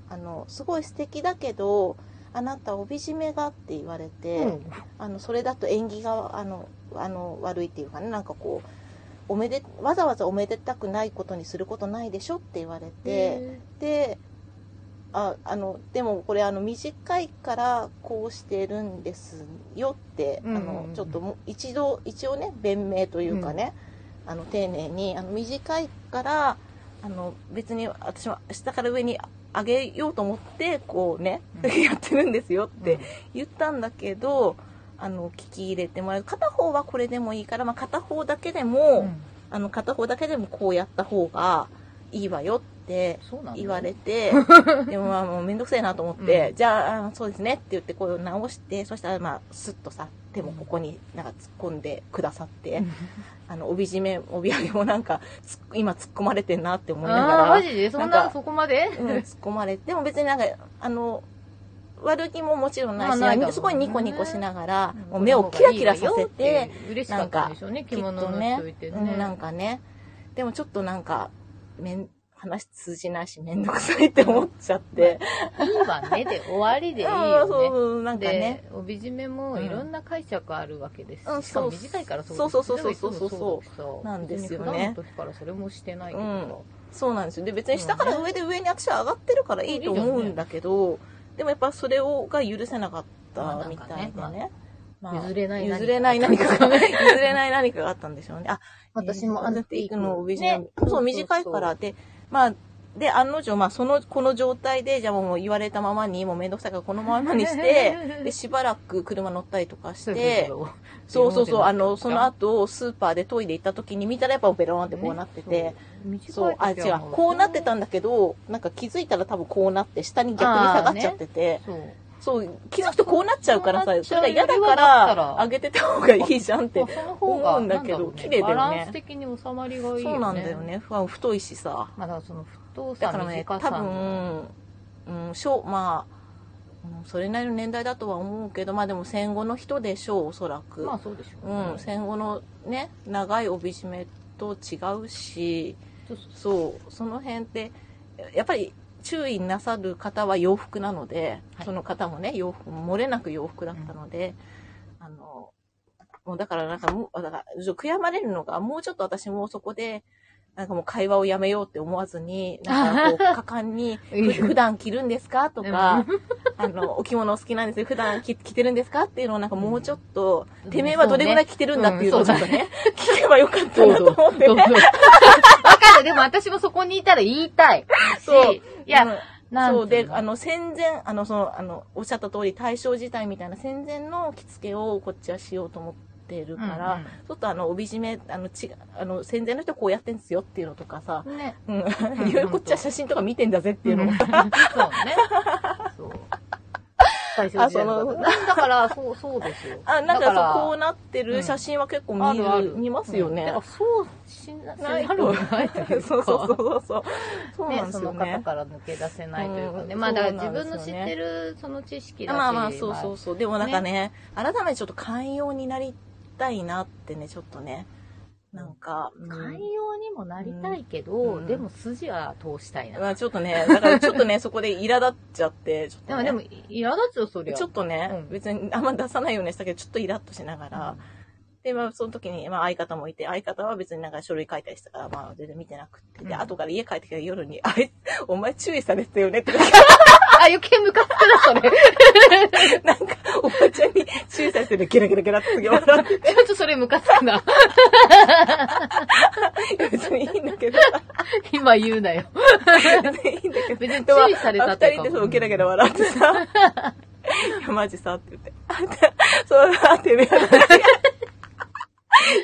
Speaker 1: あのすごい素敵だけどあなた帯締めがって言われて、
Speaker 2: うん
Speaker 1: あのそれだと縁起があのあの悪いっていうかねなんかこうおめでわざわざおめでたくないことにすることないでしょって言われて。
Speaker 2: で、
Speaker 1: でああのでもこれあの短いからこうしてるんですよって、
Speaker 2: うんうんうん
Speaker 1: あのちょっともう一度一応ね弁明というかね、あの丁寧にあの短いからあの別に私は下から上に上げようと思ってこうね、
Speaker 2: う ん
Speaker 1: やってるんですよって
Speaker 2: で、
Speaker 1: 言ったんだけど、あの聞き入れてもらう片方はこれでもいいから、まあ、片方だけでも、
Speaker 2: うん
Speaker 1: あの片方だけでもこうやった方がいいわよって
Speaker 2: そうなの
Speaker 1: 言われ て、でもまあもうめんどくせえなと思って、
Speaker 2: うん
Speaker 1: じゃあ、あそうですねって言ってこう直して、そしたらまあ、スッとさ、手もここになんか突っ込んでくださって、あの、帯締め、帯揚げもなんか、つっ今突っ込まれてんなって思いなが
Speaker 2: ああ、マ
Speaker 1: ら、
Speaker 2: ジでそん
Speaker 1: なん
Speaker 2: な、
Speaker 1: か
Speaker 2: そこまで
Speaker 1: うん、突っ込まれて、でも別になんか、あの、悪気ももちろんないし、
Speaker 2: まあないだろうね
Speaker 1: すごいニコニコしながら、もう目をキラキラさせて、、
Speaker 2: 嬉しかったんでしょうね、着物の人いて
Speaker 1: うん
Speaker 2: ね。
Speaker 1: なんかね。でもちょっとなんか、めん、話通じないしめんどくさいって思っちゃって。
Speaker 2: いいわねで終わりでい い
Speaker 1: ああ
Speaker 2: よ
Speaker 1: そう
Speaker 2: ね。
Speaker 1: そう、なんかね。
Speaker 2: で、帯締めもいろんな解釈あるわけですし。
Speaker 1: うん
Speaker 2: しかも
Speaker 1: そう
Speaker 2: 短いから
Speaker 1: そうそうそうそうそうそう
Speaker 2: う
Speaker 1: なんですよね
Speaker 2: 普段の時からそれもしてないけ
Speaker 1: う
Speaker 2: ど。
Speaker 1: そうなんですよ。で、別に下から上で上に私は上がってるからいいと思うんだけど、でもやっぱそれをが許せなかったみたいな
Speaker 2: まあなんか
Speaker 1: ね
Speaker 2: ね。
Speaker 1: まあ
Speaker 2: 譲れない
Speaker 1: 譲れない何かが、譲 れない何かがあったんでしょうね。あ、
Speaker 2: 私も
Speaker 1: あっていくのを
Speaker 2: ね
Speaker 1: そう、短いから。で、まあ、で、案の定、まあ、その、この状態で、じゃあもう言われたままに、もうめんどくさいからこのまま に して、で、しばらく車乗ったりとかして、そうそうそう、あの、その後、スーパーでトイレ行った時に見たらやっぱベローンってこうなってて、そう、あ、違う、こうなってたんだけど、なんか気づいたら多分こうなって、下に逆に下がっちゃってて、
Speaker 2: そう
Speaker 1: そう、気づくとこうなっちゃうからさ
Speaker 2: そうな、っち
Speaker 1: そ
Speaker 2: ゃ
Speaker 1: れ
Speaker 2: う
Speaker 1: が嫌だか
Speaker 2: よりはだっ
Speaker 1: ら、
Speaker 2: たら
Speaker 1: 上げてた方がいいじゃんって
Speaker 2: まあ、その方が
Speaker 1: 思うんだけど
Speaker 2: なんろう
Speaker 1: 綺麗だよね
Speaker 2: バランス的に収まりがいいよね
Speaker 1: そうなんだよね。不安、太いしさ。
Speaker 2: まあだからその太
Speaker 1: だ
Speaker 2: さ
Speaker 1: からね、多
Speaker 2: 短さの
Speaker 1: 分、うん、しょう、まあ、うんそれなりの年代だとは思うけど、まあでも戦後の人でしょう、おそらく。
Speaker 2: まあそうでしょ
Speaker 1: うん、戦後のね、長い帯締めと違うし、
Speaker 2: そう
Speaker 1: そう、その辺って、やっぱり注意なさる方は洋服なので、
Speaker 2: はい
Speaker 1: その方もね、洋服、漏れなく洋服だったので、あの、もうだからなんかもう、だから、ちょっと悔やまれるのが、もうちょっと私もそこで、なんかもう会話をやめようって思わずに、なんかこう、果敢 に、ふ普段着るんですかとか、あの、お着物お好きなんですよ、普段着着てるんですかっていうのをなんかもうちょっと、
Speaker 2: うん
Speaker 1: てめえはどれぐらい着てるんだっていうのを
Speaker 2: うん
Speaker 1: ち
Speaker 2: そ
Speaker 1: ょ
Speaker 2: う
Speaker 1: っ
Speaker 2: だ
Speaker 1: と
Speaker 2: ね
Speaker 1: ね、聞けばよかったなと思って
Speaker 2: そうそう。
Speaker 1: ね。
Speaker 2: わかる。でも私もそこにいたら言いたい。
Speaker 1: そう
Speaker 2: し、いや、
Speaker 1: うん
Speaker 2: なんつ
Speaker 1: そうで、
Speaker 2: の
Speaker 1: あの、戦前、あの、その、あの、おっしゃった通り、大正時代みたいな戦前の着付けをこっちはしようと思ってるから、ちょっとあの、帯締め、あの、ち、あの、戦前の人こうやってんすよっていうのとかさ、
Speaker 2: うんうんね。
Speaker 1: うん、 いろいろこっちは写真とか見てんだぜっていうのも、
Speaker 2: んそうね。そう。最初
Speaker 1: あ
Speaker 2: 時
Speaker 1: そ
Speaker 2: 代の
Speaker 1: の
Speaker 2: 方だから、そう、そうですよ。
Speaker 1: あ、なん
Speaker 2: だ
Speaker 1: か
Speaker 2: ら
Speaker 1: そう、こうなってる写真は結構見る、
Speaker 2: あるある
Speaker 1: 見ますよね。
Speaker 2: うんだからそうしな
Speaker 1: ない
Speaker 2: なるんじゃないというか
Speaker 1: そうそうそうそう。そうなん
Speaker 2: ね、
Speaker 1: です
Speaker 2: そ
Speaker 1: よ
Speaker 2: の
Speaker 1: ね
Speaker 2: 方。から抜け出せないというかね、
Speaker 1: うん
Speaker 2: まあだから
Speaker 1: そう
Speaker 2: 自
Speaker 1: なんです
Speaker 2: 分
Speaker 1: よね
Speaker 2: の知ってるその知識だし、
Speaker 1: まあまあ、そうそうそう。でもなんかね、改めてちょっと寛容になりたいなってね、ちょっとね。なんか、うん
Speaker 2: まあ寛容にもなりたいけど、
Speaker 1: うん
Speaker 2: でも筋は通したいな、
Speaker 1: まあちょっとね、だからちょっとね、そ こで苛立っちゃって、ちょっ
Speaker 2: で
Speaker 1: と
Speaker 2: も
Speaker 1: ね、
Speaker 2: でも嫌だっちゃそりゃ
Speaker 1: ちょっとね、
Speaker 2: うん
Speaker 1: 別にあんま出さないようにしたけど、ちょっとイラッとしながら、で、まあ、その時に、まあ、相方もいて、相方は別になんか書類書いたりしたから、まあ、全然見てなくて。で、
Speaker 2: うん
Speaker 1: 後から家帰ってきた夜に、あ いつ、お前注意されてたよねって、
Speaker 2: あ余計ムカつくなそれ
Speaker 1: なんか、おばちゃんに注意されてるゲラゲラゲラってすげえ笑って
Speaker 2: ちょっとそれムカつくな
Speaker 1: 別にいいんだけど、
Speaker 2: 今言うなよ
Speaker 1: 別にいいんだけど。
Speaker 2: 別に注意されたって
Speaker 1: あ二
Speaker 2: いう
Speaker 1: 人で
Speaker 2: か
Speaker 1: そう、ゲラゲラ笑ってさ、 いや、マジさって言 って、あんた、そう、あてめえは。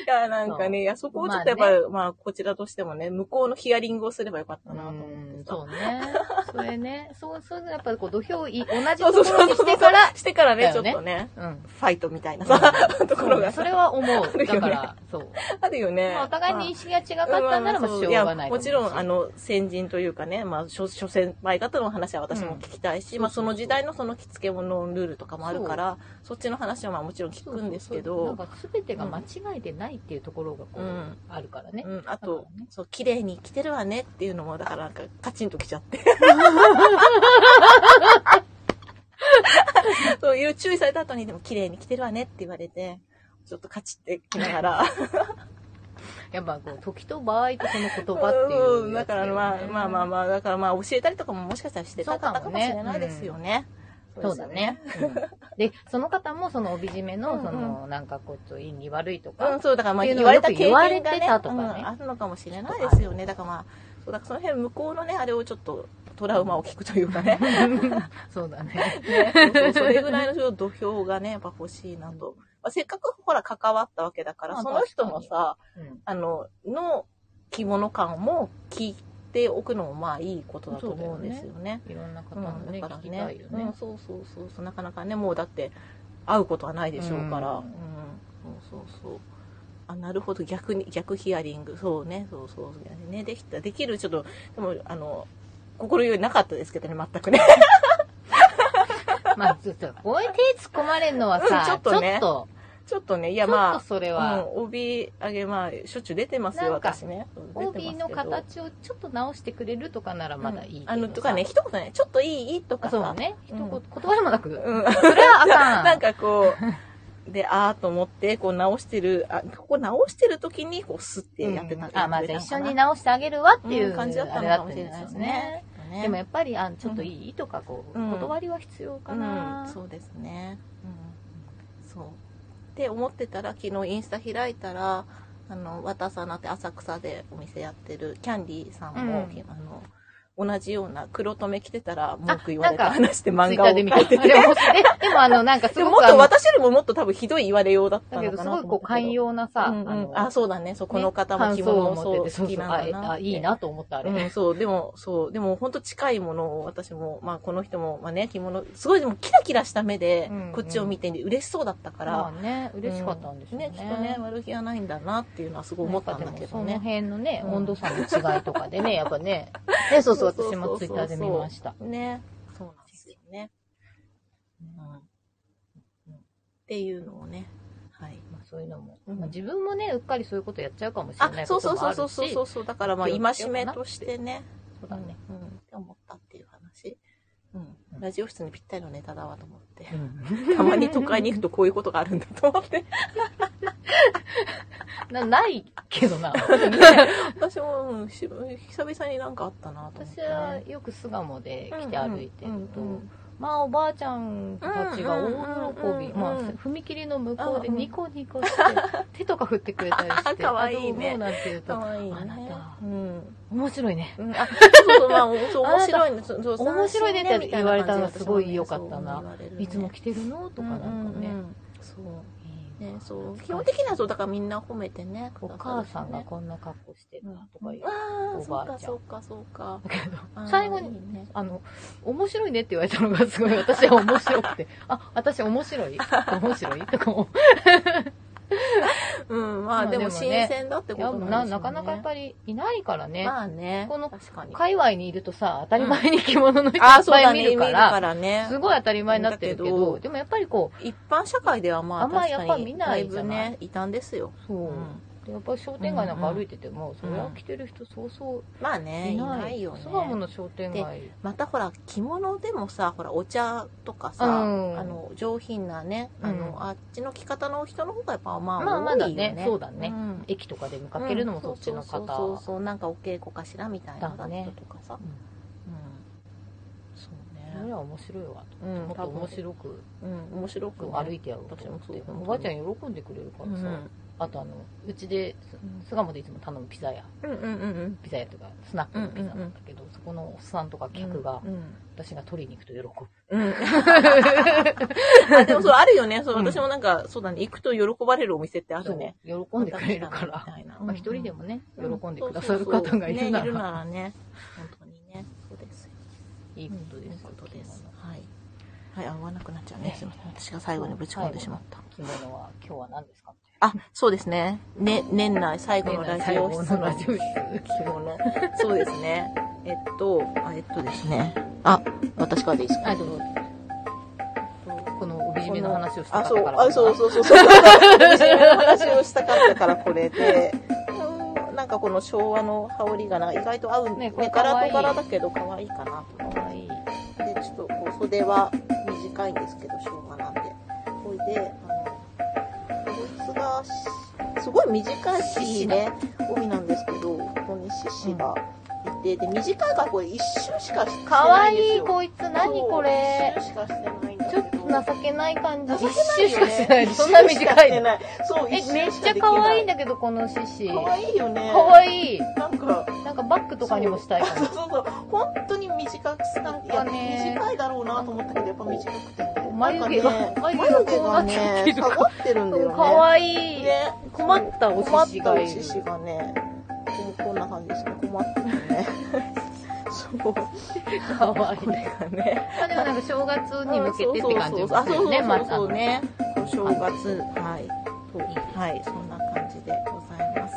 Speaker 1: いや、なん かね、いや、そこをちょっとやっぱ、
Speaker 2: ま
Speaker 1: まあ、こちらとしてもね、向こうのヒアリングをすればよかったなと思ってさ。
Speaker 2: そう ねそれねそうそうやっぱりこう土俵い同じ
Speaker 1: そう
Speaker 2: と
Speaker 1: そう
Speaker 2: ころ
Speaker 1: そ
Speaker 2: に
Speaker 1: うそう。
Speaker 2: してから
Speaker 1: してからね、
Speaker 2: だ
Speaker 1: ちょ
Speaker 2: よ
Speaker 1: っ
Speaker 2: ね
Speaker 1: とね、
Speaker 2: うん
Speaker 1: ファイトみたいなさ、 ところが
Speaker 2: それは思う。だから、そう。
Speaker 1: あるよね。
Speaker 2: まあお互い認識が違かっ
Speaker 1: まあ
Speaker 2: たんならもうしょうがな
Speaker 1: や
Speaker 2: いと
Speaker 1: も
Speaker 2: 思うし。
Speaker 1: ちろん、あの、先人というかね、まあ、諸諸先輩方の話は私も聞きたいし、
Speaker 2: うん
Speaker 1: まあ、
Speaker 2: そ
Speaker 1: そう
Speaker 2: そうそう
Speaker 1: の時代のその着付けのルールとかもあるから、そっちの話はまあもちろん聞くんですけど、
Speaker 2: なんか全てが間違いでないっていうところがこう、
Speaker 1: うん
Speaker 2: あるからね、
Speaker 1: うん、あ
Speaker 2: だ
Speaker 1: と
Speaker 2: からね、
Speaker 1: そう、綺麗に着てるわねっていうのも、だからなんか、カチンときちゃ って。そういう注意された後に、でも綺麗に着てるわねって言われて、ちょっとカチってきながら。
Speaker 2: やっぱこう時と場合とその言葉っていう、
Speaker 1: んだからまあまあまあ
Speaker 2: あ
Speaker 1: まあ、だからまあ教えたりとかももしかしたらしてたかったかもしれないですよね。
Speaker 2: そうだね、うんでその方もその帯締め
Speaker 1: う
Speaker 2: の
Speaker 1: んうん
Speaker 2: そのなんかこうちょっと意に悪いと
Speaker 1: う
Speaker 2: か、
Speaker 1: ん、そう、だからまあ
Speaker 2: っていう
Speaker 1: 言
Speaker 2: の
Speaker 1: わ
Speaker 2: は
Speaker 1: れ
Speaker 2: よ
Speaker 1: た
Speaker 2: く
Speaker 1: 経
Speaker 2: 言われ
Speaker 1: 験
Speaker 2: て
Speaker 1: がね、
Speaker 2: たとかね
Speaker 1: うんあるのかもしれないですよね。だからまあ、そう、だからその辺向こうのね、あれをちょっとトラウマを聞くというか ね。
Speaker 2: そうだね
Speaker 1: ね、そうそうそれぐらいのちょっと土俵がね、やっぱ欲しいなと。まあ、せっかくほら関わったわけだから、
Speaker 2: まあ
Speaker 1: その人の
Speaker 2: 確
Speaker 1: さ、
Speaker 2: うん
Speaker 1: あの、の着物感も聞いておくのもまあいいことだと思うんですよね。
Speaker 2: いろんな方
Speaker 1: う
Speaker 2: のね、
Speaker 1: ん、だから
Speaker 2: 聞きたい
Speaker 1: ね
Speaker 2: よ
Speaker 1: う
Speaker 2: ね、
Speaker 1: ん、そうそうそうそう、なかなかね、もうだって会うことはないでしょうから、う
Speaker 2: うん
Speaker 1: ん、そうそうそう。あ、なるほど、逆に、逆ヒアリング、そうね、そうそうそう、ね、できた、できる、ちょっと、でも、あの、心よりなかったですけどね、全 くね。
Speaker 2: まあちょっとこういう手突っ込まれるのはさ、
Speaker 1: うんち
Speaker 2: ち
Speaker 1: ょ
Speaker 2: ょ
Speaker 1: っ
Speaker 2: っ
Speaker 1: と
Speaker 2: と
Speaker 1: ね
Speaker 2: ちょ
Speaker 1: ちょっとね、い
Speaker 2: っ
Speaker 1: や、
Speaker 2: と,、
Speaker 1: まあ、
Speaker 2: それは、
Speaker 1: うん、帯上げまあしょっちゅう出てますよ
Speaker 2: なんか
Speaker 1: 私ねうん出てます
Speaker 2: 帯
Speaker 1: け
Speaker 2: の
Speaker 1: ど
Speaker 2: 形をちょっと直してくれるとかならまだいいけどさ、
Speaker 1: あのとかね一言ねちょっといいとか
Speaker 2: あ
Speaker 1: さ
Speaker 2: そうね。一
Speaker 1: う
Speaker 2: 言、
Speaker 1: ん
Speaker 2: 断りもなく。
Speaker 1: うん
Speaker 2: それはあかん。
Speaker 1: なんかこうでああと思ってこう直してるあここ直してる時にこうスッてやってた、
Speaker 2: うんあ、まあじゃあ一緒に
Speaker 1: な
Speaker 2: 直してあげるわっていう、
Speaker 1: うん感じだったのかもしれないですね
Speaker 2: あれだったんですよね。でもやっぱり、あ、ちょっといいとか、こう、
Speaker 1: うん
Speaker 2: 断りは必要かな。
Speaker 1: うんそうですねうんそうって思ってたら昨日インスタ開いたらあの渡さなって浅草でお店やってるキャンディーさんも、
Speaker 2: うん
Speaker 1: あの同じような黒留め着てたら文句言わ
Speaker 2: なん
Speaker 1: れた
Speaker 2: か
Speaker 1: 話して
Speaker 2: ツイ
Speaker 1: 漫
Speaker 2: ッタ
Speaker 1: 画を
Speaker 2: ーで見た。
Speaker 1: 描いて て。
Speaker 2: でも、えでもあの、なんかす
Speaker 1: でも
Speaker 2: ご
Speaker 1: も
Speaker 2: く
Speaker 1: っ
Speaker 2: あ
Speaker 1: と
Speaker 2: の、
Speaker 1: 私よりももっと多分ひどい言われようだった
Speaker 2: だ
Speaker 1: の
Speaker 2: け
Speaker 1: か
Speaker 2: ど
Speaker 1: な
Speaker 2: す
Speaker 1: と
Speaker 2: ご
Speaker 1: 思う
Speaker 2: いこう
Speaker 1: けど
Speaker 2: 寛容なさ、
Speaker 1: うんうん
Speaker 2: あ
Speaker 1: あ、
Speaker 2: の、
Speaker 1: そうだね。そう、この方も
Speaker 2: 感
Speaker 1: 着
Speaker 2: 想を
Speaker 1: 物も
Speaker 2: 持
Speaker 1: そ
Speaker 2: っ
Speaker 1: う
Speaker 2: てて、そ
Speaker 1: 好
Speaker 2: う
Speaker 1: き
Speaker 2: そう、
Speaker 1: なんだ
Speaker 2: あ、
Speaker 1: なっ
Speaker 2: あ
Speaker 1: て。
Speaker 2: いいなと思った、あれ。
Speaker 1: うん、そう、でも、そう、でも、ほんと近いものを、私も、まあ、この人も、まあね、着物、すごい、でも、キラキラした目で
Speaker 2: うんうん、
Speaker 1: こっちを見て、嬉しそうだったから、
Speaker 2: まあね、嬉しかったんですよね。
Speaker 1: ね、きっとね、悪気はないんだなっていうのはすごい思ったんだけど
Speaker 2: なん
Speaker 1: ね
Speaker 2: かでもその。辺のね、
Speaker 1: うん
Speaker 2: 温度差の違いとか でね、やっぱね。ね、そうそ
Speaker 1: そうそう
Speaker 2: う、私もツイッターで見ました。
Speaker 1: ね。そうなんですよね。うん。っていうのをね。はい。
Speaker 2: まあそういうのも。
Speaker 1: うん
Speaker 2: まあ自分もね、うっかりそういうことやっちゃうかもしれ
Speaker 1: あ
Speaker 2: な、い
Speaker 1: そ
Speaker 2: こ
Speaker 1: うそ
Speaker 2: と
Speaker 1: う
Speaker 2: もあ
Speaker 1: そう
Speaker 2: るし。
Speaker 1: そうそうそうそう。だからまあ、
Speaker 2: 気をつけ
Speaker 1: 戒
Speaker 2: ようか
Speaker 1: め
Speaker 2: な
Speaker 1: としてね。
Speaker 2: そうだね。
Speaker 1: うん。って思ったっていう話。う。
Speaker 2: うんん
Speaker 1: ラジオ室にぴったりのネタだわと思 って。
Speaker 2: うん
Speaker 1: たまに都会に行くとこういうことがあるんだと思って。
Speaker 2: なないけど な。
Speaker 1: 私も、うん、し久々になんかあったなと思っ
Speaker 2: 私
Speaker 1: てね、
Speaker 2: はよく巣鴨で来て歩いて
Speaker 1: うん
Speaker 2: ると、
Speaker 1: うんうんうん
Speaker 2: まあおばあちゃんたちが大
Speaker 1: うんうんうん
Speaker 2: 喜
Speaker 1: う
Speaker 2: び、
Speaker 1: ん
Speaker 2: まあ踏切の向こうで
Speaker 1: うんうん
Speaker 2: ニコニコして、手とか振ってくれたりして、
Speaker 1: かわいいね
Speaker 2: あどうもなんて言う
Speaker 1: か
Speaker 2: と、
Speaker 1: わいいね。
Speaker 2: あな
Speaker 1: た。 うん。
Speaker 2: 面白いね。
Speaker 1: うんあ、そうそう、まあ、そう、
Speaker 2: あ
Speaker 1: 面
Speaker 2: なた
Speaker 1: 白いね。そうそう
Speaker 2: 面白いねって
Speaker 1: 斬新ねみな感じ
Speaker 2: 言われたのすごい良かったな。
Speaker 1: そう
Speaker 2: いつも来てるのとかなんかね。。
Speaker 1: 言われるねそう。
Speaker 2: いい
Speaker 1: ね
Speaker 2: わ、
Speaker 1: そう。基本的にはそう、だからみんな褒めてね。
Speaker 2: お母さんが
Speaker 1: く
Speaker 2: こんな格好して
Speaker 1: だ
Speaker 2: た
Speaker 1: さ
Speaker 2: とか
Speaker 1: る
Speaker 2: 言
Speaker 1: し
Speaker 2: う
Speaker 1: ね。。ああ、
Speaker 2: お
Speaker 1: そ
Speaker 2: ば
Speaker 1: う
Speaker 2: あ
Speaker 1: か、
Speaker 2: ちゃん
Speaker 1: そうか、そうか。
Speaker 2: だけど、
Speaker 1: あー
Speaker 2: 最後に
Speaker 1: いいね
Speaker 2: あの、面白いねって言われたのがすごい、私は面白くて、あ、私面白い面白いとか思う
Speaker 1: うん、まあ
Speaker 2: まあ
Speaker 1: でも
Speaker 2: でも
Speaker 1: 新
Speaker 2: ね
Speaker 1: 鮮だって
Speaker 2: い
Speaker 1: こ
Speaker 2: や
Speaker 1: と
Speaker 2: な、
Speaker 1: んでしょうね
Speaker 2: なかなかやっぱりいないからね。
Speaker 1: まあね。
Speaker 2: この
Speaker 1: 確かに。
Speaker 2: 界隈にいるとさ、当たり前に着物の人いっ
Speaker 1: ああ、そう
Speaker 2: ぱ
Speaker 1: だ
Speaker 2: い
Speaker 1: ね。
Speaker 2: 見
Speaker 1: 見る
Speaker 2: るか、
Speaker 1: かららね。
Speaker 2: すごい当たり前になってるけ
Speaker 1: だけど
Speaker 2: ど、でもやっぱりこ
Speaker 1: 一般社会ではまあ、
Speaker 2: あんま
Speaker 1: 確
Speaker 2: やっ
Speaker 1: か
Speaker 2: ぱ
Speaker 1: に、
Speaker 2: 見
Speaker 1: だ
Speaker 2: ないいじ
Speaker 1: ぶ
Speaker 2: ゃない
Speaker 1: ね、異端ですよ。
Speaker 2: う、そうう。
Speaker 1: ん。
Speaker 2: でやっぱり商店街なんか歩いてても、それは着てる人そうそ
Speaker 1: まあ
Speaker 2: う
Speaker 1: ね、
Speaker 2: い
Speaker 1: い
Speaker 2: ない。
Speaker 1: ないよね。
Speaker 2: 巣鴨の商店街。
Speaker 1: またほら着物でもさほらお茶とかさ、
Speaker 2: うん
Speaker 1: あの上品なねあの、
Speaker 2: うん
Speaker 1: あっちの着方の人の方がやっぱまあ多い
Speaker 2: ま
Speaker 1: よ
Speaker 2: あ
Speaker 1: ね,、
Speaker 2: まだね、そうだね。
Speaker 1: ん
Speaker 2: 駅とかで見かけるのもそっち
Speaker 1: う
Speaker 2: の
Speaker 1: んそうそうそう
Speaker 2: 方。
Speaker 1: そうなんかお稽古かしらみたいな
Speaker 2: だね
Speaker 1: 人とかさ、
Speaker 2: うん
Speaker 1: うん、そう
Speaker 2: そ
Speaker 1: ね
Speaker 2: れは面白いわと。
Speaker 1: うん
Speaker 2: もっと面白く
Speaker 1: うん面白く、ね、
Speaker 2: 歩いてやろうと思っ
Speaker 1: そう
Speaker 2: て
Speaker 1: そう。
Speaker 2: おばあちゃん喜んでくれるか
Speaker 1: うんう
Speaker 2: ら
Speaker 1: ん
Speaker 2: さ。あとあの、うちで、巣鴨でいつも頼むピザ屋。
Speaker 1: うんうんうん
Speaker 2: ピザ屋というか、スナックのピザなんだけど、そこのおっさんとか客が、
Speaker 1: うん
Speaker 2: 私が取りに行くと喜ぶ。
Speaker 1: うん、 あでもそうあるよねそう
Speaker 2: うん
Speaker 1: 私もなんか、そうだね行くと喜ばれるお店ってあるね
Speaker 2: そう。喜んでくれるか
Speaker 1: また来たね
Speaker 2: ら。
Speaker 1: みたいな
Speaker 2: まあ一人でもね、喜んでくださ
Speaker 1: そ
Speaker 2: る
Speaker 1: うそうそ
Speaker 2: 方
Speaker 1: う
Speaker 2: がいるな
Speaker 1: ね、いる
Speaker 2: ら、
Speaker 1: ならね本当にねそうですよ
Speaker 2: いいことで
Speaker 1: いい
Speaker 2: すよ。
Speaker 1: ことですはい、はい、合わなくなっちゃうね
Speaker 2: ね
Speaker 1: すいません私が最後にぶち込んでしまった、
Speaker 2: 着物は今日は何ですかって。
Speaker 1: あそうですねね年内最後のラジオ室
Speaker 2: の
Speaker 1: の
Speaker 2: ラジ オ室。
Speaker 1: 着物そうですねえっとあえっとですねあ私からでいいですか
Speaker 2: はい、どうぞ。この帯締めの話をしたか
Speaker 1: あ、
Speaker 2: っ
Speaker 1: そ
Speaker 2: た
Speaker 1: う、
Speaker 2: から。
Speaker 1: あ、そうそうそうそう。話をしたかったからこれで。うん なんかこの昭和の羽織がな、意外と合うね。
Speaker 2: ねこれ
Speaker 1: 柄
Speaker 2: 可愛い
Speaker 1: と柄だけど可愛いかなと思って
Speaker 2: かわいい。
Speaker 1: でちょっとこう袖は短いんですけどしょうがなんでほいであのこいつがしすごい短い
Speaker 2: 獅
Speaker 1: し
Speaker 2: 子
Speaker 1: ね帯なんですけどここに獅子がいて、で短いからこれ一周しかして
Speaker 2: か
Speaker 1: な
Speaker 2: わ
Speaker 1: いんです
Speaker 2: いい、
Speaker 1: よ
Speaker 2: こいつ。何これ
Speaker 1: そう。一周しかしてないんだけ
Speaker 2: ちょ
Speaker 1: ど
Speaker 2: っと情けない感じ。
Speaker 1: 情
Speaker 2: 一
Speaker 1: け
Speaker 2: 周
Speaker 1: ないよ
Speaker 2: しか
Speaker 1: ね
Speaker 2: してない。そんな
Speaker 1: 一周しか
Speaker 2: 短
Speaker 1: し
Speaker 2: い
Speaker 1: て
Speaker 2: の。
Speaker 1: ないそう
Speaker 2: え、
Speaker 1: 一周
Speaker 2: めっ
Speaker 1: し
Speaker 2: ち
Speaker 1: か
Speaker 2: ゃ
Speaker 1: でき
Speaker 2: 可愛いん
Speaker 1: な
Speaker 2: だけど、この獅子。
Speaker 1: 可愛いよね
Speaker 2: 可愛い
Speaker 1: なんか
Speaker 2: なんかバッグとかにもしたいか
Speaker 1: そう
Speaker 2: も。
Speaker 1: そうそう本当に短くす
Speaker 2: なんかね
Speaker 1: 短いだろうなと思ったけどやっぱ短くて
Speaker 2: 眉毛が
Speaker 1: なんかね、
Speaker 2: 眉
Speaker 1: 眉
Speaker 2: 毛
Speaker 1: 毛
Speaker 2: が
Speaker 1: が
Speaker 2: ね
Speaker 1: ね、下がってるんだよね。
Speaker 2: かわいい。
Speaker 1: ね、
Speaker 2: 困ったお獅子がいる
Speaker 1: 困ったお獅子がね、ここんな感じですね。困ってる ね。そう。
Speaker 2: かわいい
Speaker 1: こ。れがね。
Speaker 2: まあでもなんか正月に向けてって感じ
Speaker 1: そう
Speaker 2: です
Speaker 1: そうそう
Speaker 2: よね、
Speaker 1: あ、
Speaker 2: ま
Speaker 1: そうそうそう
Speaker 2: た
Speaker 1: そう
Speaker 2: ね。
Speaker 1: ね。お正月、はい。そうはい、そんな感じでございます。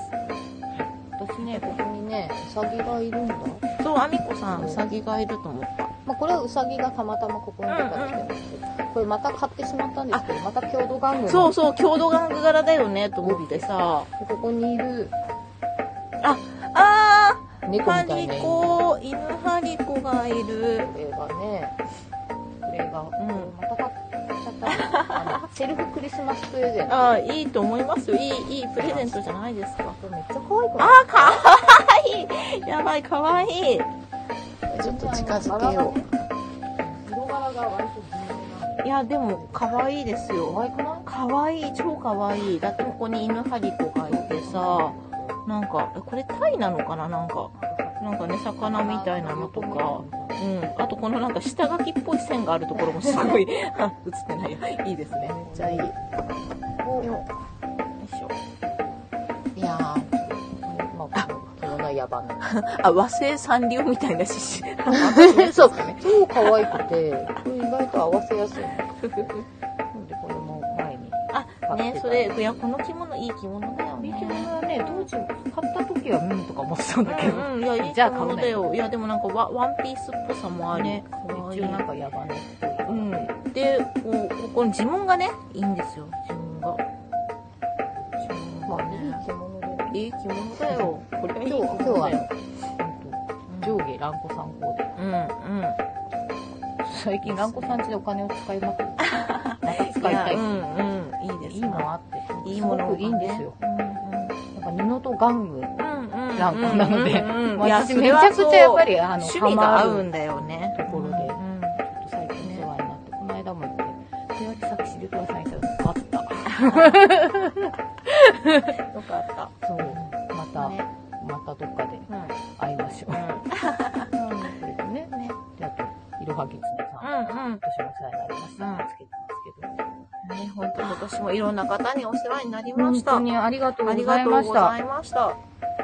Speaker 2: 私ね、ここにね、うさぎがいるんだ。
Speaker 1: そう、あみこさん、うさぎがいると思った。
Speaker 2: まあこれはうさぎがたまたまここに出ただけなんですけど、これまた買ってしまったんですけど、また郷土玩具の
Speaker 1: そうそう、郷土玩具柄だよね、と思ってさ。
Speaker 2: ここにいる
Speaker 1: あー、
Speaker 2: 猫
Speaker 1: ハ
Speaker 2: みたい
Speaker 1: リ
Speaker 2: な犬。
Speaker 1: コ、犬ハリコがいる。
Speaker 2: これがね、これが、
Speaker 1: ん
Speaker 2: また買っちゃったんです。あ の、セルフクリスマスプレゼント。
Speaker 1: ああ、いいと思いますよ。いい、いいプレゼントじゃないですか。
Speaker 2: これめっちゃ可愛くない
Speaker 1: ああ、かわいい。やばい、かわいい。ちょっと近づけよ
Speaker 2: う。色柄が割と微妙なんで
Speaker 1: いや、でも、かわいいです
Speaker 2: 可
Speaker 1: よ。
Speaker 2: 愛くない
Speaker 1: かわいい、超かわいい。だって、ここに犬ハリコがいてさ、なんか、えこれタイなのかななんか。なんかね魚みたいなのとか、うん、あとこのなんか下書きっぽい線があるところもすごいあ映ってないやいいですね
Speaker 2: めっちゃいい。お
Speaker 1: よいしょ
Speaker 2: いやー、まあ、この野蛮な。
Speaker 1: あ和製三流みたいなしし
Speaker 2: そう、超可愛くて、これ意外と合わせやすい。なんでこれも前に。
Speaker 1: あねそれいやこの着物いい着物だよ
Speaker 2: ビ
Speaker 1: ね
Speaker 2: キューはね、当時買った時はうんとか思ってたんだけど。
Speaker 1: うんうんいやいい
Speaker 2: じゃ
Speaker 1: 着
Speaker 2: あ買わ
Speaker 1: 物
Speaker 2: な
Speaker 1: だ
Speaker 2: い
Speaker 1: よいやでもなんかワワンピースっぽさもあり、
Speaker 2: ね
Speaker 1: かわいい
Speaker 2: 一応なんか野蛮な。
Speaker 1: うん、でこうここの地紋がねいいんですよ地紋が地紋
Speaker 2: ま
Speaker 1: が
Speaker 2: あ、い
Speaker 1: ね
Speaker 2: い着物で。今
Speaker 1: いい着物だよこれはいい
Speaker 2: 日、
Speaker 1: 着
Speaker 2: 今日
Speaker 1: 物
Speaker 2: は
Speaker 1: だよ、
Speaker 2: 上下蘭子さんコーデ。
Speaker 1: うんうん
Speaker 2: 最近蘭子さん家でお金を使いまくって。また使いたい。
Speaker 1: うんうんいいです
Speaker 2: いいもんあって。
Speaker 1: いいもの
Speaker 2: すご
Speaker 1: が
Speaker 2: く
Speaker 1: ね
Speaker 2: いいんですよ。
Speaker 1: うん
Speaker 2: なんか布とガウ
Speaker 1: う
Speaker 2: ン。
Speaker 1: んうん
Speaker 2: ランコなので
Speaker 1: うんうんうんいや
Speaker 2: 私めちゃくちゃやっぱり、あの、
Speaker 1: 趣味が合うんんだよね
Speaker 2: ところで
Speaker 1: うん
Speaker 2: 最近お世話になって、この間も言って、手書き作詞でくださいってあった。
Speaker 1: よかった
Speaker 2: そう。また、
Speaker 1: ね
Speaker 2: またどっかで
Speaker 1: うんうん
Speaker 2: 会いましょう。それでね。
Speaker 1: ね
Speaker 2: で、あと、いろはぎつねさん。
Speaker 1: うんうん
Speaker 2: 私もお世話になりました。
Speaker 1: うん
Speaker 2: つけてますけど。
Speaker 1: ね本当今年もいろんな方にお世話になりま
Speaker 2: 本
Speaker 1: した
Speaker 2: 当にありがとう
Speaker 1: あ
Speaker 2: ご
Speaker 1: りが
Speaker 2: ざい
Speaker 1: と
Speaker 2: ま
Speaker 1: う
Speaker 2: し
Speaker 1: ご
Speaker 2: た
Speaker 1: ざ。いました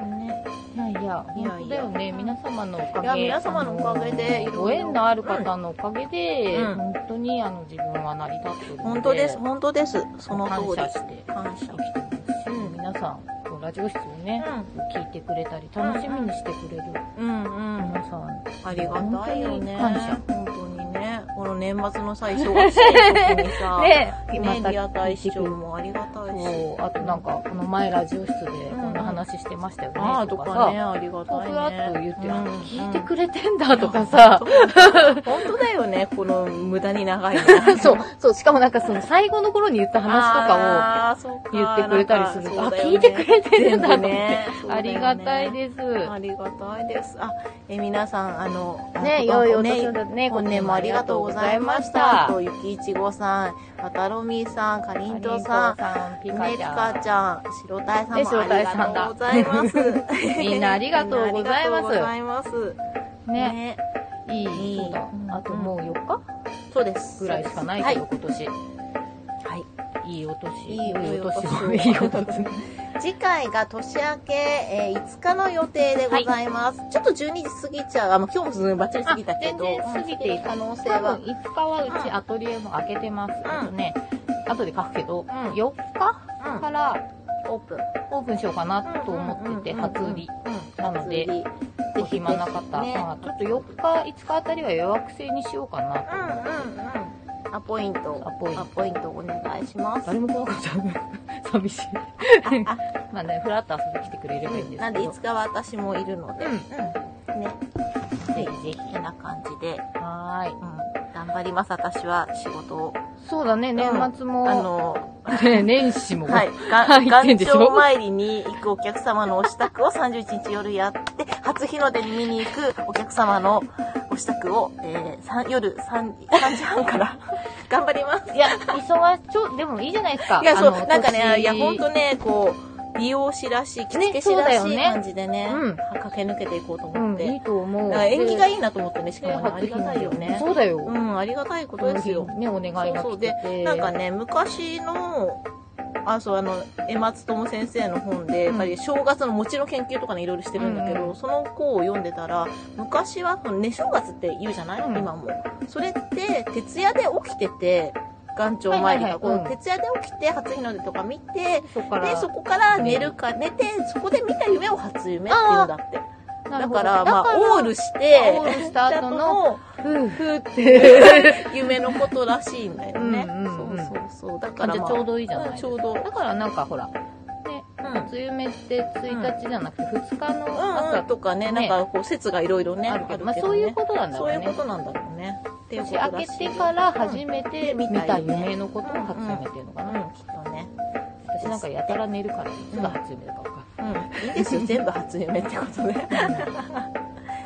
Speaker 1: ね
Speaker 2: いやいや、
Speaker 1: いやいや
Speaker 2: 本当だよね。皆様のおか
Speaker 1: い
Speaker 2: げ。
Speaker 1: や皆様のおかげでいろいろ
Speaker 2: ご縁のある方のおかげで、
Speaker 1: うん
Speaker 2: 本当にあの自分は成り立ってるので、
Speaker 1: 本当です、本当です。その
Speaker 2: 感
Speaker 1: 通
Speaker 2: 謝
Speaker 1: り。
Speaker 2: して
Speaker 1: 感
Speaker 2: 生きてますし、
Speaker 1: うん
Speaker 2: 皆さん、このラジオ室をね、聞いてくれたり、楽しみにしてくれる
Speaker 1: うん、うん、うん。
Speaker 2: 皆さん、
Speaker 1: ありがたいよね。
Speaker 2: 本当に感
Speaker 1: 本当にね。この年末の最初が時にさ、ね、
Speaker 2: ね、
Speaker 1: リア大
Speaker 2: 聞
Speaker 1: 師
Speaker 2: いてく
Speaker 1: 匠
Speaker 2: れる
Speaker 1: もありがたいし。
Speaker 2: そうあとなんか、この前ラジオ室でこんな話してましたよね、
Speaker 1: ああ、と
Speaker 2: とか
Speaker 1: かね、
Speaker 2: さ、
Speaker 1: ありが
Speaker 2: こう
Speaker 1: たい
Speaker 2: ふ
Speaker 1: ね。
Speaker 2: わっと言って、あ
Speaker 1: うん
Speaker 2: 聞いてくれてんだとかさ、
Speaker 1: うん本当だよね、この無駄に長いね
Speaker 2: そう、そう、しかもなんかその最後の頃に言った話とか
Speaker 1: あーそう
Speaker 2: を言ってくれたりすると、あ、聞いてく
Speaker 1: れ
Speaker 2: れてるんだと思って、
Speaker 1: ね。そうだ
Speaker 2: あ
Speaker 1: よね
Speaker 2: りがたいです。
Speaker 1: ありがたいです。あ、え、皆さん、あの、あ
Speaker 2: ね、
Speaker 1: ご
Speaker 2: 良いお
Speaker 1: ね
Speaker 2: 年だね、
Speaker 1: 本年もありがとうございました。と、ゆきいちごさん、わたろみさん、かりんとうさん、
Speaker 2: ん、ピ
Speaker 1: ね
Speaker 2: カ
Speaker 1: ピ
Speaker 2: ちゃ
Speaker 1: カ
Speaker 2: ん。
Speaker 1: ちゃん、しろたいさん
Speaker 2: ね
Speaker 1: も
Speaker 2: 白
Speaker 1: あり
Speaker 2: 鯛さん
Speaker 1: がと
Speaker 2: だ
Speaker 1: うございます。
Speaker 2: みんなありがとう
Speaker 1: みん
Speaker 2: ございま
Speaker 1: なありがとうござ
Speaker 2: す。
Speaker 1: います。
Speaker 2: ね、
Speaker 1: ね。
Speaker 2: い
Speaker 1: いい
Speaker 2: い、そうだ
Speaker 1: うん。
Speaker 2: あともう4日
Speaker 1: そうです。
Speaker 2: ぐらいしかない
Speaker 1: は
Speaker 2: け
Speaker 1: い
Speaker 2: ど、。今年。
Speaker 1: はい
Speaker 2: いいお年。
Speaker 1: いいお年
Speaker 2: いいお年。
Speaker 1: い
Speaker 2: い
Speaker 1: い
Speaker 2: い
Speaker 1: お
Speaker 2: お
Speaker 1: 年
Speaker 2: 年。
Speaker 1: 次回が年明け、えー5日の予定でございます。ちょっと12時過ぎちゃう。あ、もう今日もすごいバッチリ過ぎたけど。
Speaker 2: あ全然過ぎていく
Speaker 1: 可能性
Speaker 2: 多分
Speaker 1: は。
Speaker 2: 5日はうちアトリエも開けてます。あとね、後で書くけど、
Speaker 1: ん
Speaker 2: 4日
Speaker 1: うん
Speaker 2: から
Speaker 1: オープン。
Speaker 2: オープンしようかなと思ってて、
Speaker 1: うんうんうん
Speaker 2: 初売り。
Speaker 1: うん
Speaker 2: なの
Speaker 1: ぜ
Speaker 2: で
Speaker 1: ひぜひ
Speaker 2: お暇な方
Speaker 1: ね
Speaker 2: まあちょっと4日、5日あたりは予約制にしようかなと
Speaker 1: うんうん
Speaker 2: 思って。
Speaker 1: うん。アポイント。
Speaker 2: アポイント
Speaker 1: お願いします。
Speaker 2: 誰も来なかった 寂しいまあねふらっと遊びに来てくれればいいんです
Speaker 1: な
Speaker 2: け
Speaker 1: ん
Speaker 2: ど
Speaker 1: で、いつかは私もいるので。
Speaker 2: うん
Speaker 1: ね。
Speaker 2: ぜひぜ
Speaker 1: こ
Speaker 2: ひ
Speaker 1: んな感じで、
Speaker 2: はーい
Speaker 1: うん。頑張ります、私は仕事を。
Speaker 2: そうだね年末も、
Speaker 1: あの、
Speaker 2: ね年始も、
Speaker 1: はい。
Speaker 2: 入
Speaker 1: が
Speaker 2: って
Speaker 1: 岩
Speaker 2: んでしょ
Speaker 1: 頂参りに行くお客様のお支度を31日夜やって、初日の出に見に行くお客様のお支度を、えー、さん夜 3, 3時半から 頑張ります。
Speaker 2: いや忙しちょでもいいじゃないですか
Speaker 1: いや、そう、
Speaker 2: あの
Speaker 1: なんかね、
Speaker 2: 年
Speaker 1: いや、ほんとね、こう、美容師らしい、着付け師
Speaker 2: そう
Speaker 1: ら
Speaker 2: だよ
Speaker 1: しい
Speaker 2: ね
Speaker 1: 感じでね、
Speaker 2: うん
Speaker 1: 駆け抜けていこうと
Speaker 2: う
Speaker 1: 思っ
Speaker 2: ん
Speaker 1: て。
Speaker 2: いいと思う
Speaker 1: だから縁起が
Speaker 2: い
Speaker 1: いいなと思ってね、しかもねありがたいよね。
Speaker 2: そうだよ、
Speaker 1: うん、ありがたいことですよ
Speaker 2: この。日ねお願いが
Speaker 1: そうそう
Speaker 2: 来て
Speaker 1: で
Speaker 2: て
Speaker 1: なんかね、昔の、あ、そう、あの、江松智先生の本で、やっぱり正月の餅の研究とかね、いろいろしてるんだけど、
Speaker 2: うん
Speaker 1: その項を読んでたら、昔は、その寝正月って言うじゃない、
Speaker 2: うん
Speaker 1: 今も。それって、徹夜で起きてて、岩頂参り
Speaker 2: はいはい
Speaker 1: が、
Speaker 2: はい
Speaker 1: こう
Speaker 2: うん
Speaker 1: 徹夜で起きて、初日の出とか見て、
Speaker 2: そこから
Speaker 1: で、そこから寝るか、寝て、そこで見た夢を初夢っていうんだって。
Speaker 2: なる
Speaker 1: だ
Speaker 2: ほど
Speaker 1: から、まあ
Speaker 2: だか、
Speaker 1: オールして、
Speaker 2: オールした後の、夫婦
Speaker 1: ふって、 夢のことらしいんだよね。
Speaker 2: うんうんうん
Speaker 1: そうそうそう。だか
Speaker 2: あ
Speaker 1: ら、
Speaker 2: じゃ
Speaker 1: ま
Speaker 2: あ
Speaker 1: あ、
Speaker 2: ちょうどいいじゃない
Speaker 1: うん
Speaker 2: です
Speaker 1: ち
Speaker 2: か
Speaker 1: ょうど。
Speaker 2: だからなんかほら
Speaker 1: う
Speaker 2: 梅雨目って1日じゃなくて2日の
Speaker 1: ん。うん、
Speaker 2: 朝
Speaker 1: とかね、なんかこう、説がいろいろね、
Speaker 2: あ
Speaker 1: あ
Speaker 2: る
Speaker 1: る
Speaker 2: け
Speaker 1: けど
Speaker 2: ど、まあ
Speaker 1: ね
Speaker 2: そういうことなんだろ
Speaker 1: そううい
Speaker 2: ね。
Speaker 1: うことなんだろうね。っていうこ
Speaker 2: 年
Speaker 1: とら
Speaker 2: 明
Speaker 1: しい
Speaker 2: け
Speaker 1: よ
Speaker 2: てから初めて
Speaker 1: うん
Speaker 2: 見た夢のことを初夢っていうのか
Speaker 1: う
Speaker 2: な、
Speaker 1: ん、うんきっとね。
Speaker 2: 私なんかやたら寝るからいつが初夢だかわか
Speaker 1: うん。いい ですよ、全部初夢ってことね。
Speaker 2: んな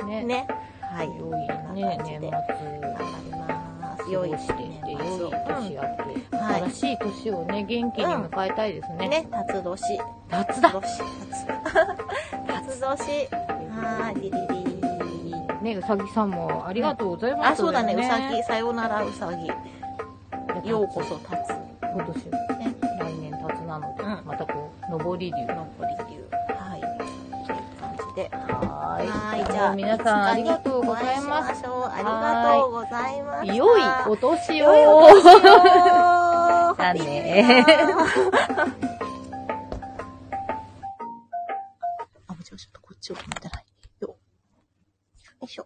Speaker 2: い、ね
Speaker 1: ね。はい。
Speaker 2: 良いね年末
Speaker 1: 頑張ります。
Speaker 2: 良
Speaker 1: 良い
Speaker 2: いしてで
Speaker 1: 年
Speaker 2: 良い
Speaker 1: 末を
Speaker 2: 年明け、
Speaker 1: はい
Speaker 2: 新しい年をね元気に迎えたいです
Speaker 1: うん
Speaker 2: ね、
Speaker 1: ね、辰年。
Speaker 2: 夏
Speaker 1: 辰
Speaker 2: だ
Speaker 1: 年。辰辰年。
Speaker 2: とい
Speaker 1: ー
Speaker 2: うこ
Speaker 1: リリリ
Speaker 2: ね、うさぎさんもありがとうございます、
Speaker 1: あ、そうだね、うさぎ、
Speaker 2: ぎ
Speaker 1: さよならうさぎ。ようこそ立つ。
Speaker 2: 今年、
Speaker 1: ね、
Speaker 2: 来年たつなので、
Speaker 1: うん
Speaker 2: またこう、上り流。
Speaker 1: のり流。はい。という感じで。
Speaker 2: は
Speaker 1: は
Speaker 2: ー
Speaker 1: ー
Speaker 2: い。
Speaker 1: い、じゃあ、
Speaker 2: 皆さんありがとうござい
Speaker 1: お会
Speaker 2: ま。
Speaker 1: ししょうありがとうございますす。
Speaker 2: 良いお年
Speaker 1: 良い
Speaker 2: を
Speaker 1: お年を。
Speaker 2: だね
Speaker 1: ハッピーニューイヤー